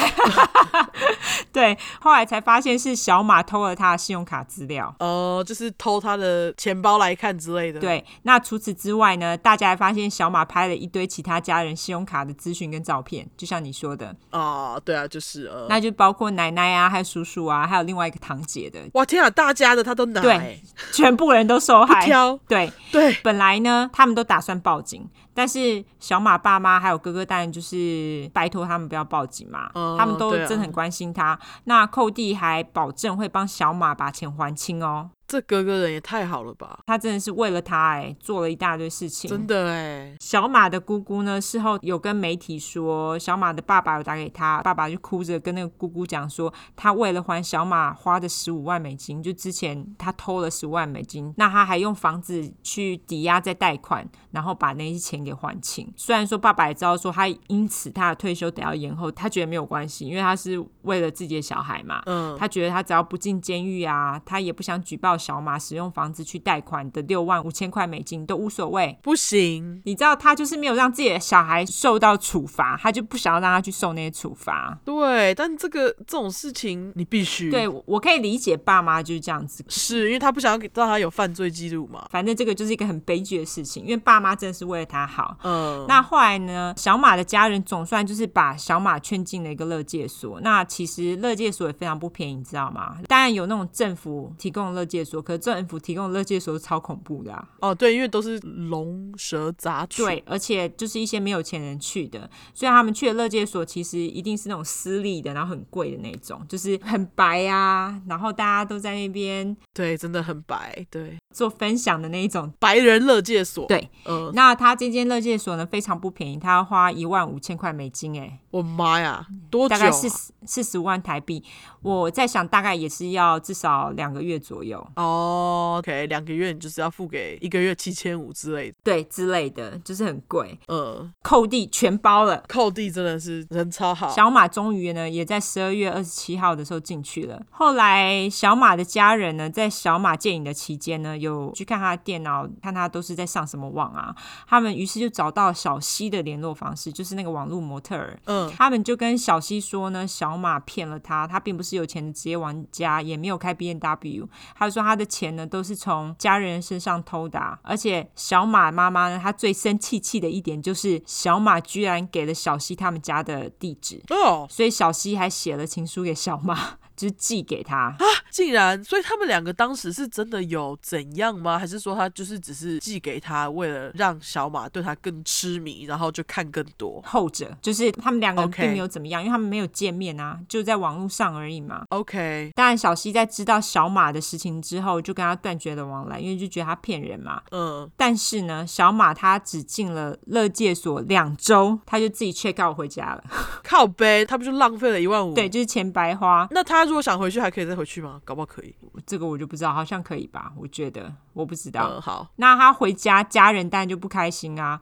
B: 对，后来才发现是小马偷了他的信用卡资料。
A: 哦、就是偷他的钱包来看之类的。，
B: 对，那除此之外呢，大家还发现小马拍了一堆其他家人信用卡的资讯跟照片，就像你说的，
A: 啊、对啊，就是呃，
B: 那就包括奶奶啊，还有叔叔啊，还有另外一个堂姐的，
A: 哇天啊，大家的他都拿、
B: 对
A: 欸，
B: 全部人都受害。
A: 挑，
B: 对，
A: 对，
B: 本来呢，他们都打算报警，但是小马爸妈还有哥哥当然就是拜托他们不要报警嘛，
A: 哦
B: 他们都
A: 对啊
B: 真的很关心他。那寇弟还保证会帮小马把钱还清哦，
A: 这哥哥人也太好了吧，
B: 他真的是为了他哎、做了一大堆事情，
A: 真的哎、
B: 小马的姑姑呢，事后有跟媒体说，小马的爸爸有打给他，爸爸就哭着跟那个姑姑讲说，他为了还小马花的十五万美金，就之前他偷了十万美金，那他还用房子去抵押再贷款，然后把那些钱给还清。虽然说爸爸也知道说他因此他的退休得要延后，他觉得没有关系，因为他是为了自己的小孩嘛，
A: 嗯，
B: 他觉得他只要不进监狱啊，他也不想举报小马使用房子去贷款的六万五千块美金都无所谓。
A: 不行，
B: 你知道他就是没有让自己的小孩受到处罚，他就不想要让他去受那些处罚。
A: 对，但这个这种事情你必须
B: 对，我我可以理解爸妈就是这样子。
A: 是因为他不想要给让他有犯罪记录嘛，
B: 反正这个就是一个很悲剧的事情，因为爸妈真的是为了他好。
A: 嗯，
B: 那后来呢？小马的家人总算就是把小马劝进了一个乐界所。那其实乐界所也非常不便宜，你知道吗？当然有那种政府提供的乐界所，可是政府提供的乐界所是超恐怖的、啊。
A: 哦对，因为都是龙蛇杂处，
B: 对，而且就是一些没有钱人去的，所以他们去的乐界所其实一定是那种私立的，然后很贵的那种，就是很白啊，然后大家都在那边
A: 对，真的很白，对，
B: 做分享的那一种。
A: 白人乐界所，
B: 对，
A: 嗯，
B: 那他这间乐界所呢非常不便宜，他要花一万五千块美金，哎，
A: 我妈呀，多久、
B: 大
A: 啊？
B: 概四十四十万台币。我在想，大概也是要至少两个月左右，
A: 哦，OK，两个月你就是要付给一个月七千五之类的，
B: 对之类的，就是很贵，
A: 嗯，
B: 扣地全包了。
A: 寇弟真的是人超好，
B: 小马终于呢，也在十二月二十七号的时候进去了。后来，小马的家人呢，在小马戒瘾的期间呢，有去看他的电脑，看他都是在上什么网啊。他们于是就找到小西的联络方式，就是那个网络模特儿。
A: 嗯，
B: 他们就跟小西说呢，小马骗了他，他并不是有钱的职业玩家，也没有开 B N W。他说他的钱呢，都是从家人身上偷的啊、而且小马妈妈呢，她最生气气的一点就是，小马居然给了小西他们家的地址。
A: 哦，
B: 所以小西还写了情书给小马，就是寄给他。
A: 竟然，所以他们两个当时是真的有怎样吗？还是说他就是只是寄给他，为了让小马对他更痴迷，然后就看更多
B: 后者就是他们两个人
A: OK
B: 并没有怎么样因为他们没有见面啊，就在网络上而已嘛。
A: ？OK，
B: 当然，小西在知道小马的事情之后，就跟他断绝了往来，因为就觉得他骗人嘛。
A: 嗯，
B: 但是呢，小马他只进了乐界所两周，他就自己 check out 回家了。
A: 靠背，他不就浪费了一万五？
B: 对，，就是钱白花，
A: 那他如果想回去，还可以再回去吗？搞不好可以。
B: 这个我就不知道，好像可以吧？我觉得，我不知道。
A: 嗯，好，
B: 那他回家，家人当然就不开心啊，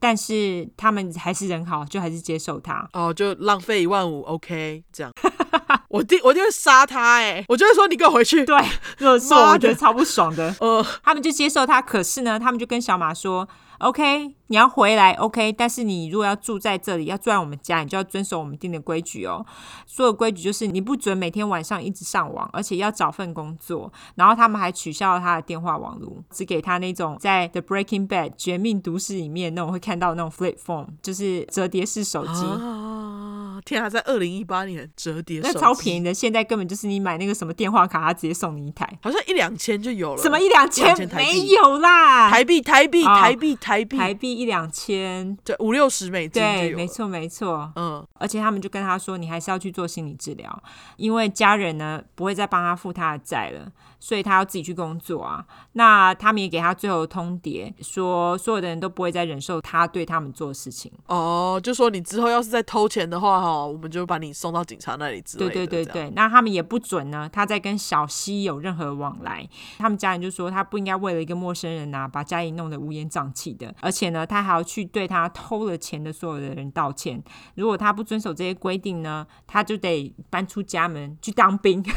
B: 但是他们还是人好，就还是接受他。
A: 哦，就浪费一万五，OK，这样。 我弟，我一定会杀他、哎，我就会说你给我回去。
B: 对，如果是我，
A: 妈的
B: 我觉得超不爽的。
A: 呃，
B: 他们就接受他，可是呢，他们就跟小马说：“OK，你要回来，OK，但是你如果要住在这里，要住在我们家，你就要遵守我们定的规矩哦。所有规矩就是你不准每天晚上一直上网，而且要找份工作。然后他们还取消了他的电话网络，只给他那种在《The Breaking Bad》绝命毒师里面那种会看到那种 flip phone，就是折叠式手机。
A: 啊，天啊，在二零一八年折叠
B: 那
A: 手
B: 超
A: 机
B: 便宜的，现在根本就是你买那个什么电话卡，他直接送你一台，
A: 好像一两千就有了。
B: 什么一两千
A: 两千台币
B: 没有啦，
A: 台币？台币？
B: 哦
A: 台币？台币？
B: 台币一两千，
A: 对，五六十美金就
B: 对，
A: 有
B: 没
A: 了。
B: 错没错。
A: 嗯，
B: 而且他们就跟他说，你还是要去做心理治疗，因为家人呢不会再帮他付他的债了，所以他要自己去工作啊。那他们也给他最后的通牒，说所有的人都不会再忍受他对他们做的事情。
A: 哦，就说你之后要是再偷钱的话，哈，我们就把你送到警察那里之类
B: 对
A: 的。
B: 对对
A: 这样，
B: 对，那他们也不准呢，他在跟小西有任何往来。他们家人就说他不应该为了一个陌生人呐、啊把家里弄得乌烟瘴气的，而且呢，他还要去对他偷了钱的所有的人道歉。如果他不遵守这些规定呢，他就得搬出家门去当兵。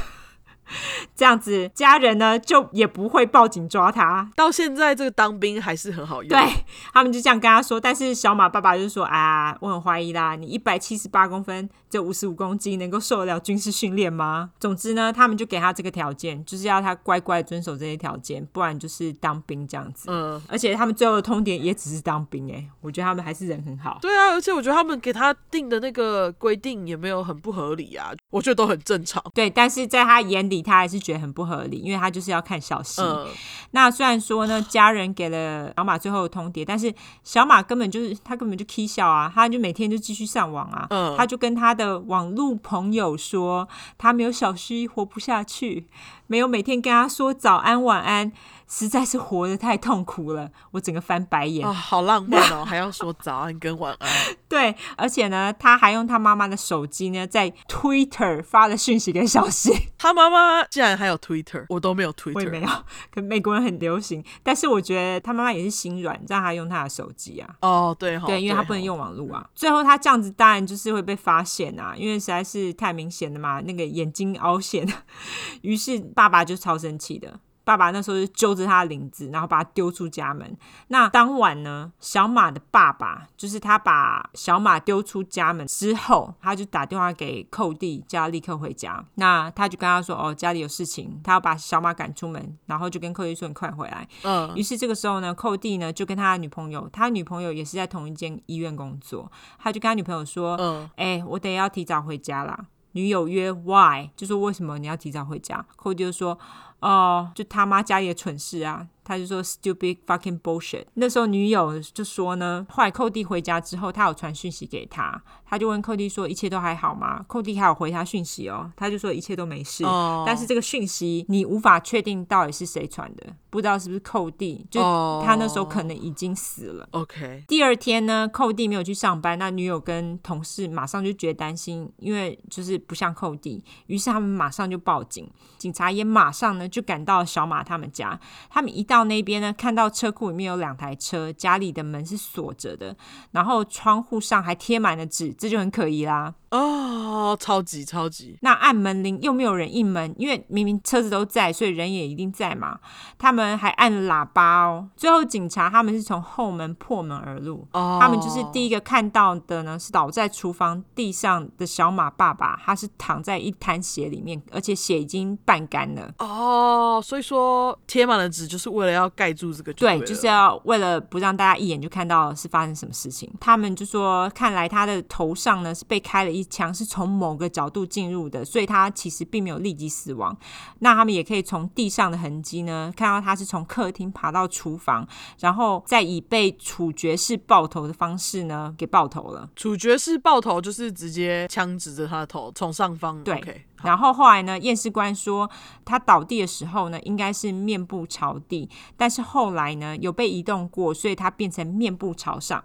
B: 这样子，家人呢就也不会报警抓他，
A: 到现在这个当兵还是很好用。
B: 对他们就这样跟他说，但是小马爸爸就说啊，我很怀疑啦，你一百七十八公分，只有五十五公斤，能够受得了军事训练吗？总之呢，他们就给他这个条件，就是要他乖乖遵守这些条件，不然就是当兵这样子。
A: 嗯，
B: 而且他们最后的通牒也只是当兵、欸，我觉得他们还是人很好。
A: 对啊，而且我觉得他们给他定的那个规定也没有很不合理啊，我觉得都很正常。
B: 对，但是在他眼里，他还是觉得很不合理，因为他就是要看小西。
A: 嗯，
B: 那虽然说呢，家人给了小马最后的通牒，但是小马根本就是他根本就 k 笑啊，他就每天就继续上网啊，
A: 嗯
B: 他就跟他的网络朋友说，他没有小西活不下去，没有每天跟他说早安晚安，实在是活得太痛苦了，我整个翻白眼。
A: 啊，好浪漫哦，还要说早安跟晚安。
B: 对，而且呢，他还用他妈妈的手机呢，在 Twitter 发了讯息给 小西。
A: 他妈妈竟然还有 Twitter，我都没有
B: 我也没
A: Twitter。
B: 有，可美国人很流行，但是我觉得他妈妈也是心软，让他用他的手机啊。
A: 哦，对哈，
B: 对，因为他不能
A: 齁
B: 用网络啊。最后他这样子当然就是会被发现啊，因为实在是太明显了嘛，那个眼睛凹陷。 于是爸爸就超生气的，爸爸那时候就揪着他的领子，然后把他丢出家门。那当晚呢，小马的爸爸就是他把小马丢出家门之后，他就打电话给寇弟，叫他立刻回家。那他就跟他说：“哦，家里有事情，他要把小马赶出门。”然后就跟寇弟说：“你快回来。”
A: 嗯
B: 于是这个时候呢，寇弟呢就跟他的女朋友，他女朋友也是在同一间医院工作，他就跟他女朋友说：“
A: 嗯，
B: 哎、我得要提早回家啦。”女友约 Why？就说为什么你要提早回家？寇弟就说：“哦、就他妈家里的蠢事啊。”他就说 “stupid fucking bullshit”。那时候女友就说呢，后来寇弟回家之后，他有传讯息给他，他就问寇弟说：“一切都还好吗？”寇弟还有回他讯息哦，他就说：“一切都没事。
A: 哦
B: 但是这个讯息你无法确定到底是谁传的，不知道是不是寇弟，就
A: 哦
B: 他那时候可能已经死了。
A: OK，
B: 第二天呢，寇弟没有去上班，那女友跟同事马上就觉得担心，因为就是不像寇弟，于是他们马上就报警，警察也马上呢就赶到小马他们家。他们一到那边呢，看到车库里面有两台车，家里的门是锁着的，然后窗户上还贴满了纸，这就很可疑啦。
A: 哦，超级超级，
B: 那按门铃又没有人应门，因为明明车子都在，所以人也一定在嘛。他们还按了喇叭哦。最后警察他们是从后门破门而入，
A: 哦，
B: 他们就是第一个看到的呢是倒在厨房地上的小马爸爸，他是躺在一滩血里面，而且血已经半干了。
A: 哦，所以说贴满了纸就是为为了要盖住这个
B: 对，
A: 对，
B: 就是。要为了不让大家一眼就看到是发生什么事情，他们就说，看来他的头上呢是被开了一枪，是从某个角度进入的，所以他其实并没有立即死亡。那他们也可以从地上的痕迹呢，看到他是从客厅爬到厨房，然后再以被处决式爆头的方式呢给爆头了。
A: 主角是爆头，就是直接枪指着他的头，从上方。
B: 对
A: o k
B: 然后后来呢，验尸官说他倒地的时候呢，应该是面部朝地，但是后来呢有被移动过，所以他变成面部朝上。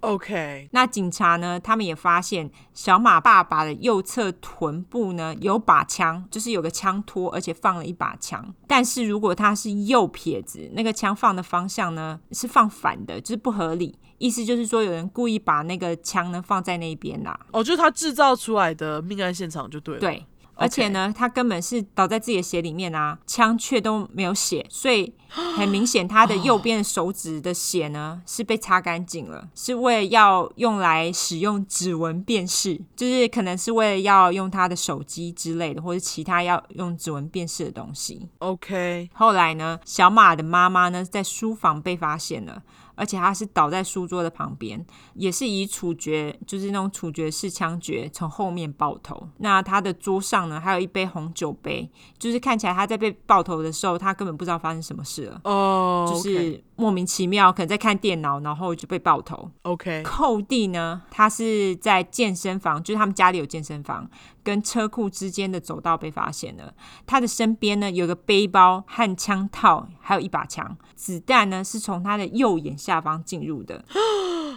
A: OK，
B: 那警察呢，他们也发现小马爸爸的右侧臀部呢有把枪，就是有个枪托，而且放了一把枪。但是如果他是右撇子，那个枪放的方向呢是放反的，就是不合理。意思就是说，有人故意把那个枪呢放在那一边啦、
A: 哦，就是他制造出来的命案现场就对了。，
B: 对。而且呢，他根本是倒在自己的血里面啊，枪却都没有血，所以很明显他的右边的手指的血呢是被擦干净了，是为了要用来使用指纹辨识，就是可能是为了要用他的手机之类的，或者其他要用指纹辨识的东西。
A: OK，
B: 后来呢，小马的妈妈呢在书房被发现了，而且她是倒在书桌的旁边，也是以处决，就是那种处决式枪决，从后面爆头。那她的桌上呢还有一杯红酒杯，就是看起来她在被爆头的时候，她根本不知道发生什么事了。
A: 哦、
B: 就
A: OK，
B: 是莫名其妙，可能在看电脑，然后就被爆头。
A: OK，
B: 寇弟呢，他是在健身房，就是他们家里有健身房，跟车库之间的走道被发现了。他的身边呢有个背包和枪套，还有一把枪。子弹呢是从他的右眼下方进入的，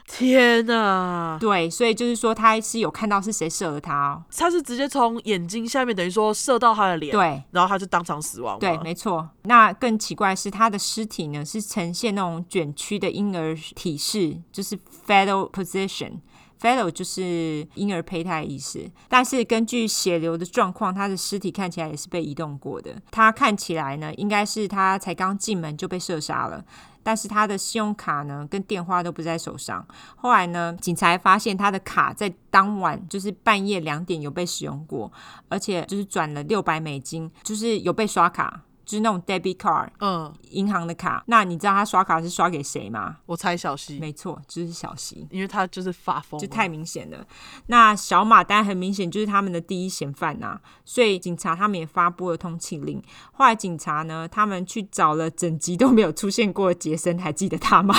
A: 天哪、
B: 对，所以就是说他是有看到是谁射了他、哦。
A: 他是直接从眼睛下面，等于说射到他的脸，
B: 对
A: 然后他就当场死亡。
B: 对，，没错。那更奇怪的是，他的尸体呢是呈现那种卷曲的婴儿体式，就是 fetal position。Fellow 就是婴儿胚胎的意思，但是根据血流的状况，他的尸体看起来也是被移动过的。他看起来呢，应该是他才刚进门就被射杀了，但是他的信用卡呢跟电话都不在手上。后来呢，警察还发现他的卡在当晚就是半夜两点有被使用过，而且就是转了六百美金，就是有被刷卡，就是那种 debit card
A: 嗯，
B: 银行的卡。那你知道他刷卡是刷给谁吗？
A: 我猜小溪，
B: 没错，就是小西。
A: 因为他就是发疯
B: 就
A: 了，
B: 太明显了。那小马丹很明显就是他们的第一嫌犯呐、所以警察他们也发布了通缉令。后来警察呢，他们去找了整集都没有出现过的杰森，还记得他吗？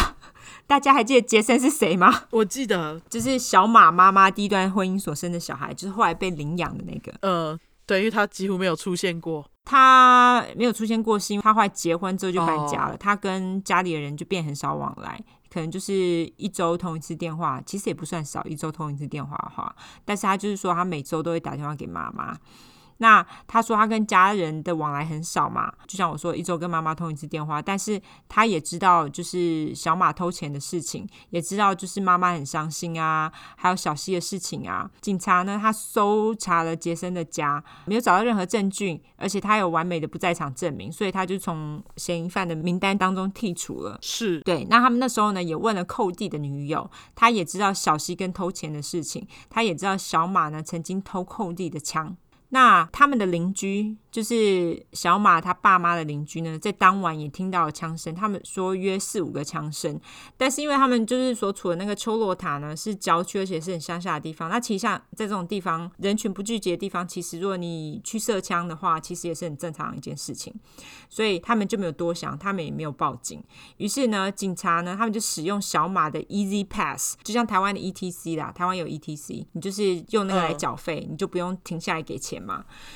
B: 大家还记得杰森是谁吗？
A: 我记得，
B: 就是小马妈妈第一段婚姻所生的小孩，就是后来被领养的那个。
A: 呃，对，因为他几乎没有出现过。
B: 他没有出现过，是因为他后来结婚之后就搬家了
A: 哦
B: 他跟家里的人就变很少往来，可能就是一周通一次电话，其实也不算少，一周通一次电话的话，但是他就是说他每周都会打电话给妈妈。那他说他跟家人的往来很少嘛，就像我说，一周跟妈妈通一次电话，但是他也知道就是小马偷钱的事情，也知道就是妈妈很伤心啊，还有小西的事情啊。警察呢，他搜查了杰森的家，没有找到任何证据，而且他有完美的不在场证明，所以他就从嫌疑犯的名单当中剔除了。
A: 是
B: 对，那他们那时候呢，也问了寇弟的女友，他也知道小西跟偷钱的事情，他也知道小马呢曾经偷寇弟的枪。那他们的邻居，就是小马他爸妈的邻居呢，在当晚也听到了枪声，他们说约四五个枪声，但是因为他们就是所处的那个丘洛塔呢是郊区，而且是很乡下的地方，那其实像在这种地方人群不聚集的地方，其实如果你去射枪的话，其实也是很正常的一件事情，所以他们就没有多想，他们也没有报警。于是呢，警察呢，他们就使用小马的 Easy Pass，就像台湾的 ETC 啦，台湾有 ETC，你就是用那个来
A: 嗯
B: 缴费，你就不用停下来给钱嘛。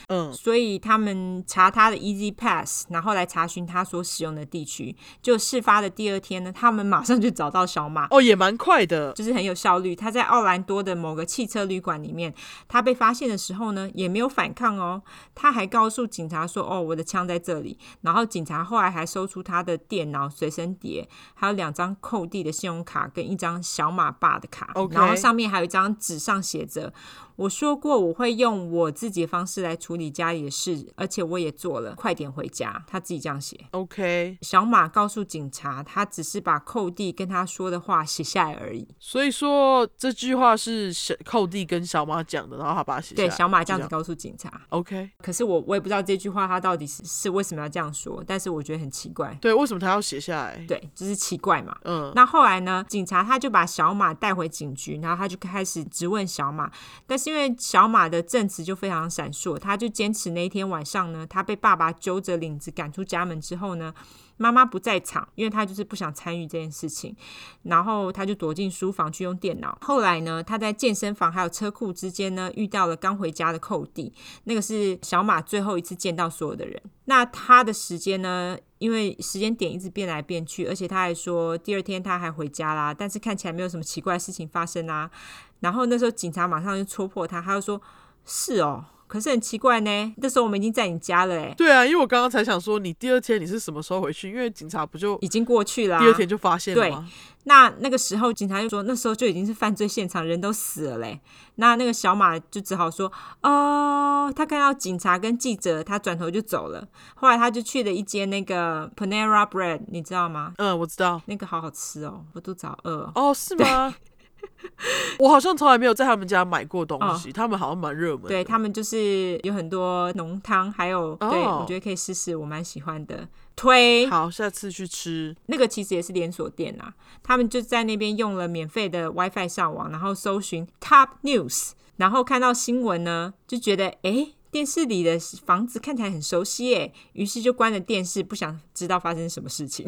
A: 嗯，
B: 所以他们查他的 Easy Pass，然后来查询他所使用的地区。就事发的第二天呢，他们马上就找到小马，
A: 哦，也蛮快的，
B: 就是很有效率。他在奥兰多的某个汽车旅馆里面，他被发现的时候呢，也没有反抗哦。他还告诉警察说：“哦，我的枪在这里。”然后警察后来还搜出他的电脑、随身碟，还有两张扣地的信用卡跟一张小马爸的卡。
A: OK
B: 然后上面还有一张纸上写着。我说过我会用我自己的方式来处理家里的事，而且我也做了，快点回家。他自己这样写。
A: OK，
B: 小马告诉警察，他只是把寇弟跟他说的话写下来而已。
A: 所以说这句话是小寇弟跟小马讲的，然后他把它写下来。
B: 对，小马这样子
A: 就
B: 告诉警察。
A: OK，
B: 可是我我也不知道这句话他到底是是为什么要这样说，但是我觉得很奇怪。
A: 对，为什么他要写下来？
B: 对，就是奇怪嘛。
A: 嗯，
B: 那后来呢？警察他就把小马带回警局，然后他就开始质问小马。但是因为小马的证词就非常闪烁，他就坚持那一天晚上呢，他被爸爸揪着领子赶出家门之后呢，妈妈不在场，因为他就是不想参与这件事情。然后他就躲进书房去用电脑。后来呢，他在健身房还有车库之间呢，遇到了刚回家的寇弟，那个是小马最后一次见到所有的人。那他的时间呢？因为时间点一直变来变去，而且他还说第二天他还回家啦，但是看起来没有什么奇怪的事情发生啦。然后那时候警察马上就戳破他，他就说：“是哦，可是很奇怪呢，那时候我们已经在你家了，欸诶，
A: 对啊，因为我刚刚才想说，你第二天你是什么时候回去？因为警察不就
B: 已经过去啦。
A: 第二天就发现了
B: 对
A: 吗？
B: 那那个时候，警察就说那时候就已经是犯罪现场，人都死了嘞。那那个小马就只好说，哦，他看到警察跟记者，他转头就走了。后来他就去了一间那个 Panera Bread，你知道吗？
A: 嗯，我知道。
B: 那个好好吃哦，我肚子好饿哦。
A: 哦，是吗？ 我好像从来没有在他们家买过东西，他们好像蛮热门的。
B: 哦对他们就是有很多浓汤，还有、
A: 哦
B: 对我觉得可以试试，我蛮喜欢的。推
A: 好，下次去吃。
B: 那个其实也是连锁店啦，他们就在那边用了免费的 WiFi 上网，然后搜寻 Top News，然后看到新闻呢，就觉得诶，电视里的房子看起来很熟悉诶，于是就关了电视，不想知道发生什么事情。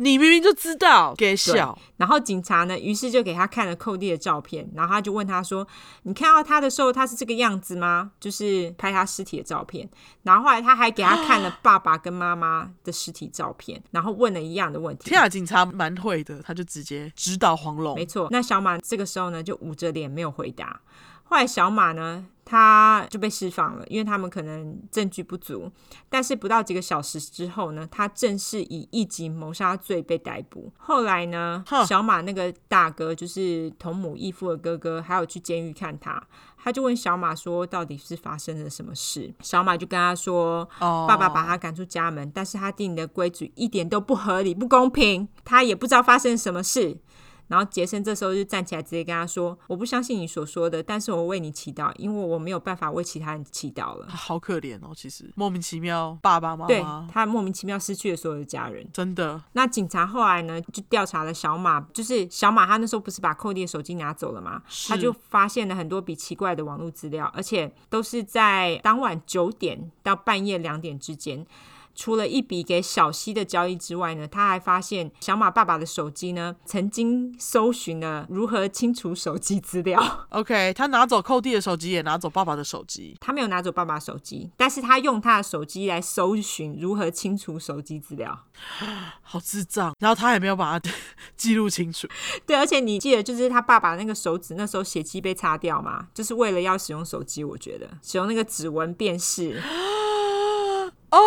A: 你明明就知道，给笑。
B: 然后警察呢，于是就给他看了寇弟的照片，然后他就问他说：“你看到他的时候，他是这个样子吗？”就是拍他尸体的照片。然后后来他还给他看了爸爸跟妈妈的尸体照片，然后问了一样的问题。
A: 天啊，警察蛮会的，他就直接指导黄龙
B: 没。错，那小马这个时候呢就捂着脸没有回答。后来小马呢，他就被释放了，因为他们可能证据不足。但是不到几个小时之后呢，他正式以一级谋杀罪被逮捕。后来呢
A: 哼，
B: 小马那个大哥就是同母异父的哥哥，还有去监狱看他。他就问小马说，到底是发生了什么事？小马就跟他说，
A: 哦，
B: 爸爸把他赶出家门，但是他定的规矩一点都不合理、不公平，他也不知道发生什么事。然后杰森这时候就站起来，直接跟他说：“我不相信你所说的，但是我为你祈祷，因为我没有办法为其他人祈祷了。
A: 好可怜哦，其实莫名其妙，爸爸妈
B: 对
A: 妈
B: 他莫名其妙失去了所有的家人。
A: 真的
B: 那警察后来呢，就调查了小马，就是小马他那时候不是把寇弟的手机拿走了吗？
A: 是
B: 他就发现了很多笔奇怪的网络资料，而且都是在当晚九点到半夜两点之间。除了一笔给小西的交易之外呢，他还发现小马爸爸的手机呢，曾经搜寻了如何清除手机资料。
A: OK。他拿走寇弟的手机，也拿走爸爸的手机。
B: 他没有拿走爸爸手机，但是他用他的手机来搜寻如何清除手机资料。
A: 好智障，然后他也没有把它 记录清楚。
B: 对，而且你记得就是他爸爸那个手指那时候血迹被擦掉嘛，就是为了要使用手机，我觉得使用那个指纹辨识，
A: 哦，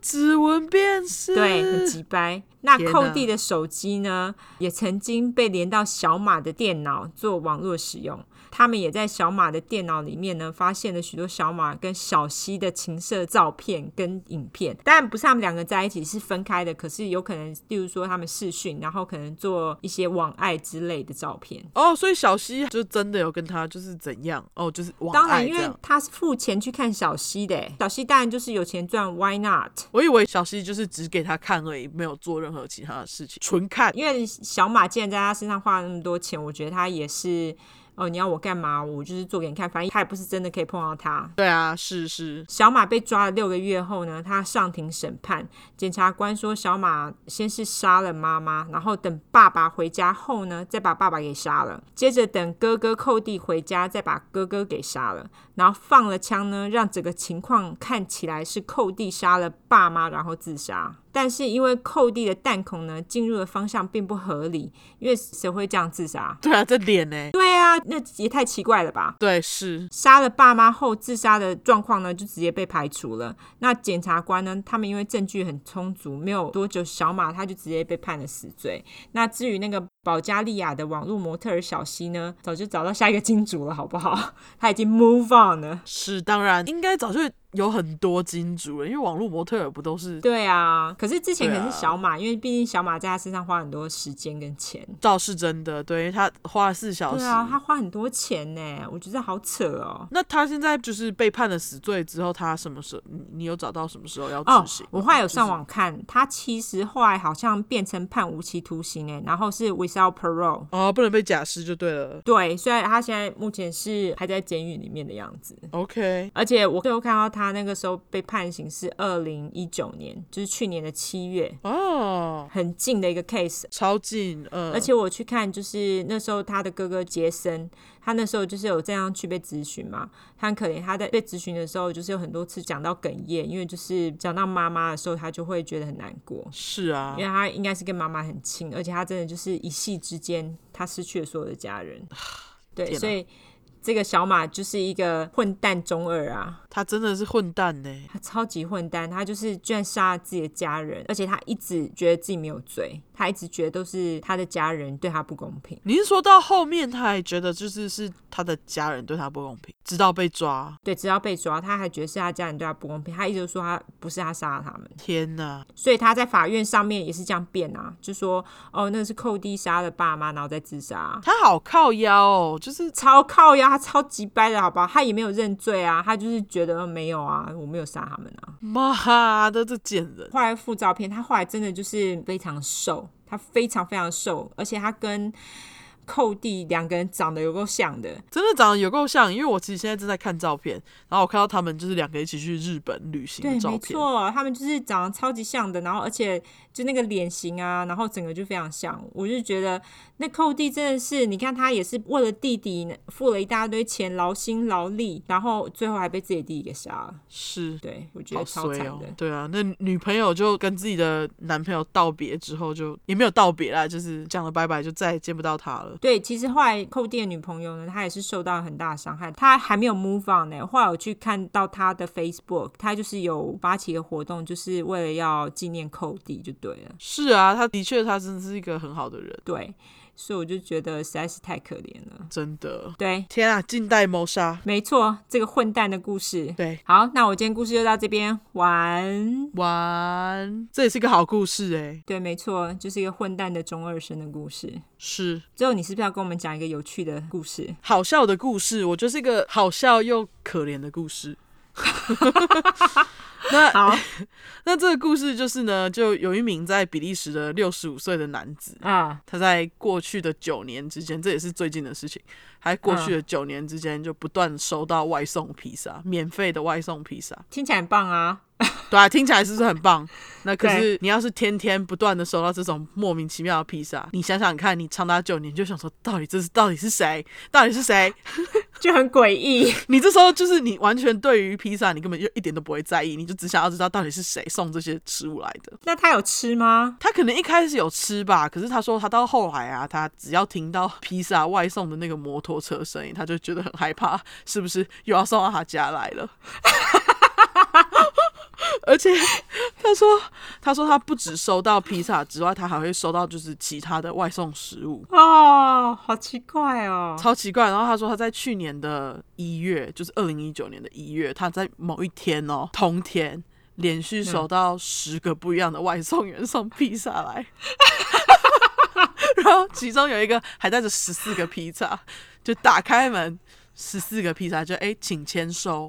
A: 指纹辨识，
B: 对，很急掰。那
A: 天哪
B: 寇弟的手机呢，也曾经被连到小马的电脑做网络使用。他们也在小马的电脑里面呢，发现了许多小马跟小西的情色照片跟影片。当然不是他们两个在一起，是分开的。可是有可能，例如说他们视讯，然后可能做一些网爱之类的照片。
A: 哦，所以小西就真的有跟他就是怎样哦，就是往
B: 当
A: 爱
B: 然，因
A: 这
B: 为
A: 样
B: 他是付钱去看小西的欸，小西当然就是有钱赚，Why not？
A: 我以为小西就是只给他看而已，没有做任何其他的事情，纯看。
B: 因为小马既然在他身上花了那么多钱，我觉得他也是，哦，你要我干嘛？我就是做给你看，反正他也不是真的可以碰到他。
A: 对啊，是是，
B: 小马被抓了六个月后呢，他上庭审判，检察官说小马先是杀了妈妈，然后等爸爸回家后呢，再把爸爸给杀了，接着等哥哥寇弟回家，再把哥哥给杀了，然后放了枪呢，让整个情况看起来是寇弟杀了爸妈，然后自杀。但是因为寇弟的弹孔呢进入的方向并不合理，因为谁会这样自杀？
A: 对啊，这脸呢、
B: 对啊，那也太奇怪了吧！
A: 对是
B: 杀了爸妈后自杀的状况呢，就直接被排除了。那检察官呢，他们因为证据很充足，没有多久，小马他就直接被判了死罪。那至于那个保加利亚的网络模特儿小西呢， 早就找到下一个金主了，好不好？他已经 move on 了。
A: 是，当然应该早就有很多金主了，因为网络模特儿不都是
B: 对啊，可是之前
A: 对啊
B: 可是小马，因为毕竟小马在他身上花很多时间跟钱。
A: 倒是真的，对，因为他花了四小时。
B: 对啊，他花很多钱呢，我觉得好扯哦。
A: 那他现在就是被判了死罪之后，他什么时候？你你有找到什么时候要
B: 哦
A: 执行吗？，
B: 我后来有上网看，他其实后来好像变成判无期徒刑诶，然后是 without parole。
A: 哦，不能被假释就对了。
B: 对，虽然他现在目前是还在监狱里面的样子，
A: OK，
B: 而且我最后看到他那个时候被判刑是二零一九年，就是去年的七月，
A: 哦，
B: 很近的一个 case。
A: 超近，嗯，
B: 而且我去看，就是那时候他的哥哥杰森，他那时候就是有这样去被咨询嘛，他很可怜。他在被咨询的时候，就是有很多次讲到哽咽，因为就是讲到妈妈的时候，他就会觉得很难过，
A: 是啊
B: 因为，他应该是跟妈妈很亲，而且他真的就是一夕之间，他失去了所有的家人。对，
A: 啊天哪
B: 所以这个小马就是一个混蛋中二啊。
A: 他真的是混蛋呢。
B: 他超级混蛋，他就是居然杀了自己的家人，而且他一直觉得自己没有罪，他一直觉得都是他的家人对他不公平。
A: 你是说到后面他还觉得就是是他的家人对他不公平，直到被抓？
B: 对，直到被抓，他还觉得是他家人对他不公平，他一直说他不是他杀了他们，
A: 天哪！
B: 所以他在法院上面也是这样辩啊，就说哦，那是寇弟杀了爸妈，然后再自杀，啊
A: 他好靠腰哦，就是
B: 超靠呀，他超级掰的好不好？他也没有认罪啊，他就是觉得、哦没有啊，我没有杀他们啊。
A: 妈的这贱人，
B: 后来附照片，他后来真的就是非常瘦，他非常非常瘦，而且他跟寇弟两个人长得有够像的，
A: 真的长得有够像。因为我其实现在正在看照片，然后我看到他们就是两个一起去日本旅行
B: 对
A: 的，照
B: 没
A: 片。
B: 错，他们就是长得超级像的，然后而且就那个脸型啊，然后整个就非常像。我就觉得那寇弟真的是，你看他也是为了弟弟付了一大堆钱，劳心劳力，然后最后还被自己的弟弟给杀了。
A: 是。
B: 对，我觉
A: 好
B: 得超
A: 衰
B: 惨
A: 哦
B: 的。！
A: 对啊，那女朋友就跟自己的男朋友道别之后就，也没有道别啦，就是讲了拜拜，就再也见不到他了。
B: 对，其实后来寇弟的女朋友呢，她也是受到很大的伤害，她还没有 move on 呢。后来我去看到她的 Facebook，她就是有发起一个活动，就是为了要纪念寇弟，就对了。
A: 是啊，他的确，他真的是一个很好的人，
B: 对，所以我就觉得实在是太可怜了。
A: 真的。
B: 对，
A: 天啊，近代谋杀，
B: 没错，这个混蛋的故事。
A: 对，
B: 好，那我今天故事就到这边完。
A: 完，这也是一个好故事哎、
B: 对，没错，就是一个混蛋的中二生的故事。
A: 是
B: 最后，你是不是要跟我们讲一个有趣的故事？
A: 好笑的故事，我觉得是一个好笑又可怜的故 事。那
B: 好，
A: 那这个故事就是呢，就有一名在比利时的六十五岁的男子，
B: 啊，
A: 他在过去的九年之间，这也是最近的事情，还过去的九年之间就不断收到外送披萨，免费的外送披萨，
B: 听起来很棒啊。
A: 对啊，听起来是不是很棒？那可
B: 对
A: 是你要是天天不断的收到这种莫名其妙的披萨，你想想看，你长达九年就想说，到底这是到底是谁？到底是谁？
B: 就很诡异，
A: 你这时候就是你完全对于披萨，你根本就一点都不会在意，你就只想要知道到底是谁送这些食物来的。
B: 那他有吃吗？
A: 他可能一开始有吃吧，可是他说他到后来啊，他只要听到 披萨外送的那个摩托车声音，他就觉得很害怕，是不是又要送到他家来了？ 而且他说，他说他不只收到披萨之外，他还会收到就是其他的外送食物，
B: 哦，好奇怪哦。
A: 超奇怪。然后他说他在去年的一月，就是二零一九年的一月，他在某一天哦，同天连续收到十个不一样的外送员送披萨来， 然后其中有一个还带着十四个披萨，就打开门。十四个披萨就哎、请签收。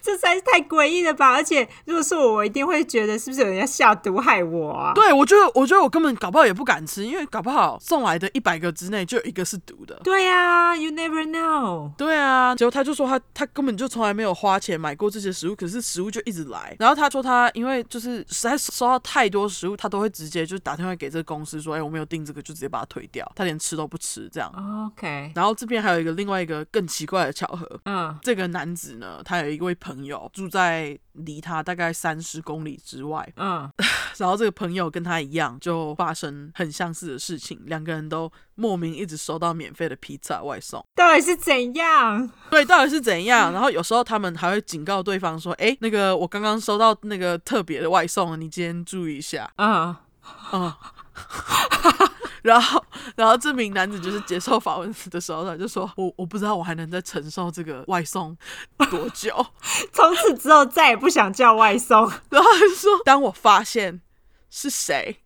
B: 这实在是太诡异了吧！而且如果是我，我一定会觉得是不是有人要下毒害我啊？
A: 对我觉得，我觉得我根本搞不好也不敢吃，因为搞不好送来的一百个之内就有一个是毒的。
B: 对呀、啊、，You never know。
A: 对啊，结果他就说他他根本就从来没有花钱买过这些食物，可是食物就一直来。然后他说他因为就是实在收到太多食物，他都会直接就打电话给这个公司说，哎、我没有订这个，就直接把它退掉，他连吃都不吃这样。
B: 嗯 OK，
A: 然后这边还有一个另外一个更奇怪的巧合，
B: 嗯
A: 这个男子呢，他有一位朋友住在离他大概三十公里之外，
B: 嗯，
A: 然后这个朋友跟他一样，就发生很相似的事情，两个人都莫名一直收到免费的披萨外送。
B: 到底是怎样？
A: 对，到底是怎样？然后有时候他们还会警告对方说：“哎、那个我刚刚收到那个特别的外送，你今天注意一下。
B: 嗯，”
A: 嗯，然后然后这名男子就是接受访问的时候，他就说：“我我不知道我还能再承受这个外送多久。
B: 从此之后再也不想叫外送。”
A: 然后他就说：“当我发现是谁。”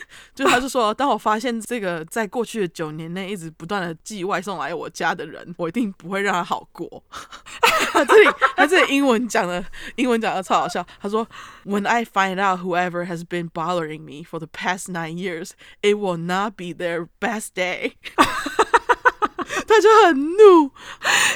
A: 就他就说，当我发现这个在过去的九年内一直不断的寄外送来我家的人，我一定不会让他好过。 他这里他这里英文讲的英文讲的超好笑。他说，When I find out whoever has been bothering me for the past nine years, it will not be their best day 他就很怒，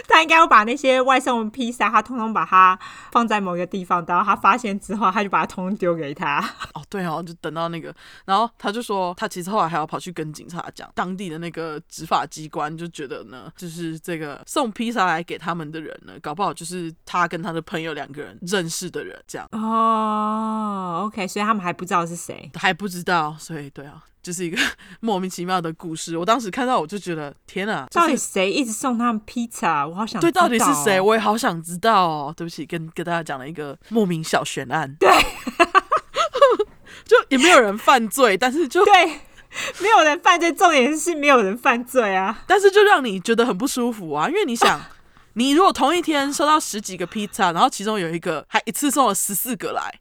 B: 他应该要把那些外送披萨，他通通把它放在某个地方，然后他发现之后，他就把它通通丢给他。
A: 哦，对哦，就等到那个，然后他就说，他其实后来还要跑去跟警察讲，当地的那个执法机关就觉得呢，就是这个送披萨来给他们的人呢，搞不好就是他跟他的朋友两个人认识的人，这样
B: 哦、oh,，OK，所以他们还不知道是谁，
A: 还不知道，所以对啊。就是一个 莫名其妙的故事。我当时看到我就觉得天啊，就是、
B: 到底谁一直送他们披萨？我好想、哦、
A: 对，到底是谁？我也好想知道哦。对不起，跟跟大家讲了一个莫名小悬案。
B: 对，
A: 就也没有人犯罪，但是就
B: 对，没有人犯罪，重点是没有人犯罪啊。
A: 但是就让你觉得很不舒服啊，因为你
B: 哦
A: 想。你如果同一天收到十几个披萨，然后其中有一个还一次送了十四个来，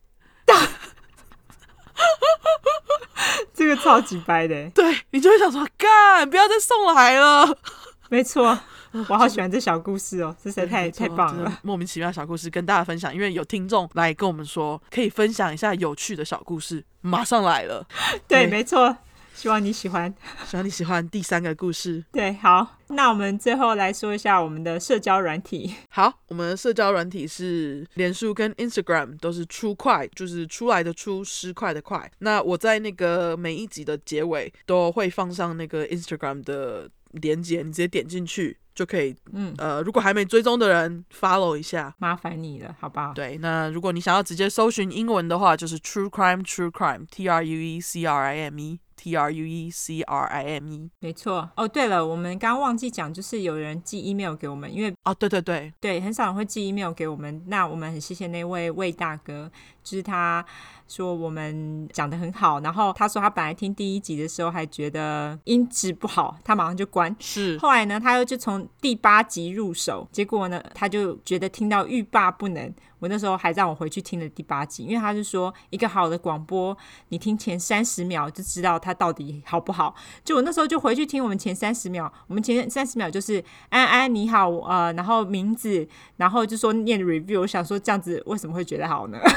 B: 这个超级掰的，
A: 对你就会想说，干，不要再送来了。
B: 没错，我好喜欢这小故事哦，这实在太太棒了。
A: 莫名其妙小故事跟大家分享，因为有听众来跟我们说，可以分享一下有趣的小故事，马上来了。
B: 对，没错，希望你喜欢，
A: 希望你喜欢第三个故事。
B: 对，好，那我们最后来说一下我们的社交软体。
A: 好，我们的社交软体是脸书跟 Instagram 都是出块，就是出来的出，失块的块。那我在那个每一集的结尾都会放上那个 Instagram 的。连接，你直接点进去就可以。嗯，呃，如果还没追踪的人，follow 一下，
B: 麻烦你了，好不好？
A: 对，那如果你想要直接搜寻英文的话，就是 True Crime，True Crime，T R U E C R I M E。T R U E C R I M E，
B: 没错。哦，对了，我们刚忘记讲，就是有人寄 email 给我们，因为
A: 啊、哦，对对对
B: 对，很少人会寄 email 给我们。那我们很谢谢那位魏大哥，就是他说我们讲的很好，然后他说他本来听第一集的时候还觉得音质不好，他马上就关。
A: 是，
B: 后来呢，他又就从第八集入手，结果呢，他就觉得听到欲罢不能。我那时候还让我回去听了第八集，因为他是说一个好的广播，你听前三十秒就知道它到底好不好。就我那时候就回去听我们前三十秒，我们前三十秒就是安安你好，呃，然后名字，然后就说念 review。我想说这样子为什么会觉得好呢？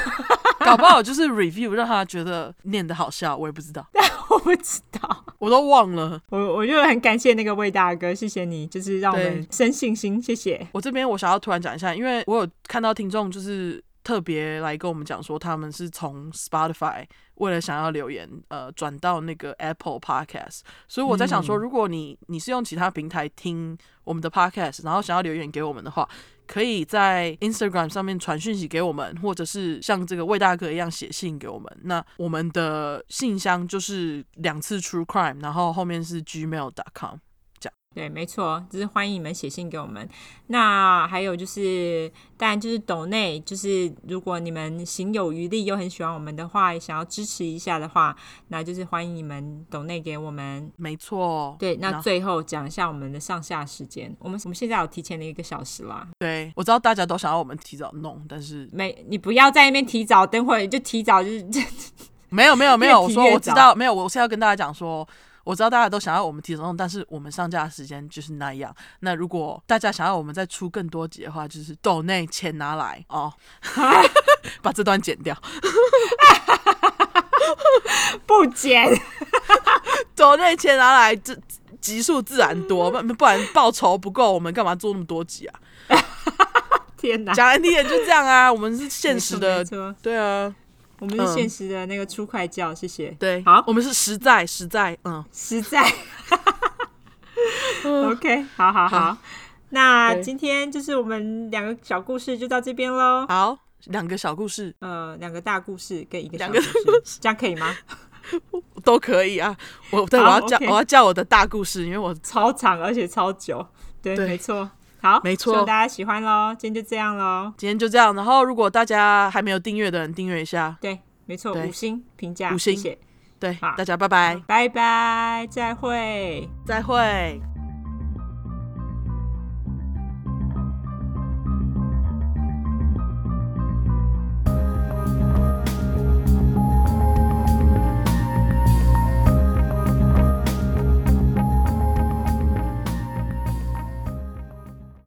A: 搞不好就是 review 让他觉得念的好笑，我也不知道。
B: 我不知道，
A: 我都忘了。
B: 我我就很感谢那个魏大哥，谢谢你，就是让我们生信心，谢谢。
A: 我这边我想要突然讲一下，因为我有看到听众就是特别来跟我们讲说，他们是从 Spotify 为了想要留言，呃，转到那个 Apple Podcast，所以我在想
B: 嗯
A: 说，如果你你是用其他平台听我们的 Podcast，然后想要留言给我们的话。可以在 Instagram 上面传讯息给我们，或者是像这个魏大哥一样写信给我们。那我们的信箱就是两次 True Crime，然后后面是 gmail.com。
B: 对，没错，就是欢迎你们写信给我们。那还有就是，当然就是抖内，就是如果你们行有余力又很喜欢我们的话，想要支持一下的话，那就是欢迎你们抖内给我们。
A: 没错，哦
B: 对。那最后讲一下我们的上下时间，我们我们现在有提前了一个小时啦。
A: 对，我知道大家都想要我们提早弄，但是
B: 没，你不要在那边提早，等会就提早就是
A: 没有没有没有，我说我知道没有，我是要跟大家讲说。我知道大家都想要我们提早弄，但是我们上架的时间就是那样。那如果大家想要我们再出更多集的话，就是豆内钱拿来 哦， 把这段剪掉，
B: 不剪，
A: 豆内钱拿来，这集数自然多，不不然报酬不够，我们干嘛做那么多集啊？
B: 天哪，
A: 讲难听点就这样啊，我们是现实的，对啊。
B: 我们是现实的那个出快教，嗯、谢谢。
A: 对，
B: 好，
A: 我们是实在实在，嗯，
B: 实在。OK，好好好，好那今天就是我们两个小故事就到这边喽。
A: 好，两个小故事，
B: 呃，两个大故事跟一个
A: 两个
B: 故事，这样可以吗？
A: 都可以啊。我对我要叫、
B: okay、
A: 我要叫我的大故事，因为我
B: 超长而且超久。对，
A: 对
B: 没错。好，
A: 没错，
B: 希望大家喜欢喽。今天就这样喽，
A: 今天就这样。然后，如果大家还没有订阅的人，订阅一下。
B: 对，没错，五星评价，
A: 五星，
B: 谢谢。
A: 对
B: 好，
A: 大家拜拜，
B: 拜拜，再会。
A: 再会。